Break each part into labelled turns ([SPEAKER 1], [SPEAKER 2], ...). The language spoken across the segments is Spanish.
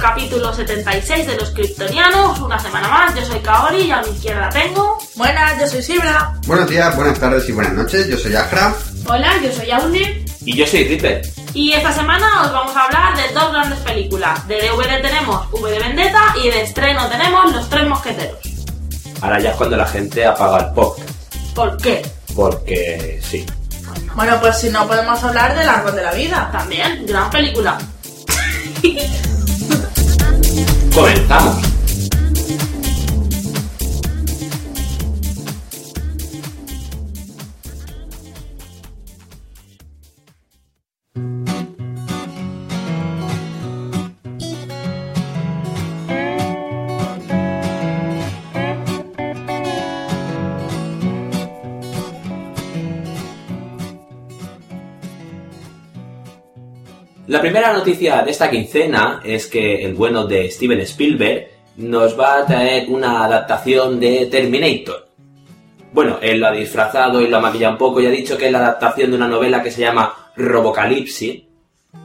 [SPEAKER 1] capítulo 76 de Los Kryptonianos. Una semana más, yo soy Kaori y a mi izquierda tengo.
[SPEAKER 2] Buenas, yo soy Sibra.
[SPEAKER 3] Buenos días, buenas tardes y buenas noches. Yo soy Afra.
[SPEAKER 4] Hola, yo soy Aune.
[SPEAKER 5] Y yo soy Ripper.
[SPEAKER 1] Y esta semana os vamos a hablar de dos grandes películas. De DVD tenemos V de Vendetta y de estreno tenemos Los Tres Mosqueteros.
[SPEAKER 5] Ahora ya es cuando la gente apaga el podcast.
[SPEAKER 1] ¿Por qué?
[SPEAKER 5] Porque sí.
[SPEAKER 2] Bueno, pues si no podemos hablar del árbol de la vida.
[SPEAKER 1] También, gran película.
[SPEAKER 5] Comenzamos. La primera noticia de esta quincena es que el bueno de Steven Spielberg nos va a traer una adaptación de Terminator. Bueno, él lo ha disfrazado y lo ha maquillado un poco y ha dicho que es la adaptación de una novela que se llama Robocalipsis,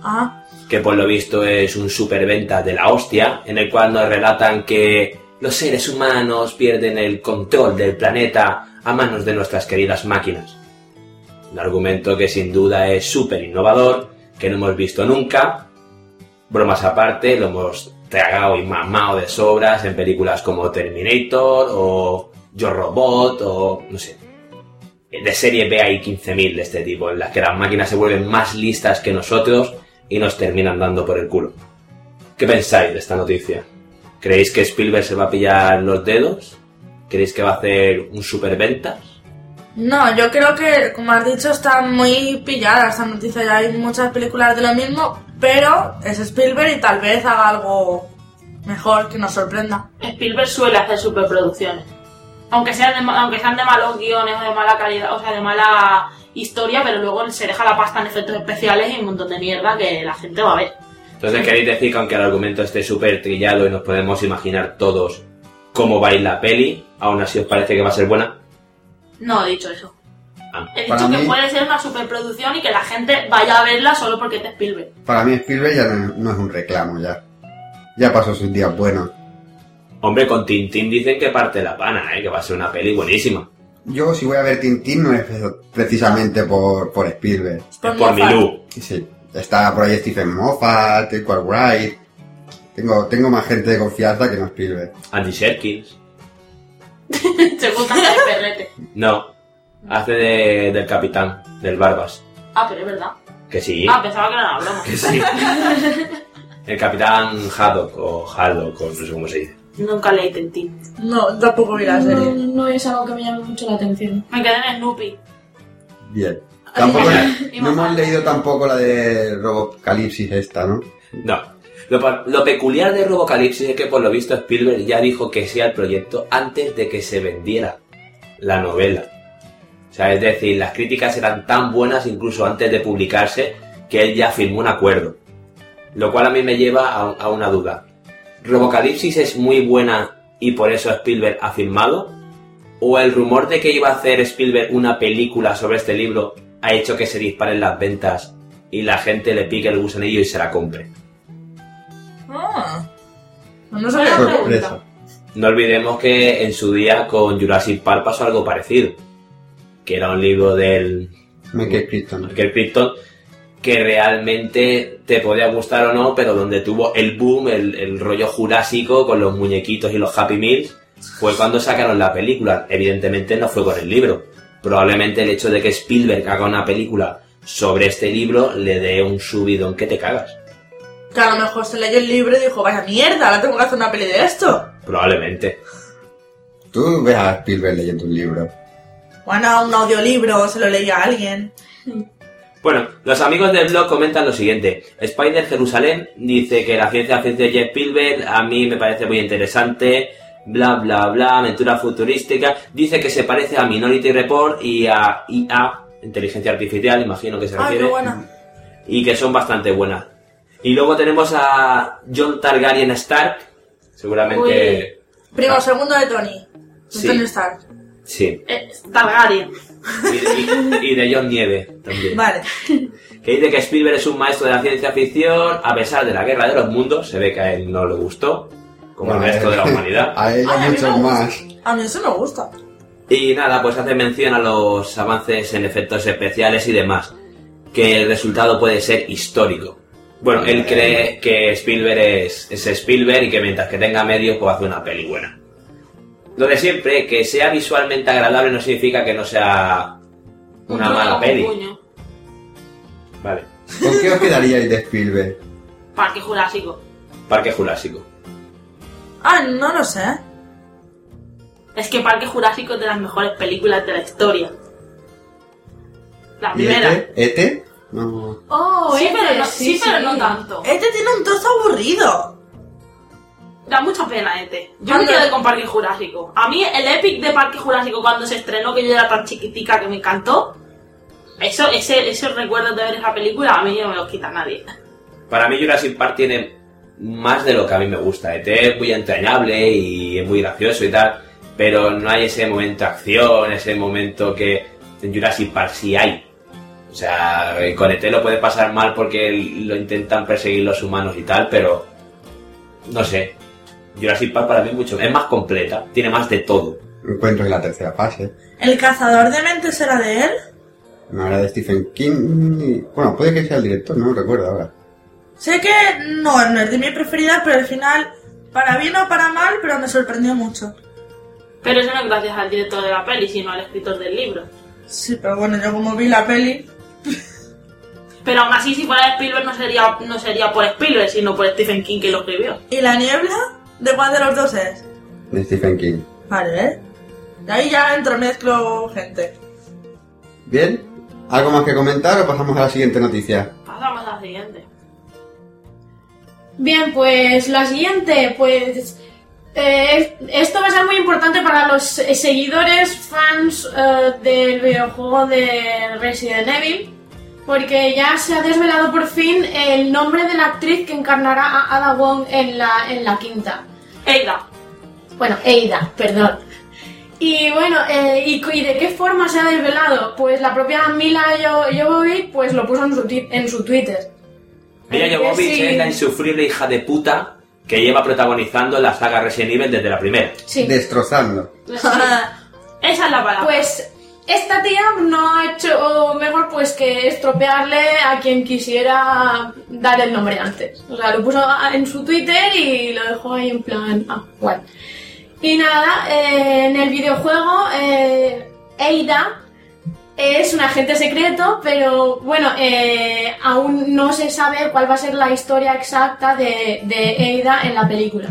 [SPEAKER 2] Ah,
[SPEAKER 5] que por lo visto es un superventa de la hostia, en el cual nos relatan que los seres humanos pierden el control del planeta a manos de nuestras queridas máquinas. Un argumento que sin duda es súper innovador, que no hemos visto nunca. Bromas aparte, lo hemos tragado y mamado de sobras en películas como Terminator o Yo Robot o no sé. De serie B hay 15.000 de este tipo, en las que las máquinas se vuelven más listas que nosotros y nos terminan dando por el culo. ¿Qué pensáis de esta noticia? ¿Creéis que Spielberg se va a pillar los dedos? ¿Creéis que va a hacer un superventas?
[SPEAKER 2] no, yo creo que, como has dicho, está muy pillada esta noticia. Ya hay muchas películas de lo mismo, pero es Spielberg y tal vez haga algo mejor que nos sorprenda.
[SPEAKER 1] Spielberg suele hacer superproducciones. Aunque sean, de, ma- aunque sean de malos guiones o de mala calidad, o sea, de mala historia, pero luego se deja la pasta en efectos especiales y un montón de mierda que la gente va a ver.
[SPEAKER 5] Entonces queréis decir que aunque el argumento esté súper trillado y nos podemos imaginar todos cómo va a ir la peli, aún así os parece que va a ser buena.
[SPEAKER 1] No he dicho eso.
[SPEAKER 5] Ah.
[SPEAKER 1] He
[SPEAKER 3] Para
[SPEAKER 1] dicho que
[SPEAKER 3] mí-
[SPEAKER 1] puede ser una superproducción y que la gente vaya a verla solo porque es de Spielberg.
[SPEAKER 3] Para mí Spielberg ya no, no es un reclamo ya. Ya pasó sus días buenos.
[SPEAKER 5] Hombre, con Tintín dicen que parte la pana, ¿eh? que va a ser una peli buenísima.
[SPEAKER 3] Yo si voy a ver Tintín no es precisamente por, por Spielberg.
[SPEAKER 2] Es
[SPEAKER 5] Es por
[SPEAKER 2] Moffat.
[SPEAKER 5] Milú.
[SPEAKER 3] Sí. Está por ahí Stephen Moffat, Edward Wright. Tengo, tengo más gente de confianza que no Spielberg.
[SPEAKER 5] Andy Serkis.
[SPEAKER 1] Se gusta hacer el perrete.
[SPEAKER 5] No. Hace de- del capitán, del Barbas.
[SPEAKER 1] Ah, pero es verdad.
[SPEAKER 5] Que sí.
[SPEAKER 1] Ah, pensaba que era una broma.
[SPEAKER 5] Que sí. El capitán Haddock o Haddock, o no sé cómo se dice.
[SPEAKER 1] Nunca leí Tintín.
[SPEAKER 2] No, tampoco vi la
[SPEAKER 4] No,
[SPEAKER 2] serie.
[SPEAKER 4] no es algo que me llame mucho la atención.
[SPEAKER 1] Me quedé en Snoopy.
[SPEAKER 3] Bien. Tampoco
[SPEAKER 1] Y
[SPEAKER 3] no hemos
[SPEAKER 1] Moffat.
[SPEAKER 3] leído tampoco la de Robocalipsis esta, ¿no?
[SPEAKER 5] No. Lo, pa- lo peculiar de Robocalipsis es que por lo visto Spielberg ya dijo que sí al proyecto antes de que se vendiera la novela. O sea, es decir, las críticas eran tan buenas incluso antes de publicarse que él ya firmó un acuerdo. Lo cual a mí me lleva a, a una duda. ¿Robocalipsis es muy buena y por eso Spielberg ha firmado? ¿O el rumor de que iba a hacer Spielberg una película sobre este libro ha hecho que se disparen las ventas y la gente le pique el gusanillo y se la compre?
[SPEAKER 2] Ah. No sé
[SPEAKER 1] Buena
[SPEAKER 2] qué-
[SPEAKER 3] Sorpresa.
[SPEAKER 5] No olvidemos que en su día con Jurassic Park pasó algo parecido, que era un libro del
[SPEAKER 3] Michael Crichton.
[SPEAKER 5] Michael Crichton que realmente te podía gustar o no, pero donde tuvo el boom, el, el rollo jurásico con los muñequitos y los Happy Meals, fue cuando sacaron la película. Evidentemente no fue con el libro. Probablemente el hecho de que Spielberg haga una película sobre este libro le dé un subidón que te cagas.
[SPEAKER 2] Que a lo mejor se leyó el libro y dijo, vaya mierda, ahora tengo que hacer una peli de esto.
[SPEAKER 5] Probablemente.
[SPEAKER 3] Tú ves a Spielberg leyendo un libro.
[SPEAKER 2] Bueno, un audiolibro, se lo leía a alguien.
[SPEAKER 5] Bueno, los amigos del blog comentan lo siguiente. Spider Jerusalén dice que la ciencia ficción de Jeff Spielberg a mí me parece muy interesante, bla bla bla, aventura futurística. Dice que se parece a Minority Report y a IA, inteligencia artificial, imagino que se
[SPEAKER 2] Ay,
[SPEAKER 5] refiere
[SPEAKER 2] Ah, qué buena.
[SPEAKER 5] y que son bastante buenas. Y luego tenemos a John Targaryen Stark, seguramente
[SPEAKER 2] Primo segundo de Tony. De
[SPEAKER 5] Sí.
[SPEAKER 2] Tony Stark.
[SPEAKER 5] Sí.
[SPEAKER 1] Eh, Targaryen.
[SPEAKER 5] Y de, y- y de John Nieve también.
[SPEAKER 2] Vale.
[SPEAKER 5] Que dice que Spielberg es un maestro de la ciencia ficción, a pesar de la guerra de los mundos, se ve que a él no le gustó, como al
[SPEAKER 3] Bueno,
[SPEAKER 5] resto de la humanidad.
[SPEAKER 3] A ella
[SPEAKER 2] Ay, a mí
[SPEAKER 3] mucho
[SPEAKER 2] me gusta.
[SPEAKER 3] más.
[SPEAKER 2] A mí eso me gusta.
[SPEAKER 5] Y nada, pues hace mención a los avances en efectos especiales y demás, que el resultado puede ser histórico. Bueno, él cree que Spielberg es, es Spielberg y que mientras que tenga medios pues hace una peli buena. Lo de siempre, que sea visualmente agradable no significa que no sea una
[SPEAKER 1] Un
[SPEAKER 5] mala
[SPEAKER 1] truco con
[SPEAKER 5] peli.
[SPEAKER 1] puño.
[SPEAKER 5] Vale,
[SPEAKER 3] ¿Con qué os quedaríais de Spielberg?
[SPEAKER 1] Parque Jurásico.
[SPEAKER 5] Parque Jurásico.
[SPEAKER 2] Ah, no lo sé.
[SPEAKER 1] Es que Parque Jurásico es de las mejores películas de la historia. La
[SPEAKER 3] ¿Y E
[SPEAKER 1] primera.
[SPEAKER 3] Ete? ¿Ete? No.
[SPEAKER 4] Oh,
[SPEAKER 1] Sí,
[SPEAKER 4] ese,
[SPEAKER 1] pero no, este, sí, pero no tanto.
[SPEAKER 2] Este tiene un trozo aburrido.
[SPEAKER 1] Da mucha pena este. Yo me
[SPEAKER 2] Anda.
[SPEAKER 1] quedé con Parque Jurásico. A mí el epic de Parque Jurásico cuando se estrenó, que yo era tan chiquitica que me encantó, eso, ese, esos recuerdos de ver esa película a mí no me los quita nadie.
[SPEAKER 5] Para mí Jurassic Park tiene más de lo que a mí me gusta. ET es muy entrañable y es muy gracioso y tal, pero no hay ese momento de acción, ese momento que en Jurassic Park sí hay. O sea, con ET lo puede pasar mal porque lo intentan perseguir los humanos y tal, pero no sé. Jurassic Park para mí es mucho es más completa, tiene más de todo.
[SPEAKER 3] Encuentro en la tercera fase.
[SPEAKER 2] ¿El cazador de mentes era de él?
[SPEAKER 3] No era de Stephen King. y- Bueno, puede que sea el director, no recuerdo ahora.
[SPEAKER 2] Sé que no, no es de mi preferida, pero al final, para bien o para mal, pero me sorprendió mucho.
[SPEAKER 1] Pero eso no es gracias al director de la peli, sino al escritor del libro.
[SPEAKER 2] Sí, pero bueno, yo como vi la peli.
[SPEAKER 1] Pero aún así, si fuera de Spielberg, no sería, no sería por Spielberg, sino por Stephen King que lo escribió.
[SPEAKER 2] ¿Y la niebla? ¿De cuál de los dos es?
[SPEAKER 3] De Stephen King.
[SPEAKER 2] Vale, ¿eh? De ahí ya entremezclo gente.
[SPEAKER 3] ¿Bien? ¿Algo más que comentar o pasamos a la siguiente noticia?
[SPEAKER 1] Pasamos a la siguiente.
[SPEAKER 4] Bien, pues la siguiente, pues eh, esto va a ser muy importante para los eh, seguidores, fans eh, del videojuego de Resident Evil, porque ya se ha desvelado por fin el nombre de la actriz que encarnará a Ada Wong en la, en la quinta.
[SPEAKER 1] Eida,
[SPEAKER 4] Bueno, Eida, perdón. Y bueno, eh, y, cu- y de qué forma se ha desvelado? Pues la propia Mila Jo- Jovovich pues lo puso en su, ti- en su Twitter.
[SPEAKER 5] Mila
[SPEAKER 4] Así que
[SPEAKER 5] Jovovich
[SPEAKER 4] sí.
[SPEAKER 5] es la insufrible hija de puta que lleva protagonizando la saga Resident Evil desde la primera.
[SPEAKER 4] Sí.
[SPEAKER 3] Destrozando.
[SPEAKER 1] esa es la palabra.
[SPEAKER 4] Pues esta tía no ha hecho mejor pues que estropearle a quien quisiera dar el nombre antes. O sea, lo puso a- en su Twitter y lo dejó ahí en plan, ah, guay. Y nada, eh, en el videojuego eh, Eida es un agente secreto, pero bueno, eh, aún no se sabe cuál va a ser la historia exacta de, de Eida en la película.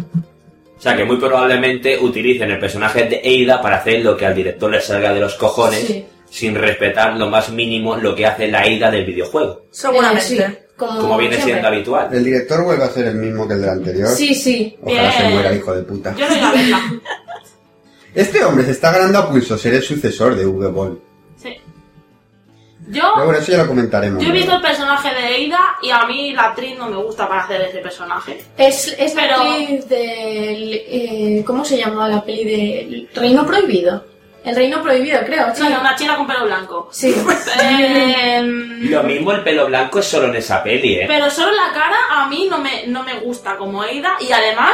[SPEAKER 5] O sea que muy probablemente utilicen el personaje de Eida para hacer lo que al director le salga de los cojones,
[SPEAKER 4] Sí.
[SPEAKER 5] sin respetar lo más mínimo lo que hace la Eida del videojuego,
[SPEAKER 2] Seguramente.
[SPEAKER 4] Eh, sí, como,
[SPEAKER 5] como viene
[SPEAKER 4] siempre.
[SPEAKER 5] siendo habitual.
[SPEAKER 3] El director vuelve a ser el mismo que el del anterior.
[SPEAKER 4] Sí, sí.
[SPEAKER 3] Ojalá se
[SPEAKER 1] Bien.
[SPEAKER 3] muera, hijo de puta.
[SPEAKER 1] Yo no iba a verla.
[SPEAKER 3] Este hombre se está ganando a pulso ser el sucesor de V-Ball.
[SPEAKER 1] Sí. Yo,
[SPEAKER 3] Pero bueno, eso ya lo comentaremos.
[SPEAKER 1] yo he visto el personaje de Eida y a mí la actriz no me gusta para hacer ese personaje.
[SPEAKER 4] Es, es la
[SPEAKER 1] Pero-
[SPEAKER 4] actriz del... eh, ¿Cómo se llamaba la peli de... Reino Prohibido? El Reino Prohibido, creo.
[SPEAKER 1] Sí, una china con pelo blanco.
[SPEAKER 4] Sí.
[SPEAKER 1] Em,
[SPEAKER 5] Lo mismo el pelo blanco es solo en esa peli, ¿eh?
[SPEAKER 1] pero solo la cara a mí no me, no me gusta como Eida y además...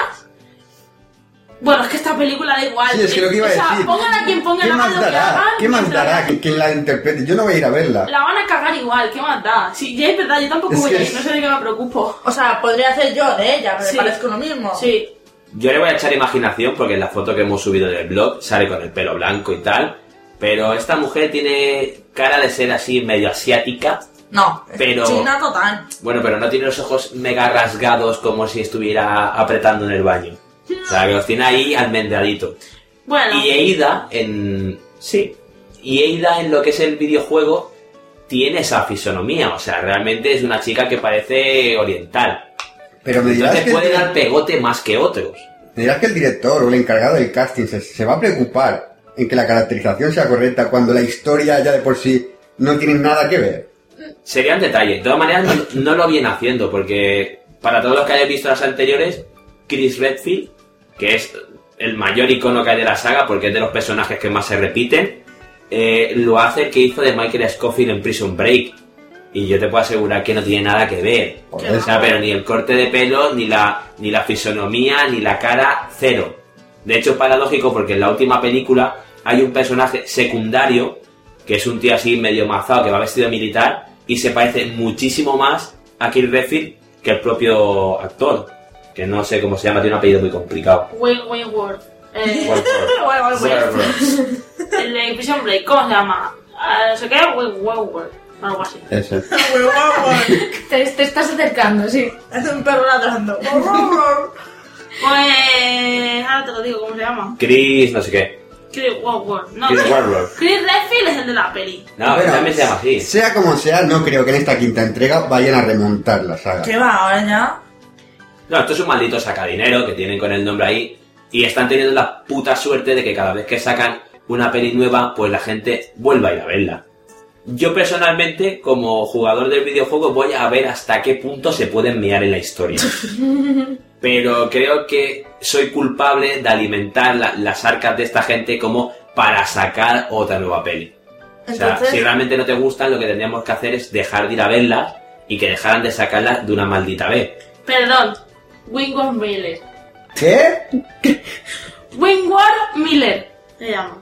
[SPEAKER 1] Bueno, es que esta película da igual.
[SPEAKER 3] Sí, es que lo que iba a
[SPEAKER 1] O sea,
[SPEAKER 3] decir.
[SPEAKER 1] pongan a quien pongan
[SPEAKER 3] ¿Qué
[SPEAKER 1] hagan
[SPEAKER 3] más
[SPEAKER 1] lo que
[SPEAKER 3] dará?
[SPEAKER 1] hagan,
[SPEAKER 3] ¿Qué más
[SPEAKER 1] mientras
[SPEAKER 3] dará que quien la interprete? Yo no voy a ir a verla.
[SPEAKER 1] La van a cagar igual, ¿qué más da? Sí, ya es verdad, yo tampoco
[SPEAKER 3] Es
[SPEAKER 1] voy a
[SPEAKER 3] que-
[SPEAKER 1] ir, no sé de qué me preocupo.
[SPEAKER 2] O sea, podría hacer yo de ella, me
[SPEAKER 1] Sí.
[SPEAKER 2] parezco lo mismo.
[SPEAKER 1] Sí,
[SPEAKER 5] Yo le voy a echar imaginación porque en la foto que hemos subido del blog sale con el pelo blanco y tal, pero esta mujer tiene cara de ser así medio asiática,
[SPEAKER 2] No, es
[SPEAKER 5] Pero-
[SPEAKER 2] China total.
[SPEAKER 5] Bueno, pero no tiene los ojos mega rasgados como si estuviera apretando en el baño. O sea, que los tiene ahí almendradito.
[SPEAKER 1] bueno.
[SPEAKER 5] Y Eida en... Sí. Y Eida en lo que es el videojuego tiene esa fisonomía. O sea, realmente es una chica que parece oriental.
[SPEAKER 3] Pero me dirás,
[SPEAKER 5] Entonces
[SPEAKER 3] que
[SPEAKER 5] puede
[SPEAKER 3] el,
[SPEAKER 5] dar pegote más que otros.
[SPEAKER 3] me dirás que el director o el encargado del casting se, se va a preocupar en que la caracterización sea correcta cuando la historia ya de por sí no tiene nada que ver.
[SPEAKER 5] Serían detalles. De todas maneras, no, no lo viene haciendo porque para todos los que hayáis visto las anteriores, Chris Redfield, que es el mayor icono que hay de la saga, porque es de los personajes que más se repiten, eh, lo hace el que hizo de Michael Scofield en Prison Break. Y yo te puedo asegurar que no tiene nada que ver.
[SPEAKER 3] Por
[SPEAKER 5] O
[SPEAKER 3] eso.
[SPEAKER 5] sea, pero ni el corte de pelo, ni la, ni la fisonomía, ni la cara, cero. De hecho, es paradójico porque en la última película hay un personaje secundario, que es un tío así medio mazado, que va vestido de militar, y se parece muchísimo más a Kirk Redfield que el propio actor, que no sé cómo se llama, tiene un apellido muy complicado.
[SPEAKER 1] Wayne Wayward. Eh,
[SPEAKER 2] Bueno, bueno,
[SPEAKER 1] el de Prison Break, ¿cómo se llama? Ah, No sé qué, Wayne Wayward. Algo así.
[SPEAKER 3] Ese.
[SPEAKER 2] bueno, bueno.
[SPEAKER 4] Te, te estás acercando, sí.
[SPEAKER 2] Es un perro ladrando.
[SPEAKER 1] Pues. Ahora te lo digo, ¿cómo se llama?
[SPEAKER 5] Chris, no sé qué.
[SPEAKER 1] Chris Wayward. No,
[SPEAKER 5] Chris Warlord.
[SPEAKER 1] Chris Redfield es el de la peli.
[SPEAKER 5] No,
[SPEAKER 3] Bueno,
[SPEAKER 5] también se llama así.
[SPEAKER 3] Sea como sea, no creo que en esta quinta entrega vayan a remontar la saga.
[SPEAKER 2] ¿Qué va ahora ya?
[SPEAKER 5] No, esto es un maldito sacadinero que tienen con el nombre ahí y están teniendo la puta suerte de que cada vez que sacan una peli nueva, pues la gente vuelva a ir a verla. Yo personalmente, como jugador del videojuego, voy a ver hasta qué punto se pueden mirar en la historia. Pero creo que soy culpable de alimentar la- las arcas de esta gente como para sacar otra nueva peli. O sea,
[SPEAKER 2] Entonces-
[SPEAKER 5] si realmente no te gustan, lo que tendríamos que hacer es dejar de ir a verlas y que dejaran de sacarlas de una maldita vez.
[SPEAKER 1] Perdón, Wingward Miller.
[SPEAKER 3] ¿Qué?
[SPEAKER 1] Wingward Miller se llama.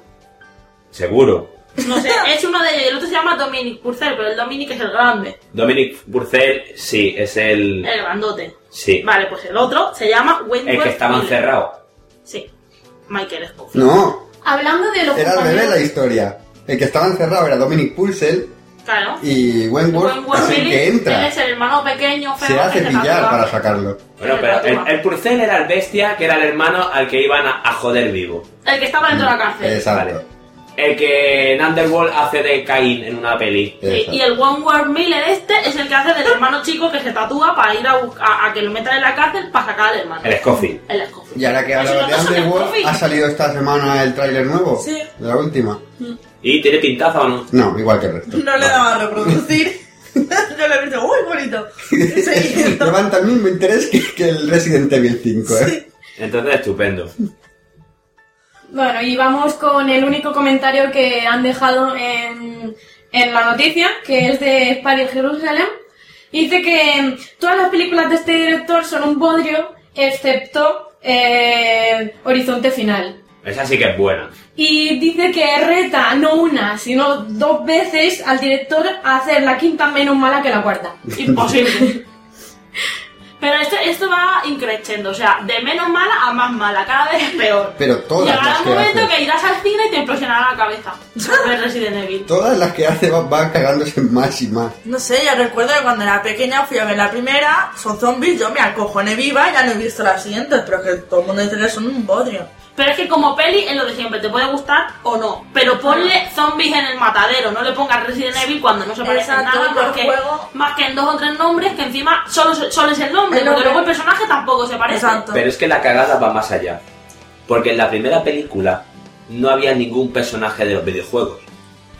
[SPEAKER 5] Seguro.
[SPEAKER 1] No sé, es uno de ellos. El otro se llama Dominic Purcell, pero el Dominic es el grande,
[SPEAKER 5] Dominic Burcell, sí, es el.
[SPEAKER 1] el grandote.
[SPEAKER 5] Sí.
[SPEAKER 1] Vale, pues el otro se llama Wingward
[SPEAKER 5] El que estaba
[SPEAKER 1] Miller.
[SPEAKER 5] encerrado.
[SPEAKER 1] Sí, Michael Scofield.
[SPEAKER 3] No,
[SPEAKER 4] Hablando de los
[SPEAKER 3] era al revés la
[SPEAKER 4] compañeros...
[SPEAKER 3] historia. El que estaba encerrado era Dominic Purcell
[SPEAKER 1] Claro.
[SPEAKER 3] y Wentworth
[SPEAKER 1] Wingward
[SPEAKER 3] es el
[SPEAKER 1] Miller
[SPEAKER 3] que
[SPEAKER 1] él
[SPEAKER 3] entra.
[SPEAKER 1] es el hermano pequeño, feo.
[SPEAKER 3] Se hace
[SPEAKER 1] que
[SPEAKER 3] pillar
[SPEAKER 1] tatúa.
[SPEAKER 3] para sacarlo.
[SPEAKER 5] Bueno, pero el, el Purcell era el bestia, que era el hermano al que iban a, a joder vivo.
[SPEAKER 1] El que estaba dentro de la cárcel.
[SPEAKER 3] Exacto.
[SPEAKER 5] El que en Underworld hace de Caín en una peli.
[SPEAKER 1] Sí,
[SPEAKER 3] exacto.
[SPEAKER 1] y el One War Miller este es el que hace del hermano chico que se tatúa para ir a, bus- a, a que lo metan en la cárcel para sacar al hermano.
[SPEAKER 5] El Scofield.
[SPEAKER 1] El Scofield.
[SPEAKER 3] Y ahora que
[SPEAKER 1] Eso
[SPEAKER 3] hablamos
[SPEAKER 1] no
[SPEAKER 3] de
[SPEAKER 1] son
[SPEAKER 3] Underworld,
[SPEAKER 1] Scofield.
[SPEAKER 3] ¿ha salido esta semana el tráiler nuevo?
[SPEAKER 2] Sí.
[SPEAKER 3] ¿De la última?
[SPEAKER 5] ¿Y tiene pintaza o no?
[SPEAKER 3] No, igual que el resto.
[SPEAKER 2] No le daba a reproducir. Yo le he visto, uy, bonito. Y seguido.
[SPEAKER 3] Levanta el mismo interés que, que el Resident Evil 5, ¿eh?
[SPEAKER 5] Entonces, estupendo.
[SPEAKER 4] Bueno, y vamos con el único comentario que han dejado en, en la noticia, que es de Spy Jerusalem. Dice que mm, todas las películas de este director son un bodrio, excepto eh, Horizonte Final.
[SPEAKER 5] Esa sí que es buena.
[SPEAKER 4] Y dice que reta no una, sino dos veces al director a hacer la quinta menos mala que la cuarta.
[SPEAKER 1] Imposible. Pero esto, esto va increciendo, o sea, de menos mala a más mala, cada vez es peor.
[SPEAKER 3] Pero todas
[SPEAKER 1] Llegará
[SPEAKER 3] las
[SPEAKER 1] un
[SPEAKER 3] que
[SPEAKER 1] momento
[SPEAKER 3] hace.
[SPEAKER 1] que irás al cine y te implosionará la cabeza. Ver Resident Evil.
[SPEAKER 3] Todas las que hace va, va cagándose más y más.
[SPEAKER 2] No sé, yo recuerdo que cuando era pequeña fui a ver la primera, son zombies, yo me acojoné viva y ya no he visto las siguientes, pero que todo el mundo dice que son un bodrio.
[SPEAKER 1] Pero es que como peli es lo de siempre, te puede gustar o no. Pero ponle zombies en el matadero, no le pongas Resident Evil cuando no se parece
[SPEAKER 2] Exacto,
[SPEAKER 1] nada
[SPEAKER 2] los
[SPEAKER 1] más que,
[SPEAKER 2] juegos-
[SPEAKER 1] más que en dos o tres nombres que encima solo, solo es el nombre, porque
[SPEAKER 2] El nombre.
[SPEAKER 1] luego el personaje tampoco se parece.
[SPEAKER 2] Exacto.
[SPEAKER 5] Pero es que la cagada va más allá. Porque en la primera película no había ningún personaje de los videojuegos.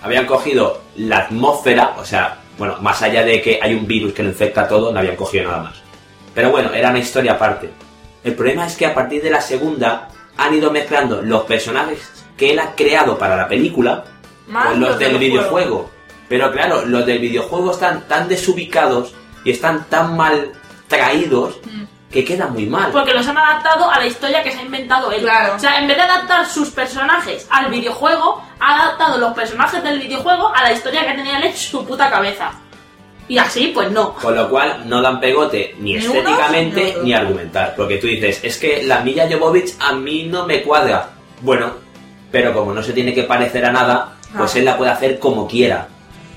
[SPEAKER 5] Habían cogido la atmósfera, o sea, bueno, más allá de que hay un virus que lo infecta todo, no habían cogido nada más. Pero bueno, era una historia aparte. El problema es que a partir de la segunda han ido mezclando los personajes que él ha creado para la película
[SPEAKER 2] Más
[SPEAKER 5] con los del
[SPEAKER 2] juego.
[SPEAKER 5] videojuego. Pero claro, los del videojuego están tan desubicados y están tan mal traídos que quedan muy mal.
[SPEAKER 1] Porque los han adaptado a la historia que se ha inventado él.
[SPEAKER 2] Claro.
[SPEAKER 1] O sea, en vez de adaptar sus personajes al videojuego, ha adaptado los personajes del videojuego a la historia que tenía él en su puta cabeza. Y así, pues no.
[SPEAKER 5] Con lo cual no dan pegote ni,
[SPEAKER 2] Ni
[SPEAKER 5] estéticamente
[SPEAKER 2] unos, ni otros.
[SPEAKER 5] ni argumentar. Porque tú dices, es que la Milla Jovovich a mí no me cuadra. Bueno, pero como no se tiene que parecer a nada, pues
[SPEAKER 2] Ah.
[SPEAKER 5] él la puede hacer como quiera.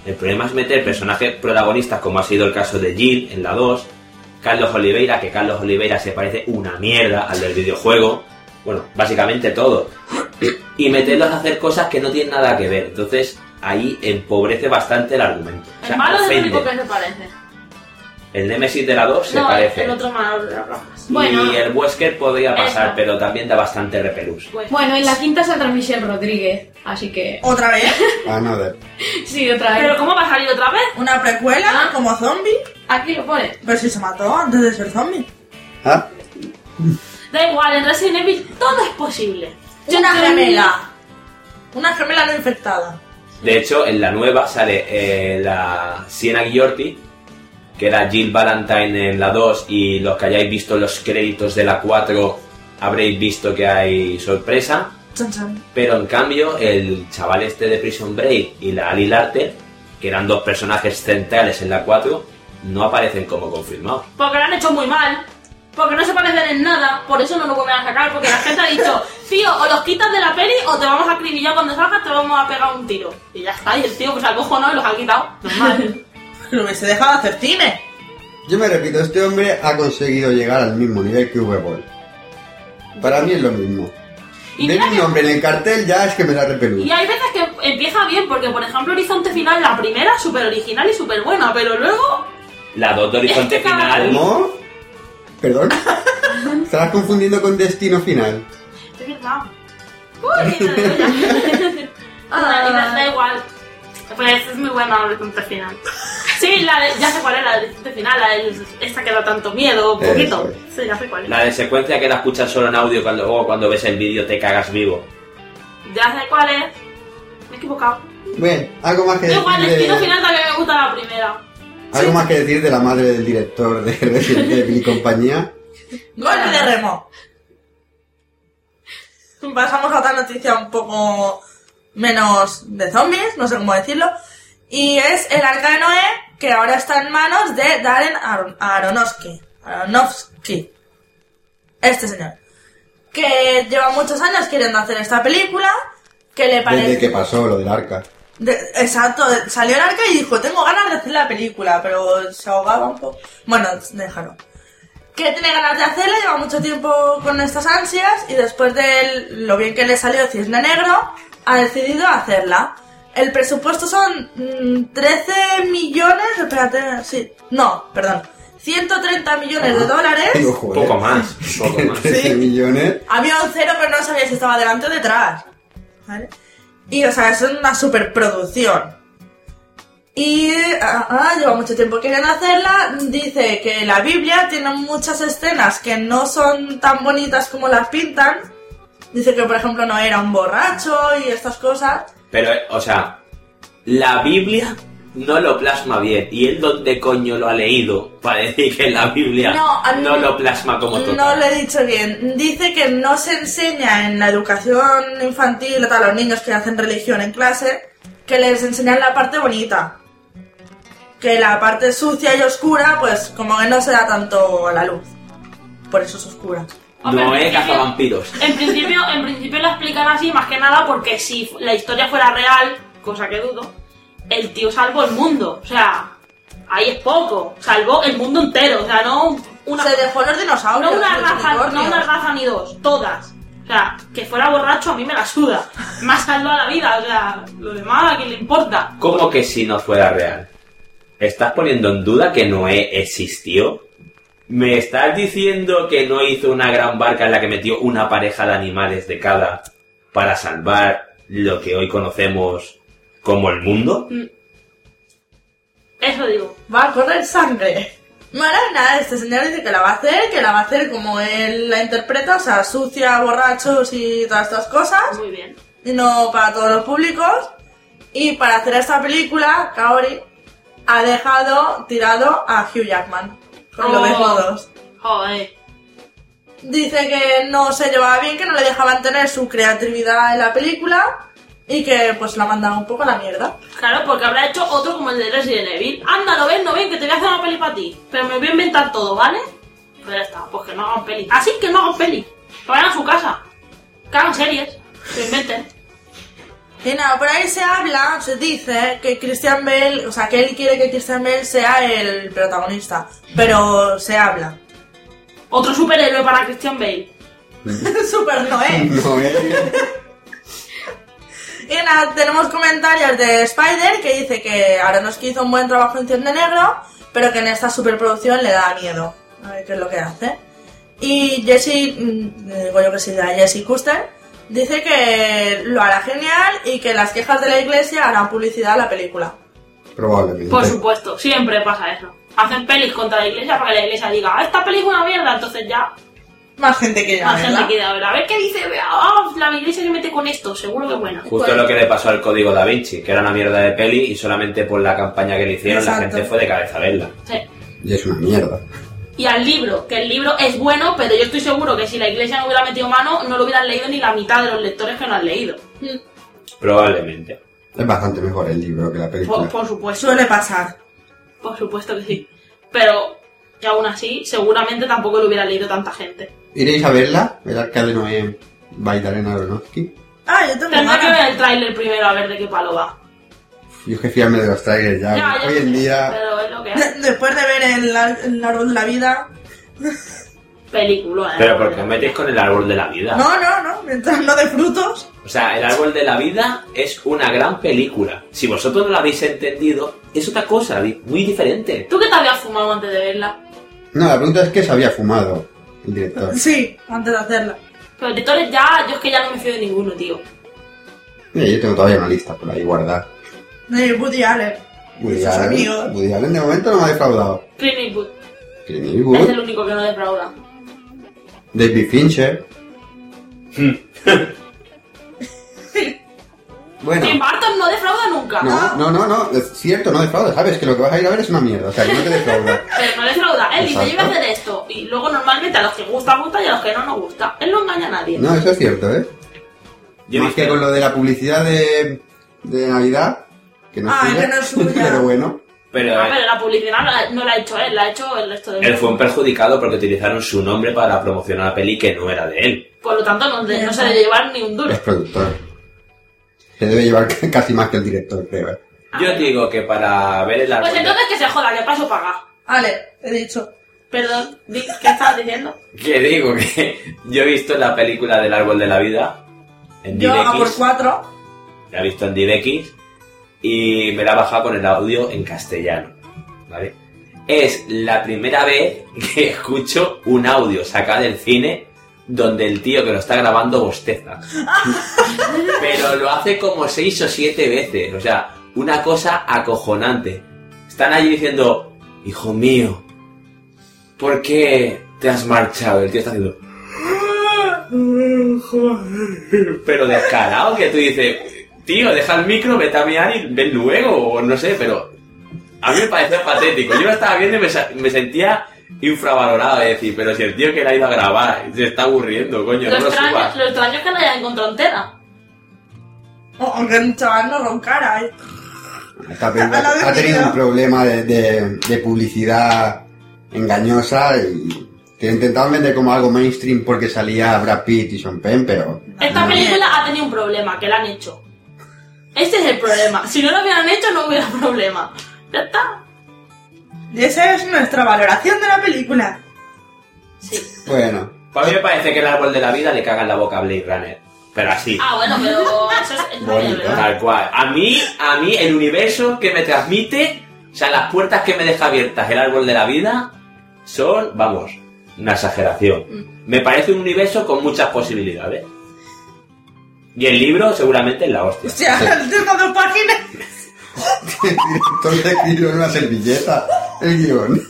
[SPEAKER 5] El problema es meter personajes protagonistas, como ha sido el caso de Jill en la 2, Carlos Oliveira, que Carlos Oliveira se parece una mierda al del videojuego. Bueno, básicamente todo. Y meterlos a hacer cosas que no tienen nada que ver. Entonces, ahí empobrece bastante el argumento. O sea,
[SPEAKER 1] el malo es el
[SPEAKER 5] ofende.
[SPEAKER 1] único que se parece.
[SPEAKER 5] El Nemesis de la 2 se
[SPEAKER 1] no, el-
[SPEAKER 5] parece.
[SPEAKER 1] el otro malo de las ramas.
[SPEAKER 4] Bueno.
[SPEAKER 5] Y el Wesker podría pasar,
[SPEAKER 1] Eso.
[SPEAKER 5] pero también da bastante repelús.
[SPEAKER 1] Pues-
[SPEAKER 4] Bueno, en la quinta saldrá Michelle Rodríguez, así que...
[SPEAKER 2] Otra vez,
[SPEAKER 3] Another.
[SPEAKER 4] Sí, otra vez.
[SPEAKER 1] Pero ¿cómo va a salir otra vez?
[SPEAKER 2] una precuela
[SPEAKER 4] Ah.
[SPEAKER 2] como zombie,
[SPEAKER 4] Aquí lo pone.
[SPEAKER 2] pero si se mató antes de ser zombie.
[SPEAKER 3] ¿Ah?
[SPEAKER 1] Da igual, en Resident Evil todo es posible.
[SPEAKER 2] Una gemela. Una gemela no infectada.
[SPEAKER 5] De hecho, en la nueva sale eh, la Siena Ghiorti, que era Jill Valentine en la 2, y los que hayáis visto los créditos de la 4 habréis visto que hay sorpresa.
[SPEAKER 2] Chan, chan.
[SPEAKER 5] Pero en cambio, el chaval este de Prison Break y la Ali Larter, que eran dos personajes centrales en la 4, no aparecen como confirmados.
[SPEAKER 1] Porque lo han hecho muy mal. Porque no se parecen en nada. Por eso no lo vuelven a sacar. Porque la gente ha dicho, tío, o los quitas de la peli o te vamos a acribillar cuando salgas, te vamos a pegar un tiro. Y ya está. Y el tío pues al cojonado y los ha quitado. Normal.
[SPEAKER 2] Lo hubiese dejado hacer cine.
[SPEAKER 3] Yo me repito, este hombre ha conseguido llegar al mismo nivel que V-Ball. Para mí es lo mismo.
[SPEAKER 1] Y
[SPEAKER 3] Ver
[SPEAKER 1] mira
[SPEAKER 3] mi
[SPEAKER 1] que-
[SPEAKER 3] nombre en el cartel ya es que me da repelús.
[SPEAKER 1] Y hay veces que empieza bien, porque por ejemplo Horizonte Final, la primera, súper original y súper buena, pero luego...
[SPEAKER 5] La 2 de Horizonte
[SPEAKER 1] Es que cada
[SPEAKER 5] Final.
[SPEAKER 3] ¿Cómo? ¿Perdón? Estarás confundiendo con Destino Final.
[SPEAKER 1] Es verdad. Uy, qué maravilla. Da- da, da igual. Pues es muy buena Horizonte Final. Sí, la de- ya sé cuál es la de Horizonte Final, la del- esta que da tanto miedo, un
[SPEAKER 3] Eso
[SPEAKER 1] poquito.
[SPEAKER 3] es.
[SPEAKER 1] Sí, ya sé cuál es.
[SPEAKER 5] La de secuencia que la escuchas solo en audio cuando luego cuando ves el vídeo te cagas vivo.
[SPEAKER 1] Ya sé cuál es. Me he equivocado.
[SPEAKER 3] Bueno, algo más que
[SPEAKER 1] Da igual, el
[SPEAKER 3] decir
[SPEAKER 1] destino
[SPEAKER 3] de...
[SPEAKER 1] final también me gusta la primera.
[SPEAKER 3] algo más que decir de la madre del director de Resident Evil y compañía.
[SPEAKER 2] Golpe de remo. Pasamos a otra noticia un poco menos de zombies, no sé cómo decirlo. Y es el arca de Noé, que ahora está en manos de Darren Aron- Aronofsky. Aronofsky. Este señor. Que lleva muchos años queriendo hacer esta película. Que le parece.
[SPEAKER 3] Desde que pasó lo del arca.
[SPEAKER 2] De- exacto, de- salió el arca y dijo, tengo ganas de hacer la película, pero se ahogaba un poco. Bueno, déjalo. Que tiene ganas de hacerla, lleva mucho tiempo con estas ansias y después de lo bien que le salió Cisne Negro, ha decidido hacerla. El presupuesto son mm, 13 millones, espérate, sí, no, perdón, 130 millones de
[SPEAKER 1] ¿Eh?
[SPEAKER 3] Digo,
[SPEAKER 2] dólares.
[SPEAKER 3] joder.
[SPEAKER 5] Poco más, poco más.
[SPEAKER 3] 13 millones.
[SPEAKER 2] Había un cero, pero no sabía si estaba delante o detrás. ¿Vale? Y, o sea, es una superproducción. Y ah, ah, lleva mucho tiempo queriendo hacerla. Dice que la Biblia tiene muchas escenas que no son tan bonitas como las pintan. Dice que, por ejemplo, no era un borracho y estas cosas.
[SPEAKER 5] Pero, eh, o sea, la Biblia no lo plasma bien. ¿Y él dónde coño lo ha leído para decir que la Biblia
[SPEAKER 2] No, a mí-
[SPEAKER 5] no lo plasma como total?
[SPEAKER 2] No lo he dicho bien. Dice que no se enseña en la educación infantil o tal, a los niños que hacen religión en clase, que les enseñan la parte bonita. Que la parte sucia y oscura, pues como que no se da tanto a la luz. Por eso es oscura.
[SPEAKER 1] Hombre, en
[SPEAKER 5] Noé
[SPEAKER 1] principio-
[SPEAKER 5] cazavampiros.
[SPEAKER 1] En principio, en principio la explican así, más que nada porque si la historia fuera real, cosa que dudo, el tío salvó el mundo. O sea, ahí es poco. Salvó el mundo entero. O sea, no una,
[SPEAKER 2] se dejó los dinosaurios.
[SPEAKER 1] no una
[SPEAKER 2] los
[SPEAKER 1] raza, no
[SPEAKER 2] unicornios.
[SPEAKER 1] una raza ni dos, todas. O sea, que fuera borracho a mí me la suda. Más salvó a la vida. O sea, lo demás a quién le importa.
[SPEAKER 5] ¿Cómo que si no fuera real? ¿Estás poniendo en duda que Noé existió? ¿Me estás diciendo que no hizo una gran barca en la que metió una pareja de animales de cada para salvar lo que hoy conocemos como el mundo?
[SPEAKER 2] Mm,
[SPEAKER 1] Eso digo.
[SPEAKER 2] Va a correr sangre. Bueno, nada, este señor dice que la va a hacer, que la va a hacer como él la interpreta, o sea, sucia, borrachos y todas estas cosas.
[SPEAKER 1] Muy bien.
[SPEAKER 2] no para todos los públicos. Y para hacer esta película, Kaori ha dejado tirado a Hugh Jackman. Con lo
[SPEAKER 1] Oh.
[SPEAKER 2] de todos.
[SPEAKER 1] Joder.
[SPEAKER 2] Dice que no se llevaba bien, que no le dejaban tener su creatividad en la película y que pues la mandaba un poco a la mierda.
[SPEAKER 1] Claro, porque habrá hecho otro como el de Resident Evil. Anda, no ven, no ven, que te voy a hacer una peli para ti. Pero me voy a inventar todo, ¿vale? Pero ya está, pues que no hagan peli. Así que no hagan peli. Que vayan a su casa. Que hagan series. Que inventen.
[SPEAKER 2] Y nada, por ahí se habla, se dice que Christian Bale, o sea, que él quiere que Christian Bale sea el protagonista. Pero se habla.
[SPEAKER 1] Otro superhéroe para Christian Bale.
[SPEAKER 2] Super Noé.
[SPEAKER 3] No, eh.
[SPEAKER 2] Y nada, tenemos comentarios de Spider que dice que Aronofsky hizo un buen trabajo en Cisne Negro, pero que en esta superproducción le da miedo. A ver qué es lo que hace. Y Jesse, mm, digo yo que sí, la Jesse Custer, dice que lo hará genial y que las quejas de la iglesia harán publicidad a la película.
[SPEAKER 3] Probablemente.
[SPEAKER 1] Por supuesto, siempre pasa eso. Hacen pelis contra la iglesia para que la iglesia diga, "Ah, esta peli es una mierda, entonces ya.
[SPEAKER 2] Más gente que ya.
[SPEAKER 1] Más gente quiere ver. A ver qué dice. vea, ah, la iglesia se mete con esto. Seguro que es buena.
[SPEAKER 5] Justo
[SPEAKER 2] Pues-
[SPEAKER 5] lo que le pasó al código da Vinci, que era una mierda de peli y solamente por la campaña que le hicieron la
[SPEAKER 2] Exacto.
[SPEAKER 5] gente fue de cabeza a verla.
[SPEAKER 1] Sí.
[SPEAKER 3] Y es una mierda.
[SPEAKER 1] Y al libro, que el libro es bueno, pero yo estoy seguro que si la iglesia no hubiera metido mano, no lo hubieran leído ni la mitad de los lectores que no han leído.
[SPEAKER 5] Probablemente.
[SPEAKER 3] Es bastante mejor el libro que la película.
[SPEAKER 1] Por, por supuesto,
[SPEAKER 2] Suele pasar.
[SPEAKER 1] por supuesto que sí. Pero que aún así, seguramente tampoco lo hubiera leído tanta gente.
[SPEAKER 3] ¿Iréis a verla? El arcade no es Bailarena Aronofsky.
[SPEAKER 2] Ah, yo tengo
[SPEAKER 1] Tendrá que
[SPEAKER 2] ganas.
[SPEAKER 1] ver el tráiler primero a ver de qué palo va.
[SPEAKER 3] Yo es que fiarme de los trailers ya.
[SPEAKER 1] ya
[SPEAKER 3] Hoy
[SPEAKER 1] sé,
[SPEAKER 3] en día.
[SPEAKER 1] Pero es lo que
[SPEAKER 2] De-
[SPEAKER 1] es.
[SPEAKER 2] después de ver el, ar- el árbol de la vida.
[SPEAKER 1] Película. ¿eh?
[SPEAKER 5] Pero porque os metéis con el árbol de la vida.
[SPEAKER 2] No, no, no. Mientras no de frutos.
[SPEAKER 5] O sea, el árbol de la vida es una gran película. Si vosotros no la habéis entendido, es otra cosa, di- muy diferente.
[SPEAKER 1] ¿Tú qué te habías fumado antes de verla?
[SPEAKER 3] No, la pregunta es que se había fumado el director.
[SPEAKER 1] Pues
[SPEAKER 2] Sí, antes de hacerla.
[SPEAKER 1] Pero lectores ya, yo es que ya no me fío de ninguno, tío.
[SPEAKER 3] Mira, yo tengo todavía una lista por ahí guardada.
[SPEAKER 2] De Woody Allen.
[SPEAKER 3] Woody
[SPEAKER 2] Sus amigos.
[SPEAKER 3] Allen, Woody Allen de momento no me ha defraudado.
[SPEAKER 1] Clint Eastwood
[SPEAKER 3] Clint
[SPEAKER 1] es
[SPEAKER 3] Eastwood,
[SPEAKER 1] el único que no defrauda.
[SPEAKER 3] David Fincher. bueno.
[SPEAKER 1] Tim Burton no defrauda nunca.
[SPEAKER 3] No, no, no, no, es cierto, no defrauda. Sabes que lo que vas a ir a ver es una mierda, o sea, que no te defrauda.
[SPEAKER 1] Pero no defrauda. Él dice, yo iba
[SPEAKER 3] Exacto.
[SPEAKER 1] a hacer esto. Y luego normalmente a los que gusta, gusta y a los que no, no gusta. Él no engaña a nadie.
[SPEAKER 3] No, eso es cierto, ¿eh?
[SPEAKER 5] Yo
[SPEAKER 3] Más
[SPEAKER 5] dije-
[SPEAKER 3] que con lo de la publicidad de, de Navidad, que no es
[SPEAKER 2] Ah,
[SPEAKER 3] suya,
[SPEAKER 2] que no es suya.
[SPEAKER 3] pero bueno.
[SPEAKER 5] Pero
[SPEAKER 1] Ah,
[SPEAKER 5] eh,
[SPEAKER 1] pero la publicidad no la, no la ha hecho él, la ha hecho el resto de
[SPEAKER 5] él fue un perjudicado porque utilizaron su nombre para promocionar la peli que no era de él.
[SPEAKER 1] Por lo tanto, no, de- no se debe llevar ni un duro.
[SPEAKER 3] Es productor. Se debe llevar casi más que el director, creo. ¿eh?
[SPEAKER 5] Yo digo que para ver el árbol...
[SPEAKER 1] Ah, Pues
[SPEAKER 5] de-
[SPEAKER 1] entonces que se joda, que paso paga.
[SPEAKER 2] Ale, he dicho.
[SPEAKER 1] Perdón, di- ¿qué estabas diciendo?
[SPEAKER 5] Que digo que yo he visto la película del árbol de la vida en
[SPEAKER 1] ah,
[SPEAKER 2] Yo a por
[SPEAKER 1] pues
[SPEAKER 5] DirectX.
[SPEAKER 2] cuatro.
[SPEAKER 5] La he visto en DirectX y me la he bajado con el audio en castellano. ¿Vale? Es la primera vez que escucho un audio sacado del cine donde el tío que lo está grabando bosteza. Pero lo hace como seis o siete veces. O sea, una cosa acojonante. Están allí diciendo, hijo mío, ¿por qué te has marchado? El tío está haciendo... Pero descarado que tú dices, tío, deja el micro, vete a mirar y ven luego, o no sé, pero a mí me pareció patético. Yo lo estaba viendo y me, sa- me sentía infravalorado de decir, pero si el tío que la ha ido a grabar se está aburriendo, coño,
[SPEAKER 1] Lo
[SPEAKER 5] no lo
[SPEAKER 1] extraño,
[SPEAKER 5] subas.
[SPEAKER 1] lo extraño es que la haya encontrado entera.
[SPEAKER 2] O- Aunque el chaval no roncara. eh.
[SPEAKER 3] Esta película
[SPEAKER 2] A la vez
[SPEAKER 3] ha tenido
[SPEAKER 2] mía.
[SPEAKER 3] un problema de, de- de publicidad engañosa y que intentaban vender como algo mainstream porque salía Brad Pitt y Sean Penn, pero...
[SPEAKER 1] Esta película ha tenido un problema, que la han hecho. Este es el problema. Si no lo hubieran hecho, no hubiera problema. Ya está.
[SPEAKER 2] Y esa es nuestra valoración de la película.
[SPEAKER 1] Sí.
[SPEAKER 3] Bueno,
[SPEAKER 5] Para mí me parece que el árbol de la vida le caga en la boca a Blade Runner. Pero así.
[SPEAKER 1] Ah, bueno, pero eso es, eso es
[SPEAKER 3] Bonito.
[SPEAKER 1] verdad.
[SPEAKER 5] Tal cual. A mí, a mí, el universo que me transmite, o sea, las puertas que me deja abiertas el árbol de la vida, son, vamos, una exageración.
[SPEAKER 1] Mm.
[SPEAKER 5] Me parece un universo con muchas posibilidades. Y el libro seguramente es la
[SPEAKER 2] O
[SPEAKER 5] hostia.
[SPEAKER 2] sea, el tío con dos páginas.
[SPEAKER 3] el director escribió en una servilleta el guión.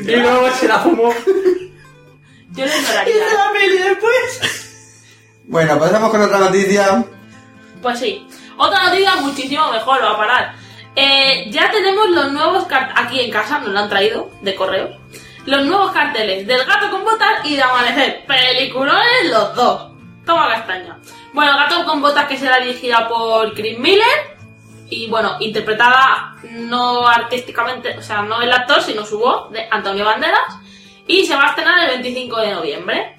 [SPEAKER 5] Y luego se la fumó.
[SPEAKER 1] Yo lo
[SPEAKER 2] Y
[SPEAKER 1] ignoraría.
[SPEAKER 2] de la peli después.
[SPEAKER 3] Bueno, pasamos con otra noticia.
[SPEAKER 1] Pues sí. Otra noticia muchísimo mejor, va a parar. Eh, ya tenemos los nuevos carteles. Aquí en casa nos lo han traído de correo. Los nuevos carteles del gato con botas y de amanecer. Peliculones los dos. Toma castaña. Bueno, gato con botas que será dirigida por Chris Miller. Y bueno, interpretada no artísticamente, o sea, no el actor, sino su voz, de Antonio Banderas. Y se va a estrenar el 25 de noviembre.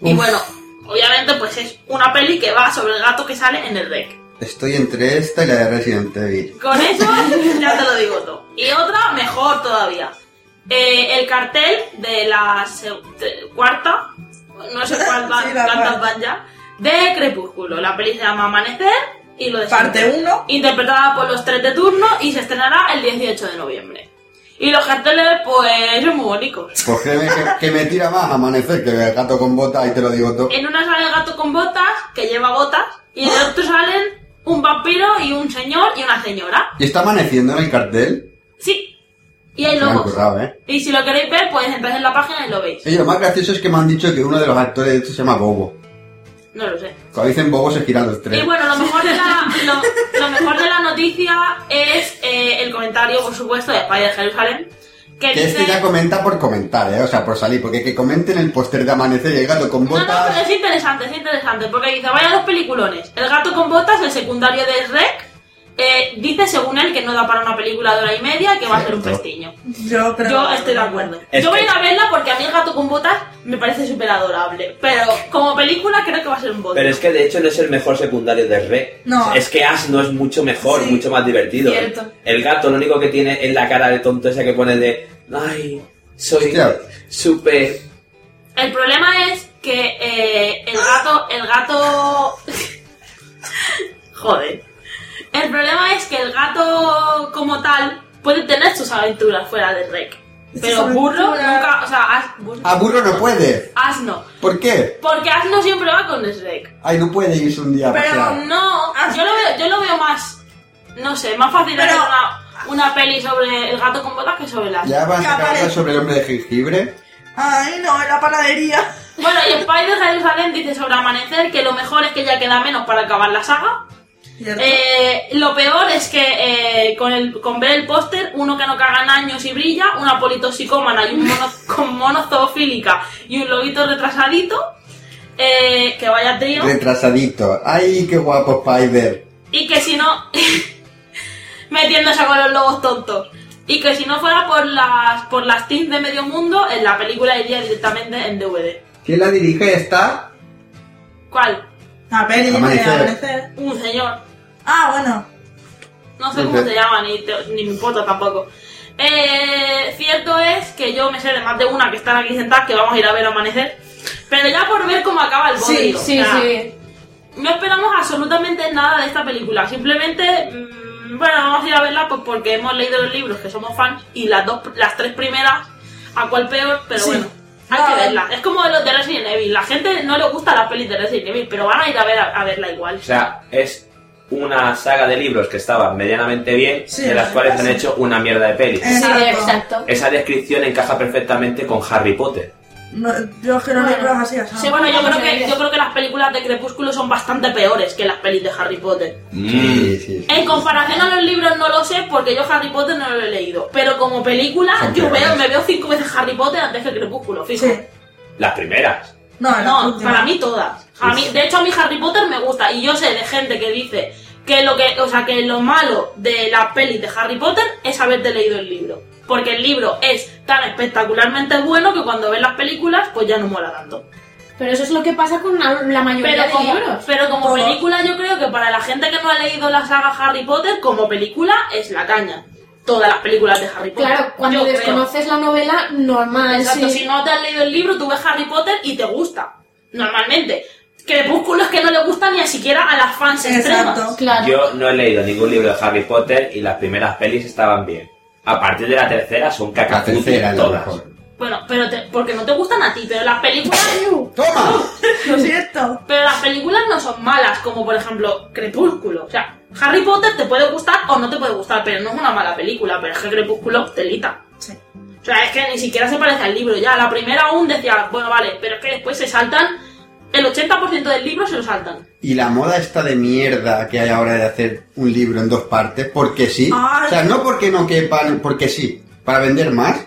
[SPEAKER 1] Y
[SPEAKER 3] Uf.
[SPEAKER 1] bueno, obviamente, pues es una peli que va sobre el gato que sale en el rec.
[SPEAKER 3] Estoy entre esta y la de Resident Evil.
[SPEAKER 1] Con eso ya te lo digo todo. Y otra mejor todavía. Eh, el cartel de la se- te- cuarta, no sé cuál van,
[SPEAKER 2] Sí, la
[SPEAKER 1] cuántas
[SPEAKER 2] cuarta.
[SPEAKER 1] van ya, de Crepúsculo. La peli se llama Amanecer y lo de
[SPEAKER 2] Parte
[SPEAKER 1] siempre.
[SPEAKER 2] 1.
[SPEAKER 1] Interpretada por los tres de turno y se estrenará el 18 de noviembre. Y los carteles, pues, son muy bonitos.
[SPEAKER 3] Pues créeme que, que me tira más amanecer que el gato con bota y te lo digo todo.
[SPEAKER 1] En una sale el gato con botas, que lleva botas, y en
[SPEAKER 2] ¡Ah!
[SPEAKER 1] el otro salen un vampiro y un señor y una señora.
[SPEAKER 3] ¿Y está amaneciendo en el cartel?
[SPEAKER 1] Sí, Y hay
[SPEAKER 3] Se lo han
[SPEAKER 1] lobos.
[SPEAKER 3] currado, ¿eh?
[SPEAKER 1] Y si lo queréis ver, pues entráis en la página y lo veis.
[SPEAKER 3] Oye, lo más gracioso es que me han dicho que uno de los actores de esto se llama Bobo.
[SPEAKER 1] No lo sé.
[SPEAKER 3] Cuando dicen Bobo se giran los tres.
[SPEAKER 1] Y bueno, lo mejor de la, lo, lo mejor de la noticia es eh, el comentario, por supuesto, de Spider Jerusalem. Que
[SPEAKER 3] que este
[SPEAKER 1] dice...
[SPEAKER 3] ya comenta por comentar, ¿eh? O sea, por salir. Porque que comenten el póster de Amanecer y el gato con
[SPEAKER 1] No, no, pero
[SPEAKER 3] botas...
[SPEAKER 1] es interesante, es interesante, porque dice, vaya dos peliculones. El gato con botas, el secundario de Shrek, eh, dice según él que no da para una película de hora y media, que va a ser un
[SPEAKER 3] Cierto.
[SPEAKER 1] pestiño.
[SPEAKER 2] Yo, pero...
[SPEAKER 1] Yo estoy de acuerdo.
[SPEAKER 5] Es
[SPEAKER 1] Yo voy a
[SPEAKER 5] que-
[SPEAKER 1] ir a verla porque a mí el gato con botas me parece súper adorable. Pero como película creo que va a ser un bote.
[SPEAKER 5] Pero es que de hecho no es el mejor secundario de Re.
[SPEAKER 2] No.
[SPEAKER 5] Es que Ash no es mucho mejor,
[SPEAKER 2] Sí.
[SPEAKER 5] mucho más divertido.
[SPEAKER 4] Cierto.
[SPEAKER 5] El gato lo único que tiene es la cara de tonto esa que pone de. Ay, soy
[SPEAKER 3] Hostia.
[SPEAKER 5] súper.
[SPEAKER 1] El problema es que eh, el gato, el gato... Joder. El problema es que el gato como tal puede tener sus aventuras fuera del rec. Pero
[SPEAKER 2] Sus
[SPEAKER 1] burro
[SPEAKER 2] aventuras.
[SPEAKER 1] nunca... O sea, as, burro-
[SPEAKER 3] A Ah, burro no puede.
[SPEAKER 1] asno.
[SPEAKER 3] ¿Por qué?
[SPEAKER 1] Porque asno siempre va con Shrek.
[SPEAKER 3] Ay, no puede irse un día a
[SPEAKER 2] Pero
[SPEAKER 3] pasear.
[SPEAKER 1] No, yo lo veo, yo lo veo más... No sé, más fácil
[SPEAKER 2] Pero-
[SPEAKER 1] hacer una, una peli sobre el gato con botas que sobre el asno.
[SPEAKER 3] ¿Ya van
[SPEAKER 2] que
[SPEAKER 3] a sacar
[SPEAKER 2] aparece.
[SPEAKER 3] algo sobre el hombre de jengibre?
[SPEAKER 2] Ay, no, en la panadería.
[SPEAKER 1] Bueno, y Spider Jerusalem dice sobre Amanecer que lo mejor es que ya queda menos para acabar la saga.
[SPEAKER 2] ¿Cierto?
[SPEAKER 1] Eh, lo peor es que eh, con, el, con ver el póster, uno que no caga en años y brilla, una politoxicómana y un mono con mono zoofílica y un lobito retrasadito, eh, que vaya trío,
[SPEAKER 3] Retrasadito. Ay, qué guapo Spider.
[SPEAKER 1] y que si no, metiéndose con los lobos tontos. Y que si no fuera por las por las teens de medio mundo, en la película iría directamente en DVD.
[SPEAKER 3] ¿Quién la dirige? Está...
[SPEAKER 1] ¿Cuál?
[SPEAKER 2] La peli, de
[SPEAKER 3] Amanecer.
[SPEAKER 2] amanecer.
[SPEAKER 1] Un señor.
[SPEAKER 2] Ah, bueno.
[SPEAKER 1] No sé cómo
[SPEAKER 3] Ujú.
[SPEAKER 1] se llama, ni, te- ni me importa tampoco. Eh, cierto es que yo me sé de más de una que están aquí sentadas que vamos a ir a ver amanecer. Pero ya por ver cómo acaba el
[SPEAKER 2] Sí,
[SPEAKER 1] bodrio, o
[SPEAKER 4] Sí,
[SPEAKER 1] sea,
[SPEAKER 4] sí.
[SPEAKER 1] No esperamos absolutamente nada de esta película. Simplemente, mm, bueno, vamos a ir a verla pues, porque hemos leído los libros, que somos fans, y las dos, las tres primeras, a cuál peor, pero
[SPEAKER 2] Sí.
[SPEAKER 1] bueno. Hay
[SPEAKER 2] Ah,
[SPEAKER 1] que verla. Es como los de Resident Evil. La gente no le gusta las pelis de Resident Evil, pero van a ir a, ver, a verla igual.
[SPEAKER 5] O sea, es una saga de libros que estaban medianamente bien,
[SPEAKER 2] Sí,
[SPEAKER 5] de las
[SPEAKER 2] sí,
[SPEAKER 5] cuales
[SPEAKER 2] sí.
[SPEAKER 5] han hecho una mierda de peli.
[SPEAKER 2] Eh.
[SPEAKER 4] Sí,
[SPEAKER 2] Exacto.
[SPEAKER 4] exacto.
[SPEAKER 5] Esa descripción encaja perfectamente con Harry Potter.
[SPEAKER 2] No, yo quiero
[SPEAKER 4] Bueno.
[SPEAKER 2] libros así, así.
[SPEAKER 1] Sí, bueno, yo creo, que,
[SPEAKER 4] Vamos a
[SPEAKER 1] yo creo que las películas de Crepúsculo son bastante peores que las pelis de Harry Potter.
[SPEAKER 3] Mm.
[SPEAKER 5] Mm.
[SPEAKER 3] Sí, sí, sí.
[SPEAKER 1] En comparación a los libros no lo sé porque yo Harry Potter no lo he leído. Pero como película,
[SPEAKER 3] Son
[SPEAKER 1] yo
[SPEAKER 3] peores.
[SPEAKER 1] veo, me veo cinco veces Harry Potter antes que Crepúsculo, fijo.
[SPEAKER 2] Sí.
[SPEAKER 5] Las primeras.
[SPEAKER 2] No, la
[SPEAKER 1] No,
[SPEAKER 2] última.
[SPEAKER 1] para mí todas. A mí, de hecho, a mí Harry Potter me gusta. Y yo sé de gente que dice que lo que, o sea, que lo malo de las pelis de Harry Potter es haberte leído el libro. Porque el libro es tan espectacularmente bueno que cuando ves las películas, pues ya no mola tanto.
[SPEAKER 4] Pero eso es lo que pasa con la la mayoría
[SPEAKER 1] Pero
[SPEAKER 4] de
[SPEAKER 1] como,
[SPEAKER 4] libros.
[SPEAKER 1] pero como
[SPEAKER 2] Todo.
[SPEAKER 1] película, yo creo que para la gente que no ha leído la saga Harry Potter, como película es la caña. Todas las películas de Harry Potter.
[SPEAKER 4] Claro, cuando
[SPEAKER 1] Yo creo.
[SPEAKER 4] desconoces la novela, normal,
[SPEAKER 1] Exacto,
[SPEAKER 4] sí.
[SPEAKER 1] si no te has leído el libro, tú ves Harry Potter y te gusta. Normalmente. Crepúsculo es que no le gusta ni a siquiera a las fans
[SPEAKER 2] Exacto.
[SPEAKER 1] extremas.
[SPEAKER 4] Claro.
[SPEAKER 5] Yo no he leído ningún libro de Harry Potter y las primeras pelis estaban bien. A partir de la tercera son
[SPEAKER 3] La tercera
[SPEAKER 5] cacafutis
[SPEAKER 3] es la
[SPEAKER 5] todas.
[SPEAKER 3] mejor.
[SPEAKER 1] Bueno, pero te- porque no te gustan a ti, pero las películas.
[SPEAKER 3] ¡Toma!
[SPEAKER 2] Lo siento.
[SPEAKER 1] Pero las películas no son malas, como por ejemplo Crepúsculo. O sea, Harry Potter te puede gustar o no te puede gustar, pero no es una mala película, pero es que Crepúsculo telita.
[SPEAKER 2] Sí.
[SPEAKER 1] O sea, es que ni siquiera se parece al libro ya. La primera aún decía, bueno, vale, pero es que después se saltan. El 80% del libro se lo saltan.
[SPEAKER 3] Y la moda esta de mierda que hay ahora de hacer un libro en dos partes, porque sí.
[SPEAKER 2] Ay.
[SPEAKER 3] O sea, no porque no quepan, porque sí. Para vender más.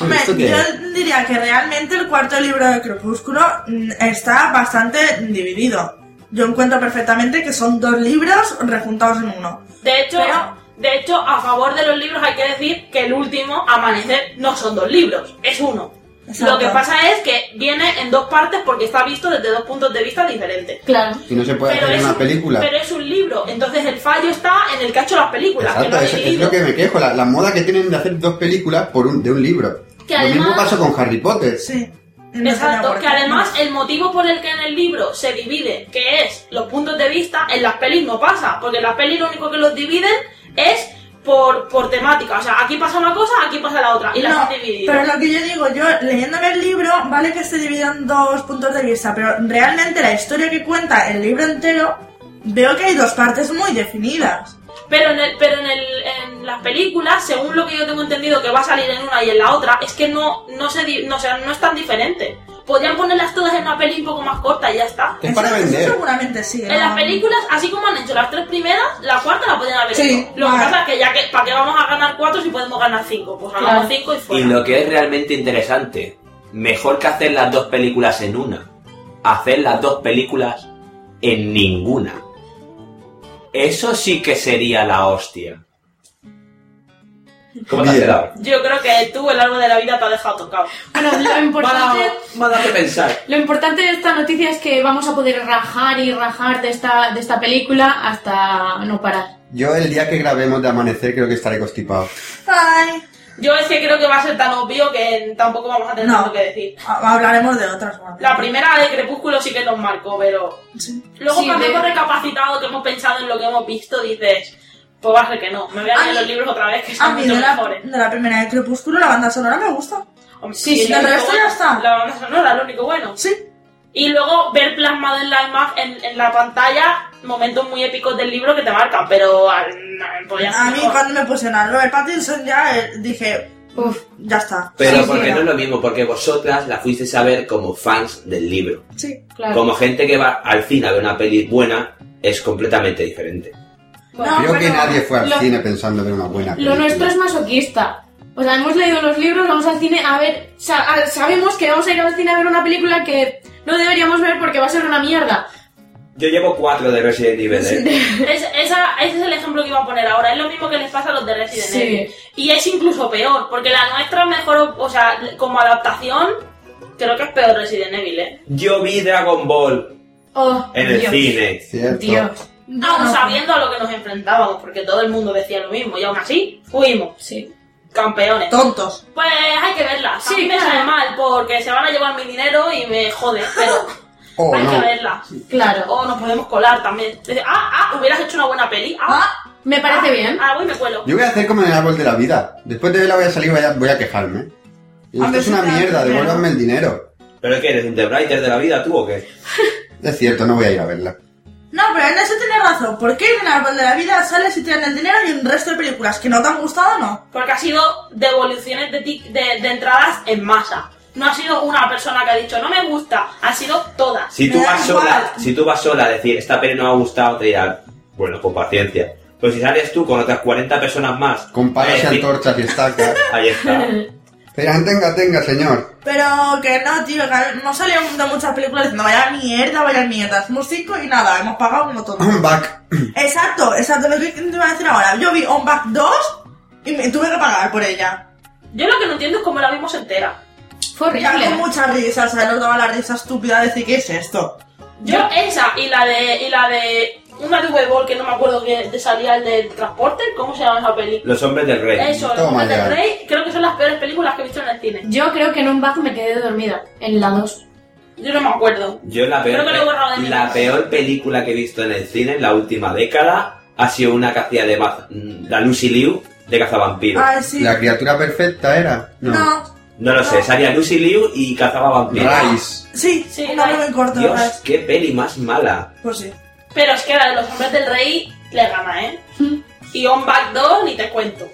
[SPEAKER 2] Hombre,
[SPEAKER 3] ¿Esto qué es?
[SPEAKER 2] yo diría que realmente el cuarto libro de Crepúsculo mm, está bastante dividido. Yo encuentro perfectamente que son dos libros rejuntados en uno.
[SPEAKER 1] De hecho,
[SPEAKER 2] Pero-
[SPEAKER 1] de hecho, a favor de los libros hay que decir que el último, Amanecer, no son dos libros, es uno.
[SPEAKER 2] Exacto.
[SPEAKER 1] Lo que pasa es que viene en dos partes porque está visto desde dos puntos de vista diferentes.
[SPEAKER 4] Claro.
[SPEAKER 3] Y no se puede hacer
[SPEAKER 1] es
[SPEAKER 3] una
[SPEAKER 1] un-
[SPEAKER 3] película.
[SPEAKER 1] pero es un libro, entonces el fallo está en el que ha hecho las películas, que
[SPEAKER 3] Exacto,
[SPEAKER 1] no ha
[SPEAKER 3] es, es
[SPEAKER 1] dividido.
[SPEAKER 3] lo que me quejo. La, la moda que tienen de hacer dos películas por un, de un libro.
[SPEAKER 1] Que
[SPEAKER 3] lo
[SPEAKER 1] además-
[SPEAKER 3] mismo pasó con Harry Potter.
[SPEAKER 2] Sí. Y no tenía
[SPEAKER 1] Exacto,
[SPEAKER 2] por
[SPEAKER 1] que
[SPEAKER 2] qué.
[SPEAKER 1] además el motivo por el que en el libro se divide, que es los puntos de vista, en las pelis no pasa, porque en las pelis lo único que los dividen es por, por temática, o sea, aquí pasa una cosa, aquí pasa la otra, y las
[SPEAKER 2] No,
[SPEAKER 1] han dividido.
[SPEAKER 2] pero lo que yo digo, yo leyéndome el libro, vale que se dividan dos puntos de vista, pero realmente la historia que cuenta el libro entero, veo que hay dos partes muy definidas.
[SPEAKER 1] Pero en, el- pero en, el- en las películas, según lo que yo tengo entendido que va a salir en una y en la otra, es que no, no, se, di- no, o sea, no es tan diferente. Podrían ponerlas todas en una peli un poco más corta y ya está.
[SPEAKER 3] Es para
[SPEAKER 2] Eso- eso
[SPEAKER 3] vender.
[SPEAKER 2] seguramente sí.
[SPEAKER 1] En las películas, así como han hecho las tres primeras, la cuarta la podrían haber
[SPEAKER 2] Sí,
[SPEAKER 1] hecho. Lo que
[SPEAKER 2] vale.
[SPEAKER 1] pasa es que ya que, ¿para qué vamos a ganar cuatro si podemos ganar cinco? Pues ganamos
[SPEAKER 4] Claro.
[SPEAKER 1] cinco y
[SPEAKER 5] Y
[SPEAKER 1] fuera.
[SPEAKER 5] lo que es realmente interesante, mejor que hacer las dos películas en una, hacer las dos películas en ninguna. Eso sí que sería la hostia. ¿Cómo te has
[SPEAKER 3] Bien.
[SPEAKER 5] quedado?
[SPEAKER 1] Yo creo que tú, el árbol de la vida, te ha dejado tocado.
[SPEAKER 4] Bueno, lo importante,
[SPEAKER 5] Me ha dado que pensar.
[SPEAKER 4] lo importante de esta noticia es que vamos a poder rajar y rajar de esta, de esta película hasta no parar.
[SPEAKER 3] Yo el día que grabemos de amanecer creo que estaré constipado.
[SPEAKER 2] Ay.
[SPEAKER 1] Yo es que creo que va a ser tan obvio que tampoco vamos a tener
[SPEAKER 2] No.
[SPEAKER 1] tanto que decir.
[SPEAKER 2] Ha- Hablaremos de otras. seguramente.
[SPEAKER 1] La primera de Crepúsculo sí que nos marcó, pero luego
[SPEAKER 4] Sí,
[SPEAKER 1] cuando
[SPEAKER 4] de-
[SPEAKER 1] hemos recapacitado, que hemos pensado en lo que hemos visto, dices, pues va a ser que no. Me voy a
[SPEAKER 4] Ah,
[SPEAKER 2] A
[SPEAKER 1] leer
[SPEAKER 2] mí-
[SPEAKER 1] los libros otra vez, que
[SPEAKER 2] A
[SPEAKER 1] son
[SPEAKER 2] mí
[SPEAKER 1] mucho
[SPEAKER 2] de la,
[SPEAKER 1] mejores.
[SPEAKER 2] de la primera de Crepúsculo la banda sonora me gusta.
[SPEAKER 1] Hombre,
[SPEAKER 4] Sí, sí,
[SPEAKER 1] lo
[SPEAKER 2] el
[SPEAKER 1] único
[SPEAKER 2] resto ya
[SPEAKER 1] bueno-
[SPEAKER 2] está.
[SPEAKER 1] La banda sonora, lo único bueno.
[SPEAKER 2] Sí.
[SPEAKER 1] Y luego ver plasmado en la, ima- en, en la pantalla momentos muy épicos del libro que te marcan, pero al, al- podía ser
[SPEAKER 2] A mí
[SPEAKER 1] mejor.
[SPEAKER 2] cuando me pusieron a Robert Pattinson ya eh, dije,
[SPEAKER 4] Uf,
[SPEAKER 2] ya está.
[SPEAKER 5] Pero
[SPEAKER 4] Sí, sí,
[SPEAKER 5] porque
[SPEAKER 4] ya.
[SPEAKER 5] no es lo mismo, porque vosotras la fuisteis a ver como fans del libro.
[SPEAKER 2] Sí.
[SPEAKER 4] claro.
[SPEAKER 5] Como gente que va al cine a ver una peli buena, es completamente diferente.
[SPEAKER 4] Bueno,
[SPEAKER 3] creo que
[SPEAKER 2] pero
[SPEAKER 3] nadie fue al
[SPEAKER 4] lo-
[SPEAKER 3] cine pensando en ver una buena
[SPEAKER 4] Lo
[SPEAKER 3] película.
[SPEAKER 4] nuestro es masoquista. O sea, hemos leído los libros, vamos al cine a ver. sa- a- sabemos que vamos a ir al cine a ver una película que no deberíamos ver porque va a ser una mierda.
[SPEAKER 5] Yo llevo cuatro de Resident Evil. ¿eh?
[SPEAKER 1] Es- esa- ese es el ejemplo que iba a poner ahora. Es lo mismo que les pasa a los de Resident
[SPEAKER 4] Sí.
[SPEAKER 1] Evil. Y es incluso peor, porque la nuestra mejor, o sea, como adaptación, creo que es peor Resident Evil, ¿eh?
[SPEAKER 5] Yo vi Dragon Ball
[SPEAKER 4] Oh,
[SPEAKER 5] en el
[SPEAKER 4] Dios.
[SPEAKER 5] cine.
[SPEAKER 3] Cierto.
[SPEAKER 4] Dios.
[SPEAKER 1] Aún sabiendo a lo que nos enfrentábamos, porque todo el mundo decía lo mismo, y aún así fuimos
[SPEAKER 4] Sí.
[SPEAKER 1] campeones.
[SPEAKER 2] Tontos.
[SPEAKER 1] Pues hay que verla. Sí,
[SPEAKER 4] Sí,
[SPEAKER 1] me
[SPEAKER 4] claro.
[SPEAKER 1] sale mal, porque se van a llevar mi dinero y me jode, pero
[SPEAKER 3] O
[SPEAKER 1] hay que
[SPEAKER 3] Oh, no.
[SPEAKER 1] verla.
[SPEAKER 4] Claro.
[SPEAKER 1] O Oh, nos podemos colar también. Dice, ah, ah, hubieras hecho una buena peli. Ah,
[SPEAKER 4] Ah, me parece
[SPEAKER 1] ah,
[SPEAKER 4] bien.
[SPEAKER 1] Ah, voy y me cuelo.
[SPEAKER 3] Yo voy a hacer como en el árbol de la vida. Después de verla voy a salir y vaya- voy a quejarme. Y
[SPEAKER 2] A
[SPEAKER 3] Esto
[SPEAKER 2] ver
[SPEAKER 3] es
[SPEAKER 2] si
[SPEAKER 3] una
[SPEAKER 2] te dan
[SPEAKER 3] mierda,
[SPEAKER 2] dinero.
[SPEAKER 3] devuélvanme el dinero.
[SPEAKER 5] ¿Pero qué eres? ¿Interbrighter de la vida tú o qué?
[SPEAKER 3] Es cierto, no voy a ir a verla.
[SPEAKER 2] No, pero en eso tienes razón. ¿Por qué en el árbol de la vida sales y te dan el dinero y en el resto de películas que no te han gustado no?
[SPEAKER 1] Porque ha sido devoluciones de, ti- de, de entradas en masa. No ha sido una persona que ha dicho no me gusta, han sido todas.
[SPEAKER 5] Si tú
[SPEAKER 2] Me da
[SPEAKER 5] vas
[SPEAKER 2] igual.
[SPEAKER 5] sola, si tú vas sola a decir esta peli no me ha gustado, te dirán, bueno, con paciencia. Pero si sales tú con otras 40 personas más,
[SPEAKER 3] Con palas y
[SPEAKER 5] eh,
[SPEAKER 3] antorchas y estacas.
[SPEAKER 5] Ahí está.
[SPEAKER 3] Pero tenga, tenga, señor.
[SPEAKER 2] Pero que no, tío, que no salieron de muchas películas diciendo vaya mierda, vaya mierda. Hacemos cinco y nada, hemos pagado un montón.
[SPEAKER 3] I'm back.
[SPEAKER 2] Exacto, exacto, lo que te iba a decir ahora. Yo vi On Back 2 y me tuve que pagar por ella.
[SPEAKER 1] Yo lo que no entiendo es cómo la vimos entera.
[SPEAKER 4] Fue
[SPEAKER 2] Ya con
[SPEAKER 4] horrible.
[SPEAKER 2] muchas risas, o sea, nos daba la risa estúpida de decir, ¿qué es esto?
[SPEAKER 1] Yo esa y la de y la de una de Weibol que no me acuerdo que te salía el del transporte, ¿cómo se llama esa película?
[SPEAKER 5] Los hombres del rey.
[SPEAKER 1] Eso, Los
[SPEAKER 3] Toma
[SPEAKER 1] Hombres del
[SPEAKER 3] ya.
[SPEAKER 1] Rey, creo que son las peores películas que he visto en el cine.
[SPEAKER 4] Yo creo que en un bazo me quedé dormida. En la 2.
[SPEAKER 1] Yo no me acuerdo.
[SPEAKER 5] Yo la peor,
[SPEAKER 1] Creo que lo he borrado de mi
[SPEAKER 5] la
[SPEAKER 1] mente.
[SPEAKER 5] peor película que he visto en el cine en la última década ha sido una que hacía de Baz- la Lucy Liu de Cazavampiros.
[SPEAKER 2] Ay, sí.
[SPEAKER 3] La criatura perfecta era. No.
[SPEAKER 2] No,
[SPEAKER 5] No lo sé, salía Lucy Liu y cazaba vampiros.
[SPEAKER 3] Rice.
[SPEAKER 2] sí,
[SPEAKER 1] Sí,
[SPEAKER 2] un nombre
[SPEAKER 1] la-
[SPEAKER 2] muy corto.
[SPEAKER 5] Dios,
[SPEAKER 2] ¿sabes?
[SPEAKER 5] qué peli más mala.
[SPEAKER 2] Pues sí.
[SPEAKER 1] Pero es que la de los hombres del rey le gana, ¿eh? Y On Back 2 ni te cuento.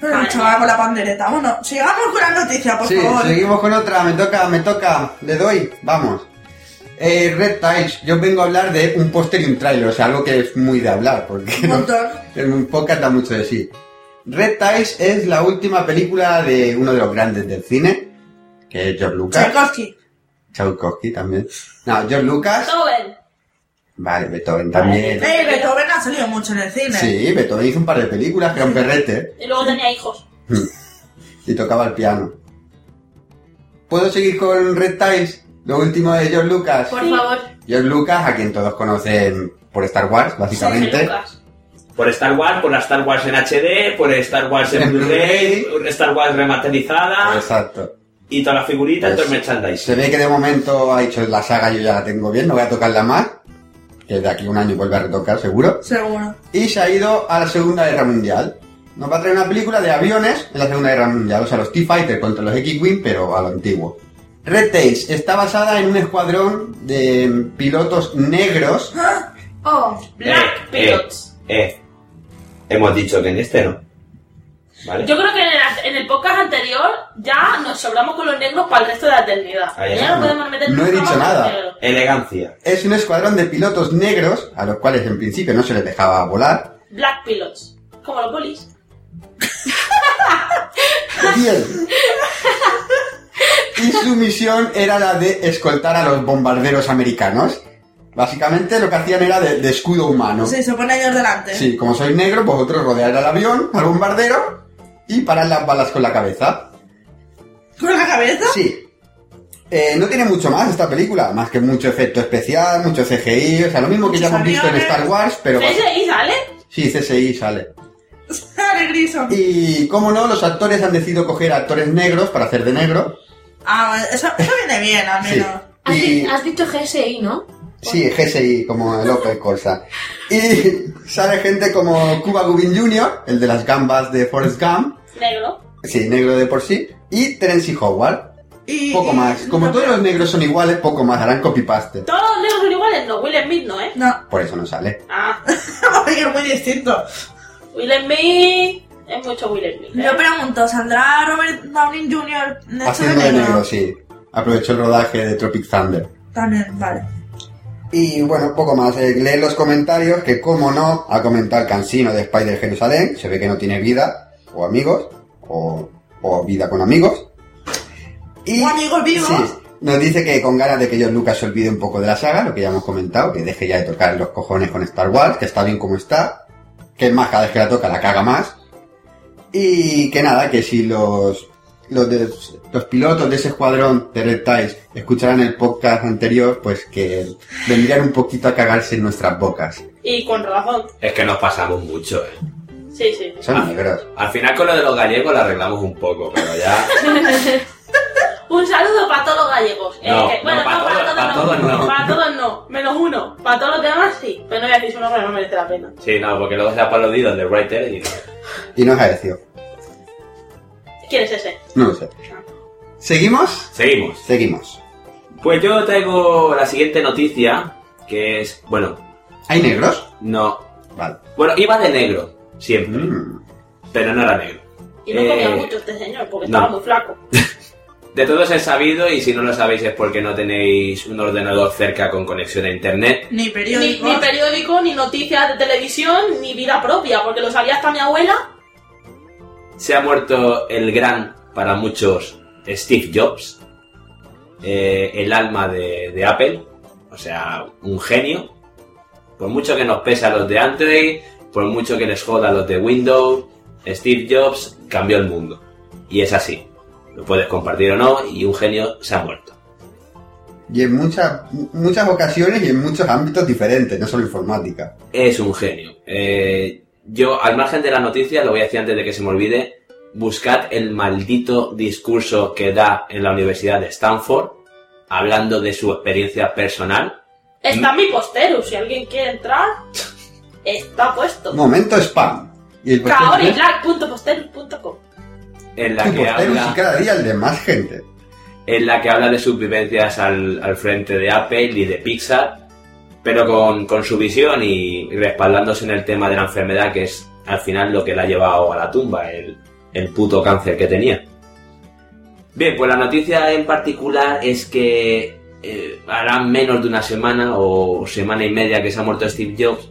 [SPEAKER 2] Pero
[SPEAKER 1] Madre
[SPEAKER 2] el chaval con la pandereta. Bueno, sigamos con la noticia, por
[SPEAKER 3] Sí,
[SPEAKER 2] favor.
[SPEAKER 3] seguimos con otra. Me toca, me toca. Le doy. Vamos. Eh, Red Tiles. Yo vengo a hablar de un póster y un tráiler. O sea, algo que es muy de hablar. Porque
[SPEAKER 2] Un
[SPEAKER 3] no,
[SPEAKER 2] montón.
[SPEAKER 3] en un podcast da mucho de sí. Red Tiles es la última película de uno de los grandes del cine. Que es George Lucas.
[SPEAKER 2] Tchaikovsky.
[SPEAKER 3] Tchaikovsky también. No, George Lucas.
[SPEAKER 1] Beethoven.
[SPEAKER 3] Vale, Beethoven también.
[SPEAKER 2] Eh, Beethoven ha salido mucho en el cine.
[SPEAKER 3] Sí, Beethoven hizo un par de películas, que era un perrete,
[SPEAKER 1] Y luego tenía hijos.
[SPEAKER 3] y tocaba el piano. ¿Puedo seguir con Red Tiles? Lo último de George Lucas.
[SPEAKER 4] Por favor.
[SPEAKER 3] George Lucas, a quien todos conocen por Star Wars,
[SPEAKER 1] Jorge
[SPEAKER 3] básicamente.
[SPEAKER 1] Lucas.
[SPEAKER 5] Por Star Wars, por la Star Wars en HD, por Star Wars en
[SPEAKER 3] En
[SPEAKER 5] Blu-ray, Pues.
[SPEAKER 3] Blu-ray.
[SPEAKER 5] Star Wars remasterizada
[SPEAKER 3] Exacto.
[SPEAKER 5] y todas las figuritas, todo el
[SPEAKER 3] Pues,
[SPEAKER 5] merchandise.
[SPEAKER 3] Se ve que de momento ha hecho la saga, yo ya la tengo bien, no voy a tocarla más. Que de aquí a un año vuelve a retocar, seguro.
[SPEAKER 2] Seguro.
[SPEAKER 3] Y se ha ido a la Segunda Guerra Mundial. Nos va a traer una película de aviones en la Segunda Guerra Mundial, o sea, los T-Fighter contra los X-Wing, pero a lo antiguo. Red Tails está basada en un escuadrón de pilotos negros
[SPEAKER 4] Oh,
[SPEAKER 1] Black
[SPEAKER 5] Eh, eh,
[SPEAKER 1] Pilots.
[SPEAKER 5] eh. Hemos dicho que en este no. ¿Vale?
[SPEAKER 1] Yo creo que en el, en el podcast anterior ya nos sobramos con los negros para el resto de la eternidad.
[SPEAKER 5] Ahí
[SPEAKER 1] ya
[SPEAKER 5] está.
[SPEAKER 1] no podemos meter
[SPEAKER 3] No he
[SPEAKER 1] nunca más
[SPEAKER 3] dicho nada.
[SPEAKER 1] con los negros.
[SPEAKER 5] Elegancia.
[SPEAKER 3] Es un escuadrón de pilotos negros, a los cuales en principio no se les dejaba volar.
[SPEAKER 1] Black Pilots. Como los polis.
[SPEAKER 3] Bien. Y su misión era la de escoltar a los bombarderos americanos. Básicamente lo que hacían era de, de escudo humano.
[SPEAKER 2] Sí, se pone ellos delante.
[SPEAKER 3] Sí, como sois negro, vosotros rodear al avión, al bombardero, y parar las balas con la cabeza.
[SPEAKER 2] ¿Con la cabeza?
[SPEAKER 3] Sí. Eh, no tiene mucho más esta película, más que mucho efecto especial, mucho CGI, o sea, lo mismo que ya hemos visto en
[SPEAKER 2] Aviones.
[SPEAKER 3] Star Wars, pero...
[SPEAKER 1] ¿Veis ahí, sale?
[SPEAKER 3] Sí, CSI sale.
[SPEAKER 2] Sale Grison.
[SPEAKER 3] Y, como no, los actores han decidido coger actores negros para hacer de negro.
[SPEAKER 2] Ah, eso, eso viene bien, al
[SPEAKER 3] Sí.
[SPEAKER 2] menos.
[SPEAKER 4] Has,
[SPEAKER 3] Y-
[SPEAKER 4] di- has dicho GSI, ¿no?
[SPEAKER 3] Sí, GSI, como López Corsa. Y sale gente como Cuba Gooding Jr., el de las gambas de Forrest Gump.
[SPEAKER 1] Negro.
[SPEAKER 3] Sí, negro de por sí. Y Terence Howard.
[SPEAKER 2] Y, eh,
[SPEAKER 3] Poco más. Como
[SPEAKER 2] no,
[SPEAKER 3] todos los negros son iguales, poco más. Harán copy-paste.
[SPEAKER 1] Todos los negros son iguales. No, Will Smith no, ¿eh?
[SPEAKER 2] No,
[SPEAKER 3] Por eso no sale.
[SPEAKER 1] Ah,
[SPEAKER 2] porque es muy distinto.
[SPEAKER 1] Will Smith. Es mucho Will Smith. ¿eh?
[SPEAKER 2] Yo pregunto, ¿saldrá Robert Downing Jr. en este
[SPEAKER 3] Haciendo de negro, sí. Aprovechó el rodaje de Tropic Thunder.
[SPEAKER 2] También, vale.
[SPEAKER 3] Y bueno, poco más. eh, leer los comentarios que, como no, ha comentado el cansino de Spider Jerusalén. Se ve que no tiene vida, o amigos, o, o vida con amigos. Y,
[SPEAKER 2] O amigos vivos.
[SPEAKER 3] Sí, nos dice que con ganas de que John Lucas se olvide un poco de la saga, lo que ya hemos comentado, que deje ya de tocar los cojones con Star Wars, que está bien como está, que es más, cada vez que la toca la caga más. Y que nada, que si los los, de- los pilotos de ese escuadrón de Reptiles escucharán el podcast anterior, pues que vendrían un poquito a cagarse en nuestras bocas.
[SPEAKER 1] Y con razón.
[SPEAKER 5] Es que nos pasamos mucho, eh.
[SPEAKER 1] Sí, sí.
[SPEAKER 3] Son negros.
[SPEAKER 5] Al final con lo de los gallegos lo arreglamos un poco, pero ya.
[SPEAKER 1] Un saludo para todos los gallegos. Eh,
[SPEAKER 5] No,
[SPEAKER 1] que-
[SPEAKER 5] no, pa' todos, pa' todos no.
[SPEAKER 1] Para todos no. Menos uno. Para todos los demás sí. Pero no voy a decir su nombre, no merece la pena.
[SPEAKER 5] Sí, no, porque luego se ha parodido el de Writer y.
[SPEAKER 3] Y no es aecio.
[SPEAKER 1] ¿Quién es ese?
[SPEAKER 3] No lo sé. ¿Seguimos?
[SPEAKER 5] Seguimos.
[SPEAKER 3] Seguimos.
[SPEAKER 5] Pues yo traigo la siguiente noticia, que es. Bueno,
[SPEAKER 3] ¿Hay negros?
[SPEAKER 5] no.
[SPEAKER 3] Vale.
[SPEAKER 5] Bueno, iba de negro, siempre,
[SPEAKER 3] Mm.
[SPEAKER 5] pero no era negro.
[SPEAKER 1] Y no
[SPEAKER 5] Eh,
[SPEAKER 1] comía mucho este señor porque
[SPEAKER 5] no.
[SPEAKER 1] estaba muy flaco.
[SPEAKER 5] De todos es sabido, y si no lo sabéis es porque no tenéis un ordenador cerca con conexión a internet,
[SPEAKER 2] Ni
[SPEAKER 1] Ni,
[SPEAKER 2] periódico.
[SPEAKER 1] ni periódico, ni noticias de televisión, ni vida propia, porque lo sabía hasta mi abuela.
[SPEAKER 5] se ha muerto el gran, para muchos, Steve Jobs, eh, el alma de, de Apple, o sea, un genio. Por mucho que nos pese a los de Android, por mucho que les joda a los de Windows, Steve Jobs cambió el mundo. Y es así. Lo puedes compartir o no, y un genio se ha muerto.
[SPEAKER 3] Y en muchas, muchas ocasiones y en muchos ámbitos diferentes, no solo informática.
[SPEAKER 5] Es un genio. Eh, yo, al margen de la noticia, lo voy a decir antes de que se me olvide, buscad el maldito discurso que da en la Universidad de Stanford, hablando de su experiencia personal. Mm.
[SPEAKER 1] Está en mi postero, si alguien quiere entrar, está puesto.
[SPEAKER 3] Momento spam. Y
[SPEAKER 5] pues
[SPEAKER 3] el
[SPEAKER 1] Kaoriblack.posterus.com
[SPEAKER 5] En la,
[SPEAKER 3] Tu
[SPEAKER 5] que
[SPEAKER 3] postero
[SPEAKER 5] habla,
[SPEAKER 3] sí cada día el de más gente.
[SPEAKER 5] en la que habla de sus vivencias al, al frente de Apple y de Pixar, pero con, con su visión y respaldándose en el tema de la enfermedad, que es al final lo que la ha llevado a la tumba, el, el puto cáncer que tenía. Bien, pues la noticia en particular es que eh, hará menos de una semana o semana y media que se ha muerto Steve Jobs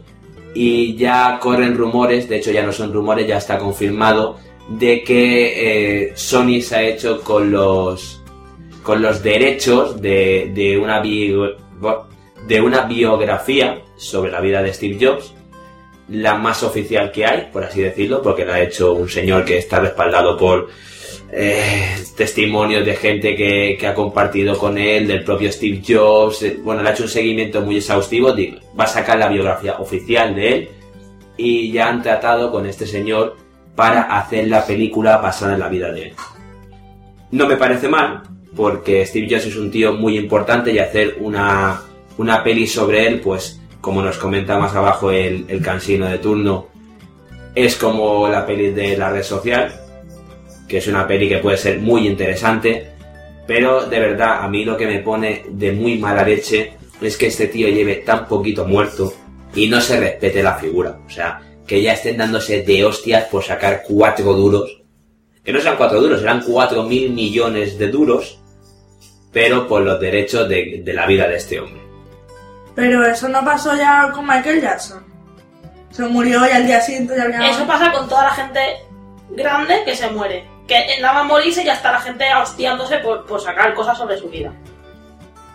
[SPEAKER 5] y ya corren rumores, de hecho ya no son rumores, ya está confirmado, de que eh, Sony se ha hecho con los con los derechos de, de una bio- de una biografía sobre la vida de Steve Jobs, la más oficial que hay, por así decirlo, porque la ha hecho un señor que está respaldado por eh, testimonios de gente que, que ha compartido con él, del propio Steve Jobs. eh, Bueno, le ha hecho un seguimiento muy exhaustivo. di- Va a sacar la biografía oficial de él y ya han tratado con este señor para hacer la película basada en la vida de él. No me parece mal, porque Steve Jobs es un tío muy importante y hacer una, una peli sobre él, pues como nos comenta más abajo el, el cansino de turno, es como la peli de la red social, que es una peli que puede ser muy interesante, pero de verdad a mí lo que me pone de muy mala leche es que este tío lleve tan poquito muerto y no se respete la figura, o sea, que ya estén dándose de hostias por sacar cuatro duros. Que no sean cuatro duros, serán cuatro mil millones de duros, pero por los derechos de, de la vida de este hombre.
[SPEAKER 2] Pero eso no pasó ya con Michael Jackson. Se murió y al día siguiente ya había...
[SPEAKER 1] Eso pasa con toda la gente grande que se muere. Que nada más morirse ya está la gente hostiándose por, por sacar cosas sobre su vida.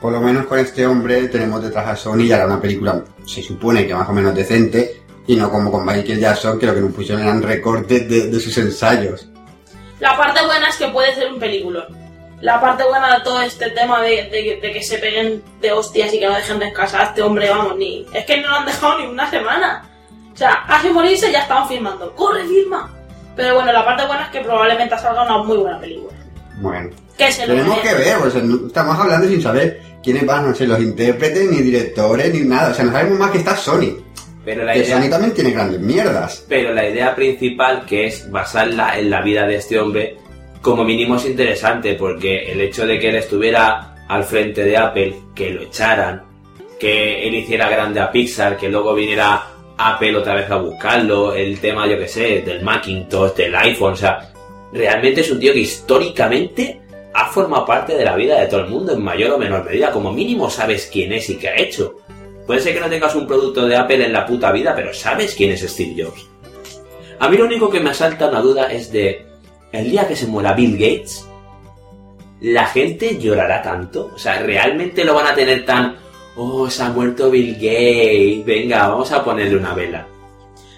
[SPEAKER 3] Por lo menos con este hombre tenemos detrás a Sony y hará una película, se supone que más o menos decente, y no como con Michael Jackson, que lo que nos pusieron eran recortes de, de sus ensayos.
[SPEAKER 1] La parte buena es que puede ser un película. La parte buena de todo este tema de, de- de que se peguen de hostias y que no dejen descansar a este hombre, vamos, ni. Es que no lo han dejado ni una semana. O sea, hace morirse ya estaban firmando. ¡Corre, firma! Pero bueno, la parte buena es que probablemente salga una muy buena película.
[SPEAKER 3] Bueno,
[SPEAKER 1] Que se lo
[SPEAKER 3] tenemos que
[SPEAKER 1] merece.
[SPEAKER 3] ver, o sea, no- estamos hablando sin saber quiénes van a ser los intérpretes, ni directores, ni nada. O sea, no sabemos más que está Sony.
[SPEAKER 5] Pero la
[SPEAKER 3] Que
[SPEAKER 5] idea...
[SPEAKER 3] Sony también tiene grandes mierdas.
[SPEAKER 5] pero la idea principal que es basarla en la vida de este hombre como mínimo es interesante porque el hecho de que él estuviera al frente de Apple, que lo echaran, que él hiciera grande a Pixar, que luego viniera Apple otra vez a buscarlo, el tema, yo que sé, del Macintosh, del iPhone, o sea, realmente es un tío que históricamente ha formado parte de la vida de todo el mundo en mayor o menor medida, como mínimo sabes quién es y qué ha hecho. Puede ser que no tengas un producto de Apple en la puta vida, pero sabes quién es Steve Jobs. A mí lo único que me asalta una duda es de el día que se muera Bill Gates, la gente llorará tanto, o sea, realmente lo van a tener tan, oh, se ha muerto Bill Gates, venga, vamos a ponerle una vela.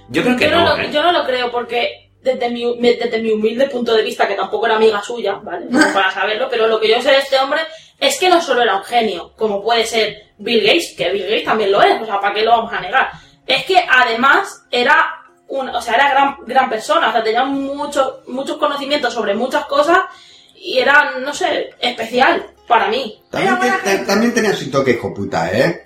[SPEAKER 5] Yo creo que
[SPEAKER 1] yo, no
[SPEAKER 5] no,
[SPEAKER 1] lo,
[SPEAKER 5] ¿eh?
[SPEAKER 1] yo no lo creo porque desde mi, hu- desde mi humilde punto de vista, que tampoco era amiga suya, ¿vale? No para saberlo, pero lo que yo sé de este hombre es que no solo era un genio, como puede ser Bill Gates, que Bill Gates también lo es, o sea, ¿para qué lo vamos a negar? Es que además era un, o sea, era gran, gran persona, o sea, tenía muchos, muchos conocimientos sobre muchas cosas y era, no sé, especial para mí.
[SPEAKER 3] También,
[SPEAKER 2] buena
[SPEAKER 3] te- te- también tenía su toque hijo puta, ¿eh?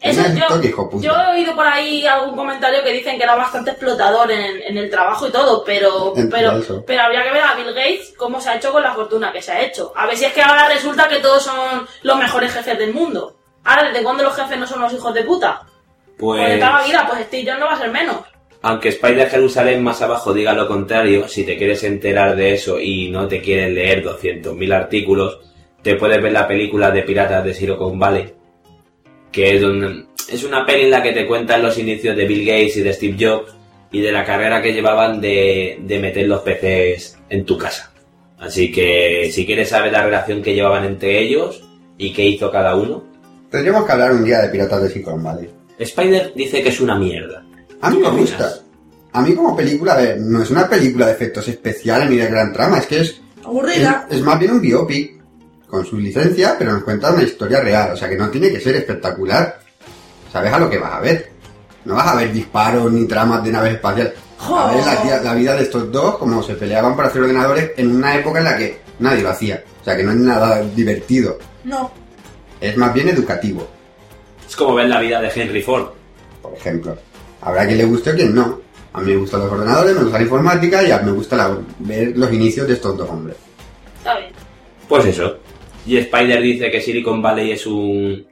[SPEAKER 1] Eso
[SPEAKER 3] Tenía su
[SPEAKER 1] yo,
[SPEAKER 3] toque hijo puta.
[SPEAKER 1] yo he oído por ahí algún comentario que dicen que era bastante explotador en, en el trabajo y todo, pero,
[SPEAKER 3] En
[SPEAKER 1] pero,
[SPEAKER 3] falso.
[SPEAKER 1] pero habría que ver a Bill Gates cómo se ha hecho con la fortuna que se ha hecho. A ver si es que ahora resulta que todos son los mejores jefes del mundo. Ahora, ¿desde cuándo los jefes no son los hijos de puta? Pues de
[SPEAKER 5] Pues...
[SPEAKER 1] toda la vida, pues Steve Jobs no va a ser menos.
[SPEAKER 5] Aunque Spider Jerusalén más abajo diga lo contrario, si te quieres enterar de eso y no te quieren leer 200.000 artículos, te puedes ver la película de Piratas de Silicon Valley, que es, donde- es una peli en la que te cuentan los inicios de Bill Gates y de Steve Jobs y de la carrera que llevaban de, de meter los PCs en tu casa. Así que si quieres saber la relación que llevaban entre ellos y qué hizo cada uno,
[SPEAKER 3] Tendríamos que hablar un día de Piratas de Silicon Valley.
[SPEAKER 5] Spider dice que es una mierda.
[SPEAKER 3] A mí
[SPEAKER 5] ¿Tú
[SPEAKER 3] me
[SPEAKER 5] qué opinas?
[SPEAKER 3] gusta. A mí como película, a ver, no es una película de efectos especiales ni de gran trama, es que es Es,
[SPEAKER 2] Aburrida.
[SPEAKER 3] es más bien un biopic, con su licencia, pero nos cuenta una historia real, o sea que no tiene que ser espectacular. Sabes a lo que vas a ver. No vas a ver disparos ni tramas de naves espaciales. Vas A ver la, tía- la vida de estos dos, como se peleaban por hacer ordenadores en una época en la que nadie lo hacía. O sea que no es nada divertido.
[SPEAKER 2] No.
[SPEAKER 3] Es más bien educativo,
[SPEAKER 5] Es como ver la vida de Henry Ford.
[SPEAKER 3] por ejemplo. Habrá quien le guste o quien no. A mí me gustan los ordenadores, me gusta la informática y a mí me gusta la- ver los inicios de estos dos hombres.
[SPEAKER 1] Está bien.
[SPEAKER 5] Pues eso. Y Spider dice que Silicon Valley es un...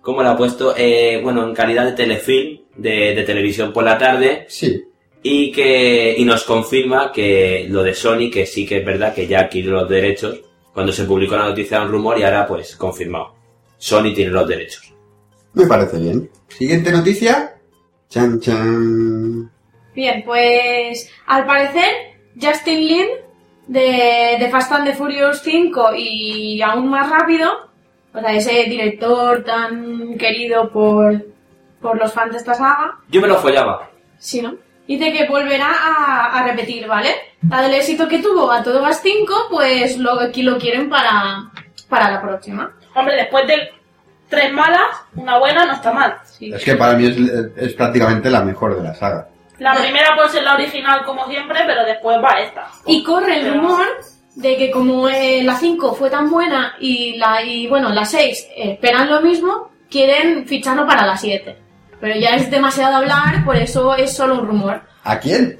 [SPEAKER 5] ¿Cómo lo ha puesto? Eh, bueno, en calidad de telefilm, de, de televisión por la tarde,
[SPEAKER 3] Sí,
[SPEAKER 5] y que y nos confirma que lo de Sony, que sí que es verdad que ya adquirió los derechos, cuando se publicó la noticia era un rumor y ahora pues confirmado. Sony tiene los derechos.
[SPEAKER 3] Me parece bien. Siguiente noticia. Chan, chan.
[SPEAKER 4] Bien, pues al parecer Justin Lin de, de Fast and the Furious 5 y aún más rápido, o sea, ese director tan querido por, por los fans de esta saga,
[SPEAKER 5] Yo me lo follaba.
[SPEAKER 4] sí, ¿no? Dice que volverá a, a repetir, ¿vale? La del éxito que tuvo a todo gas 5, pues lo, aquí lo quieren para, para la próxima.
[SPEAKER 1] Hombre, después de tres malas, una buena no está mal.
[SPEAKER 4] Sí.
[SPEAKER 3] Es que para mí es, es prácticamente la mejor de la saga.
[SPEAKER 1] La primera puede ser la original como siempre, pero después va esta.
[SPEAKER 4] Y corre el rumor de que como eh, la 5 fue tan buena y la y bueno, la 6 esperan lo mismo, quieren ficharlo para la 7. Pero ya es demasiado hablar, por eso es solo un rumor.
[SPEAKER 3] ¿A quién?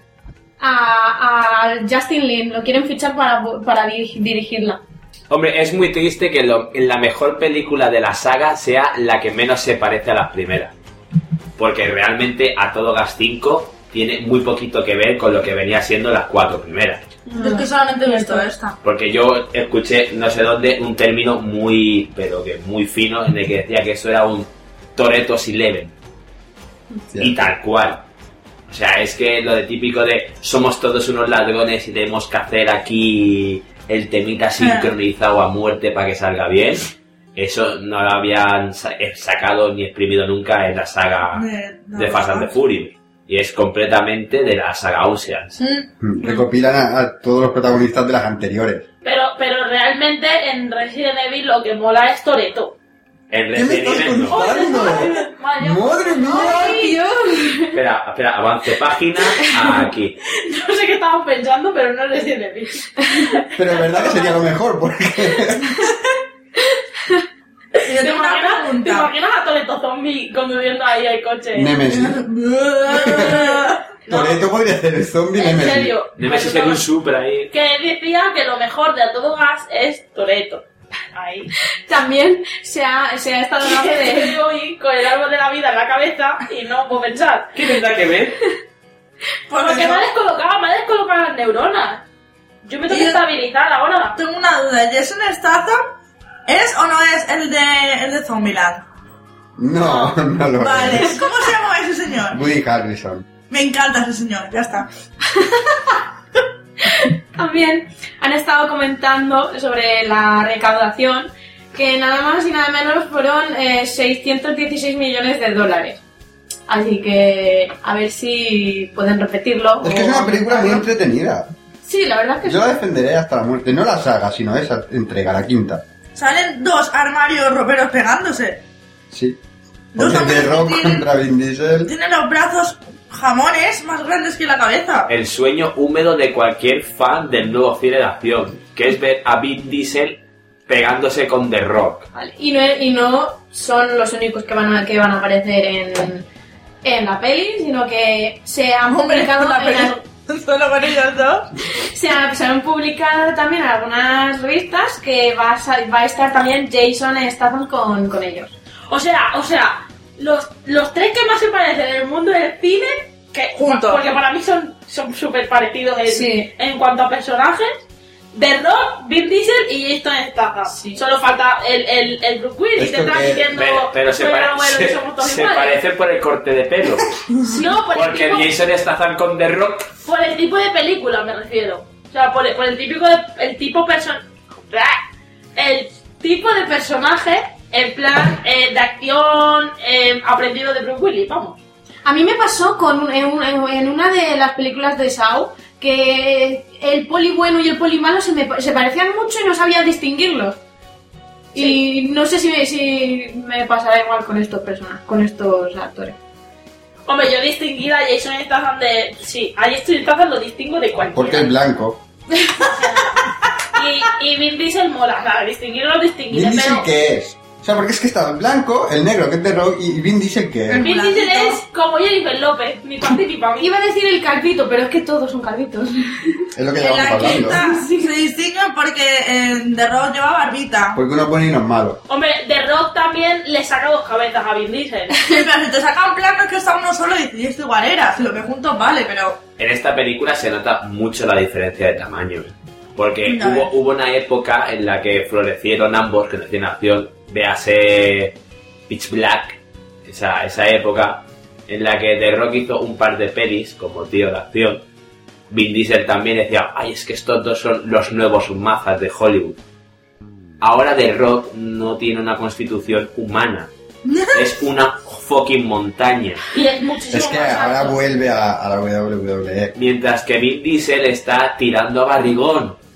[SPEAKER 4] A, a Justin Lin lo quieren fichar para, para dir- dirigirla.
[SPEAKER 5] Hombre, es muy triste que lo- la mejor película de la saga sea la que menos se parece a las primeras. Porque realmente a todo gas 5 tiene muy poquito que ver con lo que venía siendo las cuatro primeras.
[SPEAKER 2] Yo es que solamente he visto esta.
[SPEAKER 5] Porque yo escuché, no sé dónde, un término muy, pero que muy fino, en el que decía que eso era un Toretos Eleven. Y tal cual. O sea, es que lo de típico de somos todos unos ladrones y tenemos que hacer aquí el temita sincronizado a muerte para que salga bien. Eso no lo habían sa- eh, sacado ni exprimido nunca en la saga
[SPEAKER 2] Ah, De,
[SPEAKER 5] de Fast and the Furious. Y es completamente de la saga Oceans.
[SPEAKER 2] Mm,
[SPEAKER 3] Mm, Recopilan a, a todos los protagonistas de las anteriores.
[SPEAKER 1] Pero, pero realmente en Resident Evil lo que mola es Toreto.
[SPEAKER 5] En
[SPEAKER 3] ¿Qué me
[SPEAKER 5] Resident
[SPEAKER 3] estás
[SPEAKER 5] Evil no.
[SPEAKER 3] contando? ¡Madre mía!
[SPEAKER 5] Espera, espera, avance página a aquí.
[SPEAKER 1] No sé qué estaba pensando, pero no Resident Evil.
[SPEAKER 3] Pero es verdad que sería lo mejor, porque...
[SPEAKER 2] Y yo
[SPEAKER 1] ¿Te
[SPEAKER 2] tengo una
[SPEAKER 1] imaginas, ¿Te
[SPEAKER 2] pregunta.
[SPEAKER 1] imaginas a Toreto zombie conduciendo ahí el coche?
[SPEAKER 3] Nemesis.
[SPEAKER 1] No.
[SPEAKER 3] Por esto podría ser el zombie
[SPEAKER 1] en
[SPEAKER 3] Nemesis.
[SPEAKER 1] serio.
[SPEAKER 5] Nemesis
[SPEAKER 1] Pero
[SPEAKER 5] en
[SPEAKER 1] no.
[SPEAKER 5] un super ahí.
[SPEAKER 1] Que decía que lo mejor de a todo gas es Toreto. Ahí.
[SPEAKER 4] También se ha, se ha estado hablando de...
[SPEAKER 1] Estoy hoy con el árbol de la vida en la cabeza y no puedo pensar.
[SPEAKER 5] ¿Qué tendrá que ver?
[SPEAKER 2] Pues
[SPEAKER 1] Porque
[SPEAKER 2] eso.
[SPEAKER 1] me ha descolocado, me ha descolocado las neuronas. Yo me tengo que
[SPEAKER 2] Y-
[SPEAKER 1] estabilizar ahora.
[SPEAKER 2] Tengo una duda. ¿Jason Statham es o no es el de, el de Zombieland?
[SPEAKER 3] No, no lo
[SPEAKER 2] Vale.
[SPEAKER 3] es.
[SPEAKER 2] ¿Cómo se llama ese señor?
[SPEAKER 3] Woody Harrison.
[SPEAKER 2] Me encanta ese señor. Ya está.
[SPEAKER 4] También han estado comentando sobre la recaudación, que nada más y nada menos fueron eh, 616 millones de dólares. Así que a ver si pueden repetirlo.
[SPEAKER 3] Es que
[SPEAKER 4] o-
[SPEAKER 3] es una película muy entretenida.
[SPEAKER 4] Sí, la verdad es que
[SPEAKER 3] Yo la
[SPEAKER 4] sí.
[SPEAKER 3] defenderé hasta la muerte. No la saga, sino esa entrega, la quinta.
[SPEAKER 2] Salen dos armarios roperos pegándose.
[SPEAKER 3] Sí.
[SPEAKER 2] Dos
[SPEAKER 3] Porque The
[SPEAKER 2] hombres
[SPEAKER 3] Rock
[SPEAKER 2] que tienen-
[SPEAKER 3] contra Vin Diesel.
[SPEAKER 2] Tiene los brazos jamones más grandes que la cabeza.
[SPEAKER 5] El sueño húmedo de cualquier fan del nuevo cine de acción, que es ver a Vin Diesel pegándose con The Rock.
[SPEAKER 4] Vale. Y, no, y no son los únicos que van a, que van a aparecer en, en la peli, sino que se han publicado
[SPEAKER 2] una
[SPEAKER 4] en al-
[SPEAKER 2] peli. Solo con ellos dos.
[SPEAKER 4] se, ha- se han publicado también en algunas revistas que va a, sa- va a estar también Jason Statham con, con ellos.
[SPEAKER 1] O sea, o sea, los, los tres que más se parecen en el mundo del cine, que
[SPEAKER 2] Juntos.
[SPEAKER 1] porque para mí son son súper parecidos en,
[SPEAKER 4] Sí.
[SPEAKER 1] en cuanto a personajes. The Rock, Vin Diesel y Jason Statham. Solo falta el, el, el Bruce Willis
[SPEAKER 3] Esto
[SPEAKER 1] te está
[SPEAKER 3] que-
[SPEAKER 1] diciendo
[SPEAKER 5] Pero, pero se,
[SPEAKER 1] "Soy
[SPEAKER 5] pare-
[SPEAKER 1] el abuelo y
[SPEAKER 5] se-
[SPEAKER 1] somos todos
[SPEAKER 5] se
[SPEAKER 1] iguales".
[SPEAKER 5] parece por el corte de pelo.
[SPEAKER 1] No, por el,
[SPEAKER 5] Porque
[SPEAKER 1] tipo,
[SPEAKER 5] Jason Statham con The Rock.
[SPEAKER 1] por el tipo de película me refiero. O sea, por el, por el típico de, el tipo person el tipo de personaje en plan eh, de acción eh, aprendido de Bruce Willis, vamos.
[SPEAKER 4] A mí me pasó con un- en, un- en- en una de las películas de Saw que el poli bueno y el poli malo se, me pa- se parecían mucho y no sabía distinguirlos. Y no sé si me, si me pasará igual con estos personas, con estos actores.
[SPEAKER 1] Hombre, yo distinguir a Jason Statham de... Sí, a Jason Statham lo distingo de cualquiera.
[SPEAKER 3] Porque es blanco.
[SPEAKER 1] Y, y Vin Diesel mola, nada, distinguirlo lo distinguiré,
[SPEAKER 3] Vin Diesel
[SPEAKER 1] pero...
[SPEAKER 3] qué es. O sea, porque es que está el blanco, el negro que es The Rock y Vin Diesel que es.
[SPEAKER 1] Vin Diesel
[SPEAKER 2] Blandito.
[SPEAKER 1] es como Jennifer López, ni para ti ni para mí.
[SPEAKER 4] Iba a decir el calvito, pero es que todos son calvitos.
[SPEAKER 3] Es lo que
[SPEAKER 2] En
[SPEAKER 3] llevamos
[SPEAKER 2] la
[SPEAKER 3] hablando.
[SPEAKER 2] quinta se distinguen porque eh, The Rock lleva barbita.
[SPEAKER 5] Pues
[SPEAKER 3] Porque uno pone y no es malo.
[SPEAKER 1] Hombre, The Rock también le saca dos cabezas a Vin Diesel.
[SPEAKER 2] Sí, pero si te sacan plano es que está uno solo y dices, "Y esto igual era, si lo que juntos vale, pero...
[SPEAKER 5] En esta película se nota mucho la diferencia de tamaño. Porque
[SPEAKER 2] No.
[SPEAKER 5] hubo, hubo una época en la que florecieron ambos, que no tienen acción, véase Pitch Black, esa, esa época, en la que The Rock hizo un par de pelis como tío de acción. Vin Diesel también decía, ay, es que estos dos son los nuevos mazas de Hollywood. Ahora The Rock no tiene una constitución humana, es una fucking montaña.
[SPEAKER 1] Y es muchísimo
[SPEAKER 3] Es que
[SPEAKER 1] más
[SPEAKER 3] ahora
[SPEAKER 1] alto.
[SPEAKER 3] vuelve a, a la E. WWE.
[SPEAKER 5] mientras que Vin Diesel está tirando a barrigón.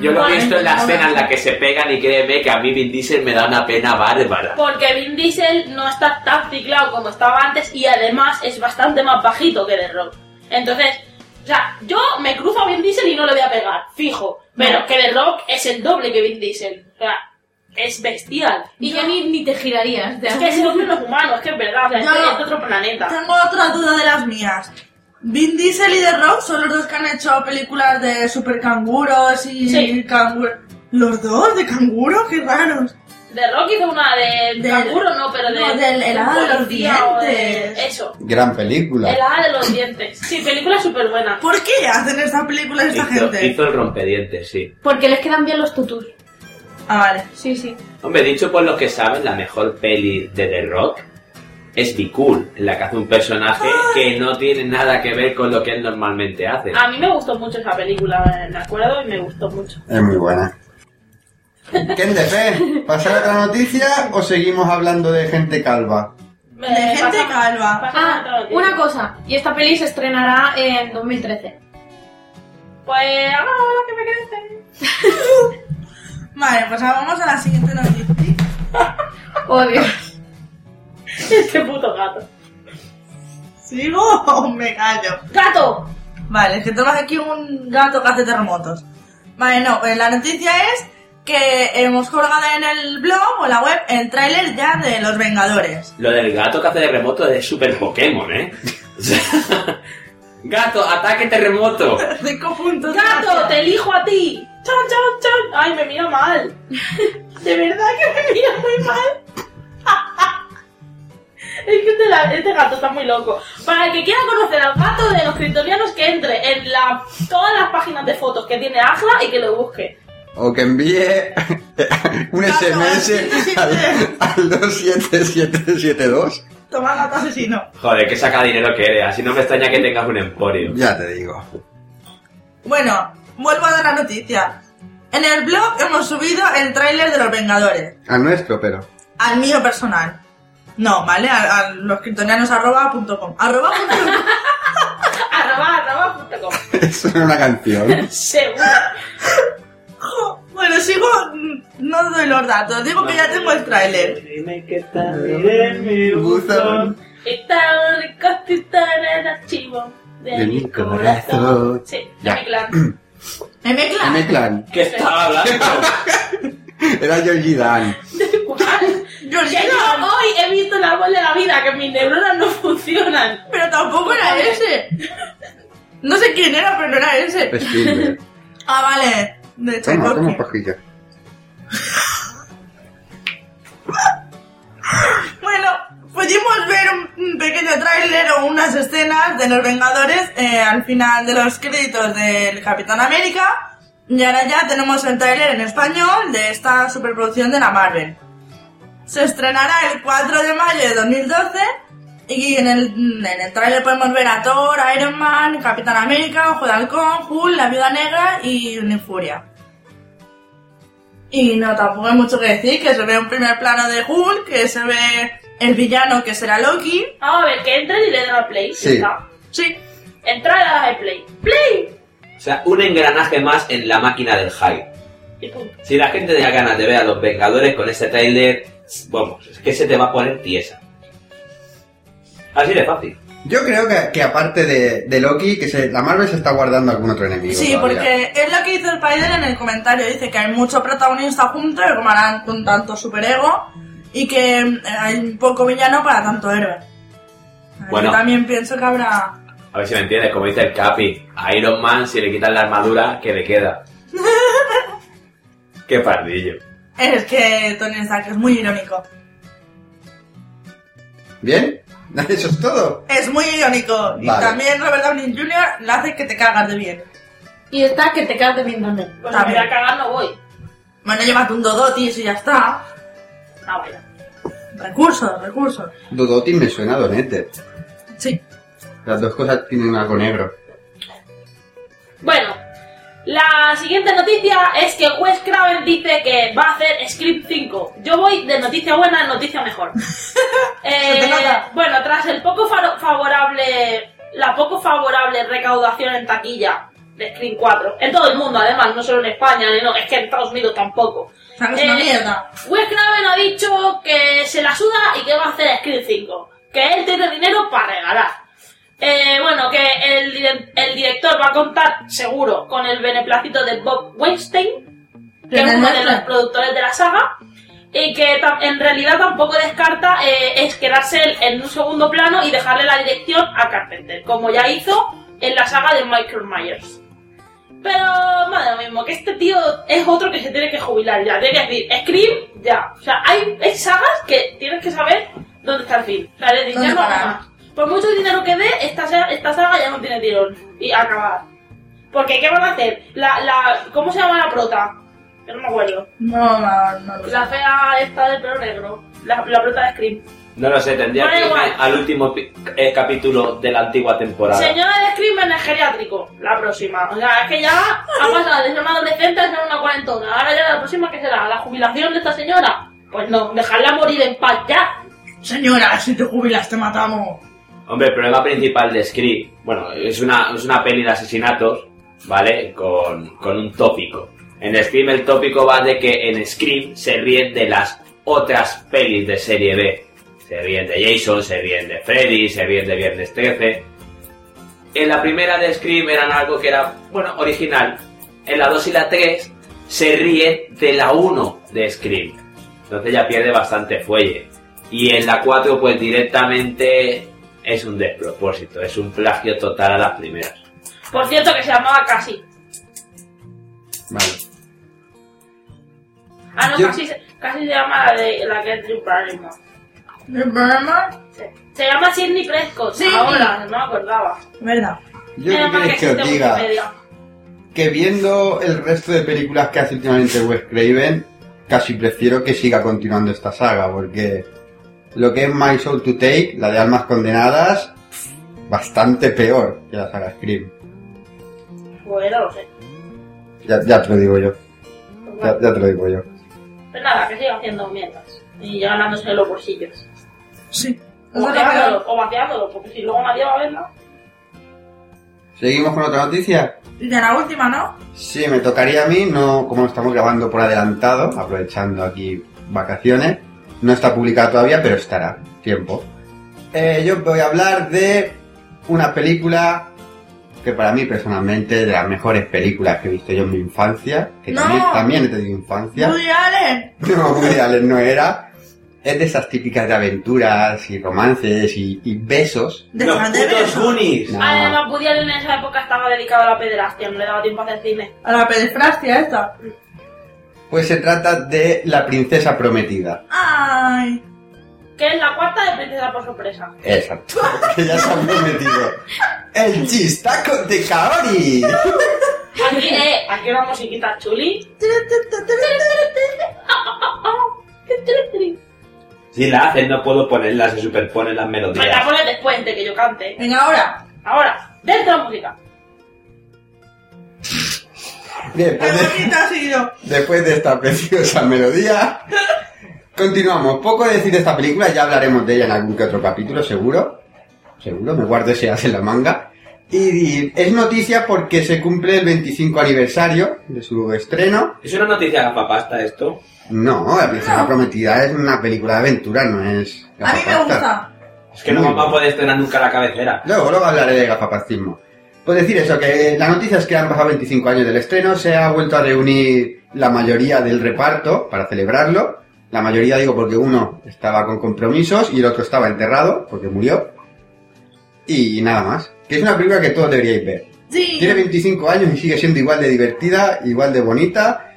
[SPEAKER 5] Yo lo he visto en la escena en la que se pegan y créeme que a mí Vin Diesel me da una pena bárbara.
[SPEAKER 1] Porque Vin Diesel no está tan ciclado como estaba antes y además es bastante más bajito que The Rock. Entonces, o sea, yo me cruzo a Vin Diesel y no le voy a pegar, fijo. Pero que The Rock es el doble que Vin Diesel. O sea, es bestial.
[SPEAKER 4] Y yo ni, ni te girarías.
[SPEAKER 1] Es que ese hombre no es humano, es que es verdad, o sea, es
[SPEAKER 2] Yo-
[SPEAKER 1] que es de otro planeta.
[SPEAKER 2] Tengo otra duda de las mías. Vin Diesel y The Rock son los dos que han hecho películas de super canguros y
[SPEAKER 1] Sí.
[SPEAKER 2] canguros. ¿Los dos de canguro? ¡Qué raros!
[SPEAKER 1] The Rock hizo una de
[SPEAKER 2] Del-
[SPEAKER 1] canguro, no, pero de...
[SPEAKER 2] no, del helado de los
[SPEAKER 1] policía o de-
[SPEAKER 2] dientes.
[SPEAKER 1] eso.
[SPEAKER 3] Gran película.
[SPEAKER 1] El hada de los dientes. Sí, película súper buena.
[SPEAKER 2] ¿Por qué hacen estas películas esta
[SPEAKER 5] Hizo,
[SPEAKER 2] gente?
[SPEAKER 5] hizo el rompedientes, sí.
[SPEAKER 4] Porque les quedan bien los tutus.
[SPEAKER 2] Ah, vale.
[SPEAKER 4] Sí, sí.
[SPEAKER 5] Hombre, dicho por lo que saben, la mejor peli de The Rock es Be Cool, en la que hace un personaje que no tiene nada que ver con lo que él normalmente hace.
[SPEAKER 2] Ah.
[SPEAKER 1] A mí me gustó mucho esa película, me acuerdo, y me gustó mucho.
[SPEAKER 3] Es muy buena. Gente, Fe, ¿pasar a otra noticia o seguimos hablando de gente calva?
[SPEAKER 1] Me
[SPEAKER 2] De gente
[SPEAKER 1] pasa-
[SPEAKER 2] calva.
[SPEAKER 1] pasa todo
[SPEAKER 4] Ah,
[SPEAKER 1] el día.
[SPEAKER 4] una cosa. Y esta peli se estrenará en 2013.
[SPEAKER 1] Pues, ahora que me este. crece.
[SPEAKER 2] Vale, pues ahora vamos a la siguiente noticia.
[SPEAKER 4] Oh, Dios.
[SPEAKER 1] Este puto gato.
[SPEAKER 2] ¿Sigo o me callo?
[SPEAKER 1] ¡Gato!
[SPEAKER 2] Vale, es que tenemos aquí un gato que hace terremotos. Vale, no, pues la noticia es que hemos colgado en el blog o en la web el tráiler ya de Los Vengadores.
[SPEAKER 5] Lo del gato que hace terremoto es super Pokémon, ¿eh? O sea, gato, ataque terremoto.
[SPEAKER 2] Cinco puntos.
[SPEAKER 1] ¡Gato, te elijo a ti! ¡Chon, chon, chon! ¡Ay, me mira mal! De verdad que me mira muy mal. Es que este, la- este gato está muy loco. Para el que quiera conocer al gato de los criptonianos, que entre en la, todas las páginas de fotos que tiene Agla y que lo busque.
[SPEAKER 3] O que envíe un
[SPEAKER 2] Gato,
[SPEAKER 3] SMS al, al 27772.
[SPEAKER 2] Toma gato asesino.
[SPEAKER 5] Joder, que saca dinero que eres, así no me extraña que tengas un emporio.
[SPEAKER 3] Ya te digo.
[SPEAKER 2] Bueno, vuelvo a dar la noticia. En el blog hemos subido el tráiler de Los Vengadores.
[SPEAKER 3] Al nuestro, pero.
[SPEAKER 2] Al mío personal. No, ¿vale? A, a los kryptonianos arroba punto com. Arroba punto com.
[SPEAKER 1] Arroba, arroba, punto com.
[SPEAKER 3] Eso era una canción.
[SPEAKER 1] Seguro.
[SPEAKER 2] Jo, Bueno, sigo... mm, No doy los datos. Digo que ya tengo el tráiler.
[SPEAKER 5] Dime que está
[SPEAKER 3] Buzón.
[SPEAKER 1] Y tan rico, y tan en archivo de,
[SPEAKER 3] De
[SPEAKER 1] mi
[SPEAKER 3] mi
[SPEAKER 1] corazón.
[SPEAKER 3] corazón.
[SPEAKER 1] Sí, de
[SPEAKER 3] Ya.
[SPEAKER 1] mi clan.
[SPEAKER 2] ¿Me mezclan?
[SPEAKER 3] M-Clan.
[SPEAKER 5] ¿Qué estaba hablando?
[SPEAKER 3] Era Georgie Dan.
[SPEAKER 1] ¿De cuál?
[SPEAKER 2] Georgina,
[SPEAKER 1] Que yo hoy he visto el árbol de la vida, que mis neuronas no funcionan.
[SPEAKER 2] Pero tampoco era ese. No sé quién era, pero no era ese.
[SPEAKER 3] Spielberg.
[SPEAKER 2] Ah, vale. De
[SPEAKER 3] Pues Toma, toma
[SPEAKER 2] Tchaikovsky.
[SPEAKER 3] pajilla.
[SPEAKER 2] Bueno, pudimos ver un- un pequeño tráiler o unas escenas de los Vengadores eh, al final de los créditos del Capitán América. Y ahora ya tenemos el tráiler en español de esta superproducción de la Marvel. Se estrenará el 4 de mayo de 2012 y en el, en el tráiler podemos ver a Thor, Iron Man, Capitán América, Ojo de Halcón, Hulk, La Viuda Negra y Unifuria. Y no, tampoco hay mucho que decir, que se ve un primer plano de Hulk, que se ve el villano que será Loki.
[SPEAKER 1] Vamos a ver, que entren y le den a play.
[SPEAKER 3] Sí.
[SPEAKER 1] Ya
[SPEAKER 2] Sí.
[SPEAKER 1] está. Entra y le das a play. ¡Play!
[SPEAKER 5] O sea, un engranaje más en la máquina del hype.
[SPEAKER 1] Y punto.
[SPEAKER 5] Si la gente tenía ganas de ver a los Vengadores con este tráiler, vamos, es que se te va a poner tiesa. Así de fácil.
[SPEAKER 3] Yo creo que, que aparte de, de Loki, que se- la Marvel se está guardando algún otro enemigo.
[SPEAKER 2] Sí,
[SPEAKER 3] todavía.
[SPEAKER 2] porque es lo que hizo el Paiden en el comentario, dice que hay mucho protagonista junto, que como harán con tanto superego, y que eh, hay poco villano para tanto héroe.
[SPEAKER 5] Bueno.
[SPEAKER 2] Yo también pienso que habrá...
[SPEAKER 5] A ver si me entiendes, como dice el Capi, a Iron Man si le quitan la armadura, que le queda. Qué pardillo.
[SPEAKER 2] Es que Tony Stark es muy irónico.
[SPEAKER 3] ¿Bien? Eso es todo.
[SPEAKER 2] Es muy irónico. Y
[SPEAKER 3] Vale.
[SPEAKER 2] también Robert Downey Jr. le hace que te cagas de bien.
[SPEAKER 4] Y está que te quedas de bien también.
[SPEAKER 1] Pues
[SPEAKER 2] También.
[SPEAKER 1] me voy a cagar, no voy.
[SPEAKER 2] Bueno, llévate un Dodotis y ya está.
[SPEAKER 1] Ah, vaya.
[SPEAKER 2] Recursos, recursos.
[SPEAKER 3] Dodoti me suena a Donete.
[SPEAKER 2] Sí.
[SPEAKER 3] Las dos cosas tienen algo negro.
[SPEAKER 1] Bueno, la siguiente noticia es que Wes Craven dice que va a hacer Script 5. Yo voy de noticia buena en noticia mejor. Eh,
[SPEAKER 2] Se te nota.
[SPEAKER 1] bueno, tras el poco faro- favorable, la poco favorable recaudación en taquilla de Scream 4, en todo el mundo además, no solo en España, ni no, es que en Estados Unidos tampoco.
[SPEAKER 2] O sea, que es una
[SPEAKER 1] Eh,
[SPEAKER 2] mierda.
[SPEAKER 1] Wes Craven ha dicho que se la suda y que va a hacer Scream 5. Que él tiene dinero para regalar. Eh, bueno, que el, dire- el director va a contar, seguro, con el beneplácito de Bob Weinstein, que
[SPEAKER 2] ¿De
[SPEAKER 1] es uno de
[SPEAKER 2] nuestro?
[SPEAKER 1] los productores de la saga, y que tam- en realidad tampoco descarta eh, es quedarse él en un segundo plano y dejarle la dirección a Carpenter, como ya hizo en la saga de Michael Myers. Pero, madre lo mismo, que este tío es otro que se tiene que jubilar ya. Tiene que decir, Scream, ya. O sea, hay, hay sagas que tienes que saber dónde está el fin. O sea, le dicen,
[SPEAKER 2] ¿Dónde
[SPEAKER 1] ya no
[SPEAKER 2] parar?
[SPEAKER 1] más. Por mucho dinero que dé, esta, sa- esta saga ya no tiene tirón. Y a acabar. Porque, ¿qué van a hacer? La, la, ¿Cómo se llama la prota? Que no me acuerdo.
[SPEAKER 2] No, no, no. lo sé.
[SPEAKER 1] La fea esta del pelo negro. La, la prota de Scream.
[SPEAKER 5] No lo sé, tendría
[SPEAKER 1] Da
[SPEAKER 5] que irme
[SPEAKER 1] igual.
[SPEAKER 5] al último pi- eh, capítulo de la antigua temporada.
[SPEAKER 1] Señora de Scream en el geriátrico. La próxima. O sea, es que ya ha pasado de ser una adolescente a ser una cuarentona. Ahora ya la próxima, ¿qué será? ¿La jubilación de esta señora? Pues no, dejarla morir en paz ya.
[SPEAKER 2] Señora, si te jubilas te matamos.
[SPEAKER 5] Hombre, el problema principal de Scream, bueno, es una, es una peli de asesinatos, ¿vale? Con, con un tópico. En Scream el tópico va de que en Scream se ríen de las otras pelis de serie B. Se ríen de Jason, se ríen de Freddy, se ríen de Viernes 13. En la primera de Scream eran algo que era, bueno, original. En la 2 y la 3 se ríen de la 1 de Scream. Entonces ya pierde bastante fuelle. Y en la 4 pues directamente es un despropósito, es un plagio total a las primeras.
[SPEAKER 1] Por cierto, que se llamaba Casi.
[SPEAKER 3] Vale.
[SPEAKER 1] Ah, no,
[SPEAKER 3] Yo-
[SPEAKER 1] casi, se- casi se llama la, de, la que es Drew Barrymore.
[SPEAKER 2] ¿De Burma?
[SPEAKER 1] Se, se llama Sidney Prescott.
[SPEAKER 2] Sí.
[SPEAKER 1] Ahora, no me acordaba.
[SPEAKER 2] Verdad.
[SPEAKER 3] ¿Yo
[SPEAKER 1] Menos
[SPEAKER 3] qué
[SPEAKER 1] mal
[SPEAKER 3] queréis que os
[SPEAKER 1] existe
[SPEAKER 3] diga?
[SPEAKER 1] Wikipedia.
[SPEAKER 3] Que viendo el resto de películas que hace últimamente Wes Craven, casi prefiero que siga continuando esta saga, porque lo que es My Soul to Take, la de Almas Condenadas, pff, bastante peor que la saga Scream.
[SPEAKER 1] Pues no lo sé.
[SPEAKER 3] Ya, ya te lo digo yo,
[SPEAKER 1] Pues
[SPEAKER 3] ya,
[SPEAKER 1] bueno.
[SPEAKER 3] ya te lo digo yo.
[SPEAKER 1] Pues nada, que siga haciendo mierdas. Y ya ganándose los bolsillos.
[SPEAKER 2] Sí.
[SPEAKER 1] O vaciándolo, o vaciándolo, porque si luego nadie va a verla.
[SPEAKER 3] ¿Seguimos con otra noticia?
[SPEAKER 2] Y de la última, ¿no?
[SPEAKER 3] Sí, me tocaría a mí, no, como lo estamos grabando por adelantado, aprovechando aquí vacaciones, no está publicada todavía, pero estará, tiempo. Eh, yo voy a hablar de una película que para mí personalmente es de las mejores películas que he visto yo en mi infancia, que
[SPEAKER 2] No.
[SPEAKER 3] también, también he tenido infancia.
[SPEAKER 2] Woody Allen.
[SPEAKER 3] No, Woody Allen no era. Es de esas típicas de aventuras y romances y, y besos.
[SPEAKER 2] De
[SPEAKER 5] ¡Los
[SPEAKER 2] Fran de
[SPEAKER 5] putos
[SPEAKER 2] Beso.
[SPEAKER 5] Goonies!
[SPEAKER 3] No.
[SPEAKER 1] Además, Ah, Woody Allen en esa época estaba dedicado a la pederastia, no le daba tiempo a hacer cine.
[SPEAKER 2] A la pedifrastia esta.
[SPEAKER 3] Pues se trata de La princesa prometida.
[SPEAKER 2] Ay.
[SPEAKER 1] Que es la cuarta de Princesa por sorpresa.
[SPEAKER 3] Exacto. Que ya se han prometido. El chistaco de Kaori.
[SPEAKER 1] Aquí, eh, aquí una musiquita chuli.
[SPEAKER 5] Si la hacen, no puedo ponerlas, se superponen las
[SPEAKER 1] Me la
[SPEAKER 5] melodías.
[SPEAKER 1] pones después de que yo cante.
[SPEAKER 2] Venga, ahora.
[SPEAKER 1] Ahora, dentro de la música.
[SPEAKER 2] Qué
[SPEAKER 3] Después pues de,
[SPEAKER 2] bonita ha sido.
[SPEAKER 3] después de esta preciosa melodía, continuamos. Poco decir de esta película, ya hablaremos de ella en algún que otro capítulo, seguro. Seguro, me guardo ese as en la manga. Y, y es noticia porque se cumple el 25 aniversario de su estreno.
[SPEAKER 5] ¿Es una noticia gafapasta esto?
[SPEAKER 3] No, La princesa
[SPEAKER 2] No.
[SPEAKER 3] prometida es una película de aventura, no es...
[SPEAKER 2] A mí me
[SPEAKER 3] gafapasta.
[SPEAKER 2] gusta.
[SPEAKER 5] Es que no
[SPEAKER 3] Muy
[SPEAKER 5] vamos a
[SPEAKER 3] bien.
[SPEAKER 5] poder estrenar nunca la cabecera.
[SPEAKER 3] Luego, luego hablaré de gafapastismo. Pues decir eso, que la noticia es que han pasado 25 años del estreno, se ha vuelto a reunir la mayoría del reparto para celebrarlo. La mayoría digo porque uno estaba con compromisos y el otro estaba enterrado porque murió. Y nada más. Que es una película que todos deberíais ver.
[SPEAKER 2] Sí.
[SPEAKER 3] Tiene 25 años y sigue siendo igual de divertida, igual de bonita.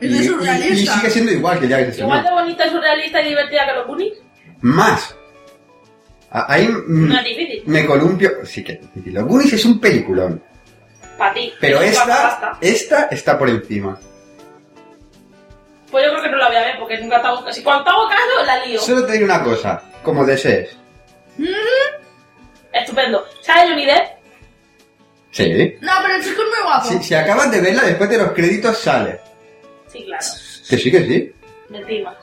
[SPEAKER 2] Es de surrealista.
[SPEAKER 3] y sigue siendo igual que ya que se estrenó.
[SPEAKER 1] Igual de bonita, surrealista y divertida que los Goonies.
[SPEAKER 3] Más. A- Ahí mm,
[SPEAKER 1] No es difícil.
[SPEAKER 3] me columpio. Sí que. Los Goonies es un peliculón.
[SPEAKER 1] Para ti.
[SPEAKER 3] Pero
[SPEAKER 1] Es una
[SPEAKER 3] esta,
[SPEAKER 1] pasta.
[SPEAKER 3] esta está por encima.
[SPEAKER 1] Pues yo creo que no la voy a ver porque nunca te hago Si cuando te hago caso, la lío.
[SPEAKER 3] Solo te diré una cosa, como desees.
[SPEAKER 1] Estupendo. ¿Sabes Johnny Depp?
[SPEAKER 3] Sí.
[SPEAKER 2] No, pero el chico es muy guapo.
[SPEAKER 3] Si, si acabas de verla, después de los créditos sale.
[SPEAKER 1] Sí, claro.
[SPEAKER 3] Que sí, que sí.
[SPEAKER 1] Mentimos.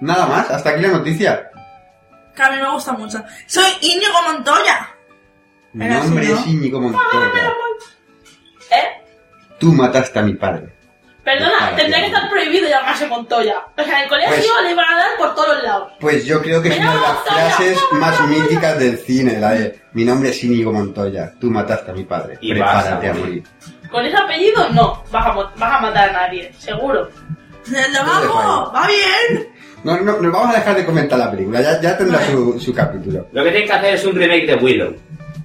[SPEAKER 3] Nada más, hasta aquí la noticia.
[SPEAKER 2] Que a mí me gusta mucho. Soy Íñigo Montoya.
[SPEAKER 3] Mi
[SPEAKER 2] Era así,
[SPEAKER 3] nombre
[SPEAKER 2] ¿no? Ah,
[SPEAKER 3] es Íñigo Montoya.
[SPEAKER 1] ¿Eh?
[SPEAKER 3] Tú mataste a mi padre.
[SPEAKER 1] Perdona,
[SPEAKER 3] Para
[SPEAKER 1] tendría que
[SPEAKER 3] ti.
[SPEAKER 1] estar prohibido llamarse Montoya. O sea, en el colegio
[SPEAKER 3] Pues-
[SPEAKER 1] le iban a dar por todos lados.
[SPEAKER 3] Pues yo creo que es
[SPEAKER 1] Me
[SPEAKER 3] una de
[SPEAKER 1] llamo
[SPEAKER 3] las
[SPEAKER 1] Montoya,
[SPEAKER 3] frases
[SPEAKER 1] me llamo
[SPEAKER 3] más
[SPEAKER 1] Montoya.
[SPEAKER 3] míticas del cine, la de mi nombre es Íñigo Montoya. Tú mataste a mi padre.
[SPEAKER 5] Y
[SPEAKER 3] Prepárate
[SPEAKER 5] vas a
[SPEAKER 3] a morir.
[SPEAKER 1] Con ese apellido, no. Vas a, mo- vas a matar a nadie, seguro.
[SPEAKER 2] El de
[SPEAKER 3] dejo
[SPEAKER 2] abajo. Va bien.
[SPEAKER 3] No, no, nos vamos a dejar de comentar la película, ya, ya tendrá
[SPEAKER 2] Vale.
[SPEAKER 3] su, su capítulo.
[SPEAKER 5] Lo que tienes que hacer es un remake de Willow.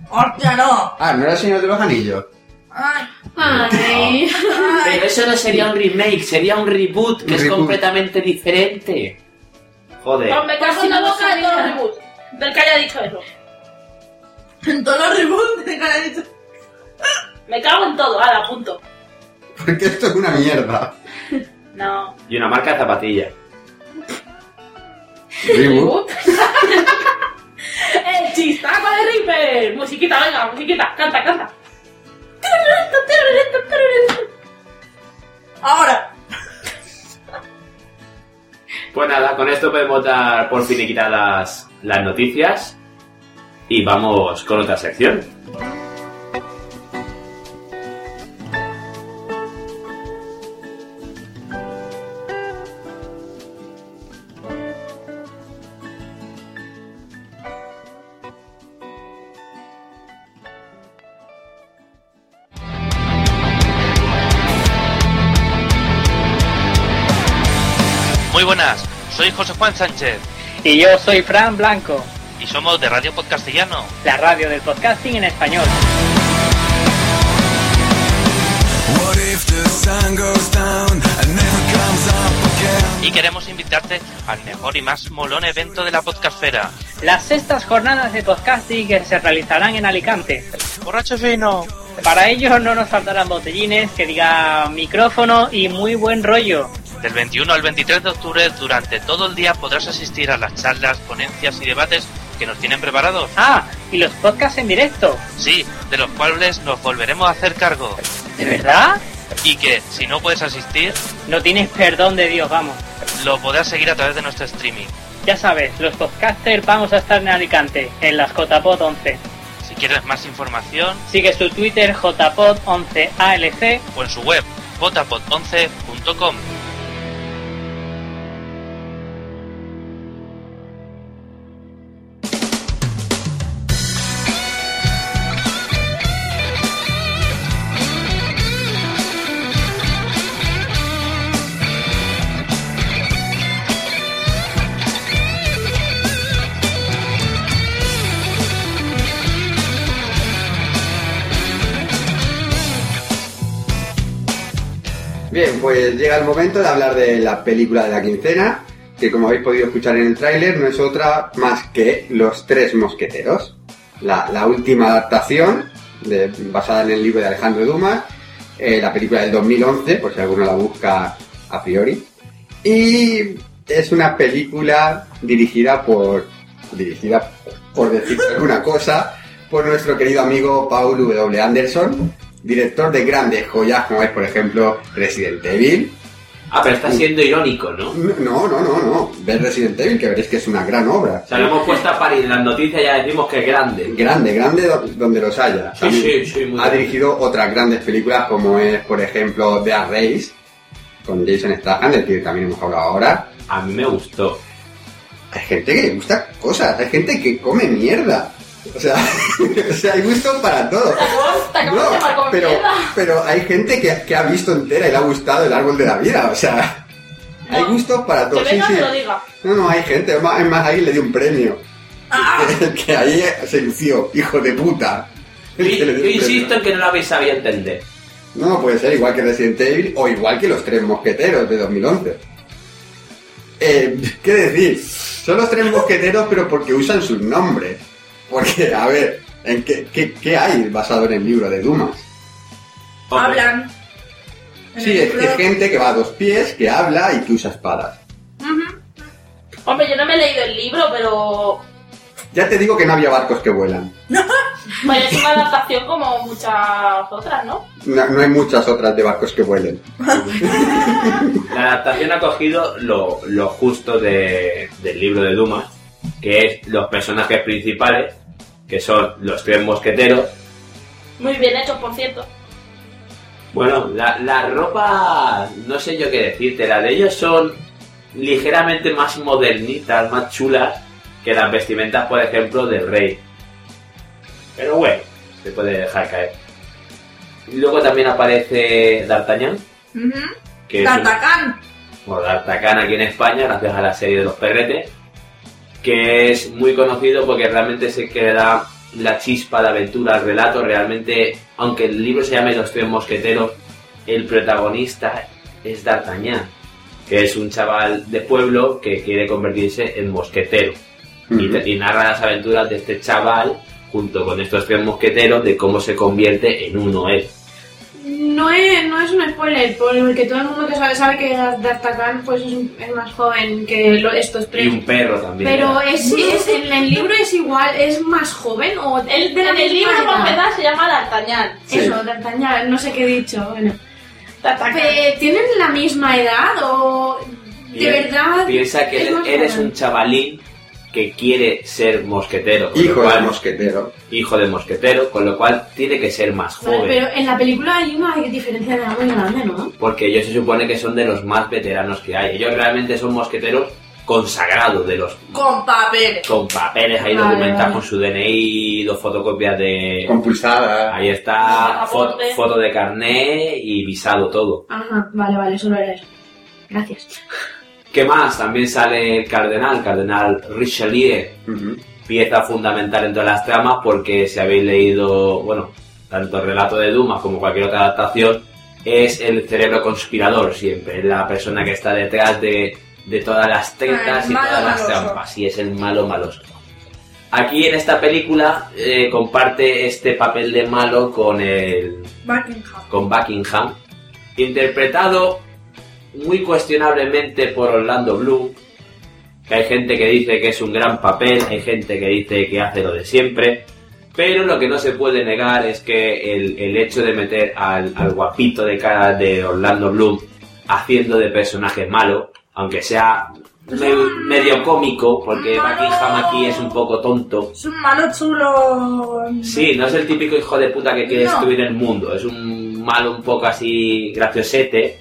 [SPEAKER 2] Hostia, no.
[SPEAKER 3] Ah, ¿no era el Señor de los Anillos?
[SPEAKER 2] Ay.
[SPEAKER 4] Ay.
[SPEAKER 5] Pero eso no sería un remake, sería un reboot que
[SPEAKER 3] Un
[SPEAKER 5] es
[SPEAKER 3] reboot.
[SPEAKER 5] completamente diferente. Joder.
[SPEAKER 1] Pues me cago
[SPEAKER 4] Pues
[SPEAKER 1] en la
[SPEAKER 4] no lo
[SPEAKER 1] boca de
[SPEAKER 4] sabía.
[SPEAKER 1] todo el reboot. del que haya dicho eso.
[SPEAKER 2] En todos los reboots que han dicho.
[SPEAKER 1] Me cago en todo, ala, punto.
[SPEAKER 3] Porque esto es una mierda.
[SPEAKER 1] No.
[SPEAKER 5] Y una marca de zapatilla.
[SPEAKER 3] Reebok.
[SPEAKER 1] ¡El chistaco de Reaper! Musiquita, venga, musiquita, canta, canta.
[SPEAKER 2] Ahora,
[SPEAKER 5] Pues nada, con esto podemos dar por finiquitadas las noticias. Y vamos con otra sección.
[SPEAKER 6] Muy buenas, soy José Juan Sánchez
[SPEAKER 7] Y yo soy Fran Blanco,
[SPEAKER 6] y somos de Radio Podcastellano.
[SPEAKER 7] la radio del podcasting en español.
[SPEAKER 8] What if the sun goes down and never comes up again?
[SPEAKER 6] Y queremos invitarte al mejor y más molón evento de la podcastfera.
[SPEAKER 7] Las sextas jornadas de podcasting que se realizarán en Alicante.
[SPEAKER 6] ¡Borracho fino!
[SPEAKER 7] Para ello no nos faltarán botellines, que diga micrófono y muy buen rollo.
[SPEAKER 6] Del 21 al 23 de octubre, durante todo el día podrás asistir a las charlas, ponencias y debates que nos tienen preparados.
[SPEAKER 7] Ah, y los podcasts en directo.
[SPEAKER 6] Sí, de los cuales nos volveremos a hacer cargo.
[SPEAKER 7] ¿De verdad?
[SPEAKER 6] Y que, si no puedes asistir,
[SPEAKER 7] No tienes perdón de Dios, vamos.
[SPEAKER 6] lo podrás seguir a través de nuestro streaming.
[SPEAKER 7] Ya sabes, los podcasters vamos a estar en Alicante, en las JPod 11.
[SPEAKER 6] Si quieres más información,
[SPEAKER 7] Sigue su Twitter JPod11ALC
[SPEAKER 6] o en su web potapod11.com.
[SPEAKER 3] Bien, pues llega el momento de hablar de la película de la quincena, que como habéis podido escuchar en el tráiler, no es otra más que Los Tres Mosqueteros. La, la última adaptación, de- basada en el libro de Alejandro Dumas, eh, la película del 2011, por si alguno la busca a priori. Y es una película dirigida por... dirigida por decir alguna cosa, por nuestro querido amigo Paul W. Anderson, director de grandes joyas como es, por ejemplo, Resident Evil.
[SPEAKER 5] Ah, pero está siendo irónico, ¿no? O
[SPEAKER 3] No, no, no, no. Ver Resident Evil, que veréis que es una gran obra.
[SPEAKER 5] sea, lo hemos puesto a parir en las noticias y ya decimos que es grande.
[SPEAKER 3] Grande, grande do- donde los haya.
[SPEAKER 5] Sí,
[SPEAKER 3] También
[SPEAKER 5] sí, sí, muy
[SPEAKER 3] ha
[SPEAKER 5] bien.
[SPEAKER 3] dirigido otras grandes películas como es, por ejemplo, The Race, con Jason Statham, del que también hemos hablado ahora.
[SPEAKER 5] A mí me gustó.
[SPEAKER 3] Hay gente que le gusta cosas, hay gente que come mierda. O sea, o sea hay gusto para todo.
[SPEAKER 4] Hasta
[SPEAKER 3] No, pero, pero hay gente que, que ha visto entera y le ha gustado el árbol de la vida, o sea,
[SPEAKER 1] No.
[SPEAKER 3] hay gustos para
[SPEAKER 1] Que
[SPEAKER 3] todos. Sí,
[SPEAKER 1] venga
[SPEAKER 3] sí.
[SPEAKER 1] que lo diga.
[SPEAKER 3] No, no, hay gente, es más, es más, ahí le dio un premio. Que, que ahí se lució, hijo de puta. Que
[SPEAKER 5] Yo,
[SPEAKER 3] le dio
[SPEAKER 5] yo
[SPEAKER 3] un premio.
[SPEAKER 5] insisto en que no lo habéis sabido entender.
[SPEAKER 3] No, puede ser igual que Resident Evil o igual que los tres mosqueteros de 2011. Eh, ¿Qué decir? Son los tres mosqueteros, pero porque usan sus nombres. Porque, a ver, ¿en qué, qué- qué hay basado en el libro de Dumas?
[SPEAKER 5] Hombre,
[SPEAKER 2] hablan. En
[SPEAKER 3] Sí,
[SPEAKER 2] el
[SPEAKER 3] es,
[SPEAKER 2] libro-
[SPEAKER 3] es gente que va a dos pies, que habla y que usa espadas.
[SPEAKER 1] Hombre, yo no me he leído el libro, pero.
[SPEAKER 3] Ya te digo que no había barcos que vuelan.
[SPEAKER 1] Vaya, es una adaptación como muchas otras, ¿no?
[SPEAKER 3] No, no hay muchas otras de barcos que vuelen.
[SPEAKER 5] La adaptación ha cogido lo, lo justo de- del libro de Dumas, que es los personajes principales, que son los tres mosqueteros.
[SPEAKER 1] Muy bien hechos, por cierto.
[SPEAKER 5] Bueno, la, la ropa, no sé yo qué decirte, la de ellos son ligeramente más modernitas, más chulas que las vestimentas, por ejemplo, del rey. Pero bueno, se puede dejar caer. Y luego también aparece D'Artagnan,
[SPEAKER 2] Ujú.
[SPEAKER 5] que es un-
[SPEAKER 2] Tatacán.
[SPEAKER 5] o D'Artagnan aquí en España, gracias a la serie de los perretes, que es muy conocido porque realmente se queda la chispa de aventura al relato. Realmente, aunque el libro se llame Los tres mosqueteros, el protagonista es D'Artagnan, que es un chaval de pueblo que quiere convertirse en mosquetero. y, te- y narra las aventuras de este chaval junto con estos tres mosqueteros de cómo se convierte en uno él.
[SPEAKER 4] No es, no es un spoiler, porque todo el mundo que sabe sabe que D'Artagnan pues, es, un- es más joven que lo- estos tres.
[SPEAKER 5] Y un perro también.
[SPEAKER 4] Pero es, es- en el libro es igual, es más joven o
[SPEAKER 1] El, de-
[SPEAKER 4] en
[SPEAKER 1] el libro
[SPEAKER 4] misma
[SPEAKER 1] para
[SPEAKER 4] edad.
[SPEAKER 1] empezar se llama D'Artagnan.
[SPEAKER 3] Sí.
[SPEAKER 4] Eso, D'Artagnan, no sé qué he dicho. Bueno.
[SPEAKER 1] D'Artagnan.
[SPEAKER 4] Pe- ¿Tienen la misma edad o de
[SPEAKER 5] Pi-
[SPEAKER 4] verdad?
[SPEAKER 5] Piensa que
[SPEAKER 4] es
[SPEAKER 5] eres,
[SPEAKER 4] más
[SPEAKER 5] eres
[SPEAKER 4] joven?
[SPEAKER 5] un chavalín que quiere ser mosquetero. con lo
[SPEAKER 3] Hijo
[SPEAKER 5] cual-
[SPEAKER 3] del mosquetero.
[SPEAKER 5] Hijo de mosquetero, con lo cual tiene que ser más
[SPEAKER 4] Vale,
[SPEAKER 5] joven.
[SPEAKER 4] pero en la película hay una diferencia de edad muy grande, ¿no?
[SPEAKER 5] Porque ellos se supone que son de los más veteranos que hay. Ellos realmente son mosqueteros consagrados, de los
[SPEAKER 2] Con papeles.
[SPEAKER 5] con papeles ahí
[SPEAKER 4] Vale,
[SPEAKER 5] documentados
[SPEAKER 4] vale.
[SPEAKER 5] con su DNI, dos fotocopias de...
[SPEAKER 3] Con pulsada.
[SPEAKER 5] Ahí está, fo-
[SPEAKER 1] Pasaporte.
[SPEAKER 5] foto de carné y visado todo.
[SPEAKER 4] Ajá, vale, vale, solo era eso. Gracias.
[SPEAKER 5] ¿Qué más? También sale el cardenal, cardenal Richelieu,
[SPEAKER 3] Ujú.
[SPEAKER 5] pieza fundamental en todas las tramas porque si habéis leído, bueno, tanto el relato de Dumas como cualquier otra adaptación, es el cerebro conspirador siempre, es la persona que está detrás de, de todas las tretas
[SPEAKER 2] Ah, el
[SPEAKER 5] y
[SPEAKER 2] malo
[SPEAKER 5] todas las
[SPEAKER 2] maloso.
[SPEAKER 5] trampas, y es el malo maloso. Aquí en esta película eh, comparte este papel de malo con el,
[SPEAKER 2] Buckingham.
[SPEAKER 5] con Buckingham, interpretado muy cuestionablemente por Orlando Bloom, que hay gente que dice que es un gran papel, hay gente que dice que hace lo de siempre, pero lo que no se puede negar es que el, el hecho de meter al, al guapito de cara de Orlando Bloom haciendo de personaje malo, aunque sea me- medio cómico, porque
[SPEAKER 2] Malo.
[SPEAKER 5] Buckingham aquí es un poco tonto,
[SPEAKER 2] Es un malo chulo.
[SPEAKER 5] Sí, no es el típico hijo de puta que quiere
[SPEAKER 2] No.
[SPEAKER 5] destruir el mundo. Es un malo un poco así graciosete.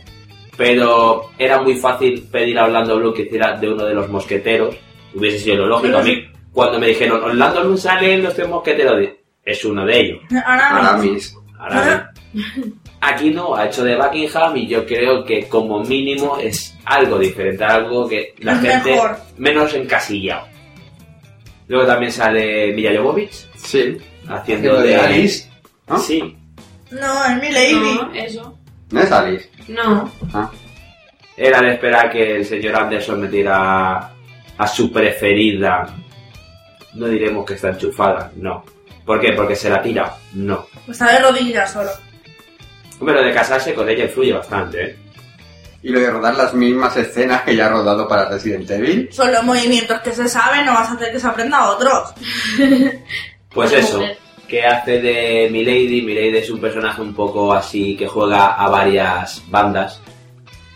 [SPEAKER 5] Pero era muy fácil pedir a Orlando Bloom que hiciera de uno de los mosqueteros. Hubiese sido lo lógico. A mí, cuando me dijeron, Orlando Bloom sale en los tres mosqueteros, di- es uno de ellos.
[SPEAKER 2] Ahora mismo.
[SPEAKER 3] Aramis.
[SPEAKER 5] Ahora
[SPEAKER 2] Ah.
[SPEAKER 5] bien. Aquí no, ha hecho de Buckingham y yo creo que como mínimo es algo diferente, algo que la
[SPEAKER 2] Es
[SPEAKER 5] gente
[SPEAKER 2] mejor.
[SPEAKER 5] menos encasillado. Luego también sale Milla Jovovich
[SPEAKER 3] Sí.
[SPEAKER 5] haciendo
[SPEAKER 3] Haciendo
[SPEAKER 5] de,
[SPEAKER 3] de Alice. ¿no?
[SPEAKER 5] Sí,
[SPEAKER 2] No, es mi lady.
[SPEAKER 4] No, eso.
[SPEAKER 3] No es Alice.
[SPEAKER 4] No.
[SPEAKER 5] Era de esperar que el señor Anderson metiera a su preferida. No diremos que está enchufada, no. ¿Por qué? Porque se la tira, no.
[SPEAKER 2] Está de rodillas solo.
[SPEAKER 5] Pero de casarse con ella influye bastante, ¿eh?
[SPEAKER 3] Y lo de rodar las mismas escenas que ya ha rodado para Resident Evil.
[SPEAKER 2] Son los movimientos que se saben, no vas a hacer que se aprenda a otros.
[SPEAKER 5] Pues
[SPEAKER 1] Una
[SPEAKER 5] eso,
[SPEAKER 1] mujer.
[SPEAKER 5] que hace de Milady. Milady es un personaje un poco así que juega a varias bandas.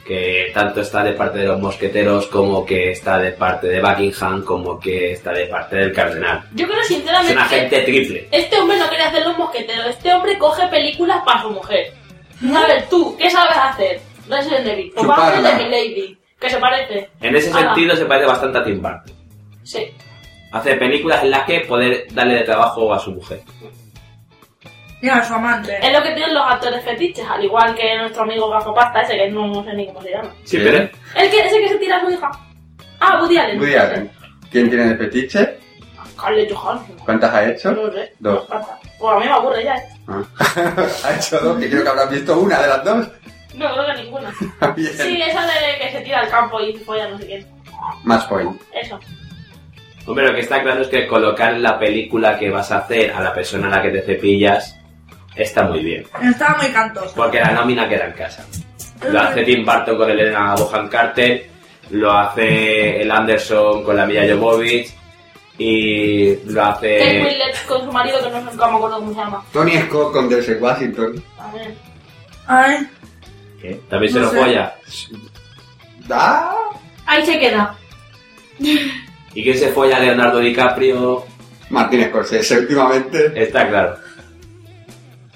[SPEAKER 5] Que tanto está de parte de los mosqueteros como que está de parte de Buckingham como que está de parte del cardenal.
[SPEAKER 1] Yo creo
[SPEAKER 5] Es una
[SPEAKER 1] sinceramente
[SPEAKER 5] gente triple.
[SPEAKER 1] este hombre no quiere hacer los mosqueteros. Este hombre coge películas para su mujer. A ver, tú, ¿qué sabes hacer? Resident Evil. O
[SPEAKER 3] Chuparla.
[SPEAKER 1] papel de Milady, que se parece.
[SPEAKER 5] En ese
[SPEAKER 1] Ala.
[SPEAKER 5] sentido se parece bastante a Tim Burton.
[SPEAKER 1] Sí.
[SPEAKER 5] hacer películas en las que poder darle de trabajo a su mujer.
[SPEAKER 2] Mira, su amante.
[SPEAKER 1] Es lo que tienen los actores fetiches, al igual que nuestro amigo Gafapasta, ese que no sé ni cómo se llama.
[SPEAKER 5] Sí,
[SPEAKER 3] pero-
[SPEAKER 1] El que, ese que se tira a su hija. Ah, Woody Allen.
[SPEAKER 3] Woody Allen. ¿Quién tiene el petiche?
[SPEAKER 1] Scarlett Johansson.
[SPEAKER 3] ¿Cuántas ha hecho?
[SPEAKER 1] No sé.
[SPEAKER 3] Dos.
[SPEAKER 1] Pasa. Pues a mí me aburre ya. eh.
[SPEAKER 3] ha hecho dos, que creo que habrás visto una de las dos.
[SPEAKER 1] No creo que ninguna.
[SPEAKER 3] Bien.
[SPEAKER 1] Sí, esa de que se tira al campo y folla no sé quién.
[SPEAKER 3] Más point.
[SPEAKER 1] Eso.
[SPEAKER 5] Hombre, lo que está claro es que colocar la película que vas a hacer a la persona a la que te cepillas está muy bien.
[SPEAKER 2] Estaba muy cantoso.
[SPEAKER 5] Porque la nómina queda en casa. Lo
[SPEAKER 2] Ah.
[SPEAKER 5] hace Tim Burton con Elena Bohan Carter, lo hace el Anderson con la Milla Jovovich y lo
[SPEAKER 1] Kate
[SPEAKER 5] hace...
[SPEAKER 1] Winslet con su marido, que no sé nunca me acuerdo cómo se llama.
[SPEAKER 3] Tony Scott con Denzel Washington.
[SPEAKER 1] A ver.
[SPEAKER 2] Ay,
[SPEAKER 5] ¿Qué? ¿También se
[SPEAKER 2] No
[SPEAKER 5] lo
[SPEAKER 2] sé.
[SPEAKER 5] folla?
[SPEAKER 3] ¿Da?
[SPEAKER 4] Ahí se queda.
[SPEAKER 5] ¿Y quién se folla a Leonardo DiCaprio?
[SPEAKER 3] Martín Scorsese últimamente.
[SPEAKER 5] Está claro.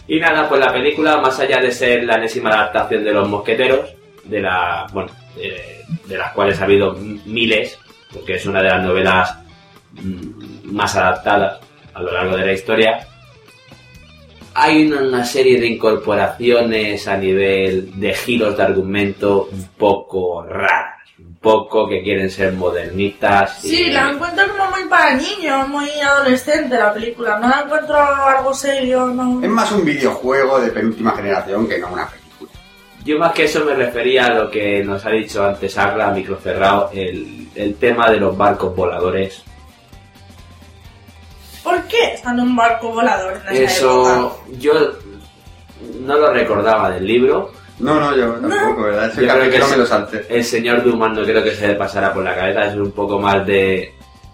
[SPEAKER 5] Y nada, pues la película, más allá de ser la enésima adaptación de los mosqueteros, de la. bueno, eh, de las cuales ha habido m- miles, porque es una de las novelas mm, más adaptadas a lo largo de la historia. Hay una, una serie de incorporaciones a nivel de giros de argumento un poco raras, un poco que quieren ser modernistas. y-
[SPEAKER 2] sí, la encuentro como muy para niños, muy adolescente la película. No la encuentro algo serio, no.
[SPEAKER 3] Es más un videojuego de penúltima generación que no una película.
[SPEAKER 5] Yo más que eso me refería a lo que nos ha dicho antes Agla, a microcerrado, el, el tema de los barcos voladores
[SPEAKER 2] qué está en un barco volador en esa época?
[SPEAKER 5] Eso yo no lo recordaba del libro.
[SPEAKER 3] No, no, yo tampoco, ¿verdad? Ese
[SPEAKER 5] Yo creo
[SPEAKER 3] capítulo
[SPEAKER 5] que
[SPEAKER 3] me
[SPEAKER 5] sí.
[SPEAKER 3] lo salté.
[SPEAKER 5] El señor Dumas no creo que se le pasara por la cabeza, es un poco más de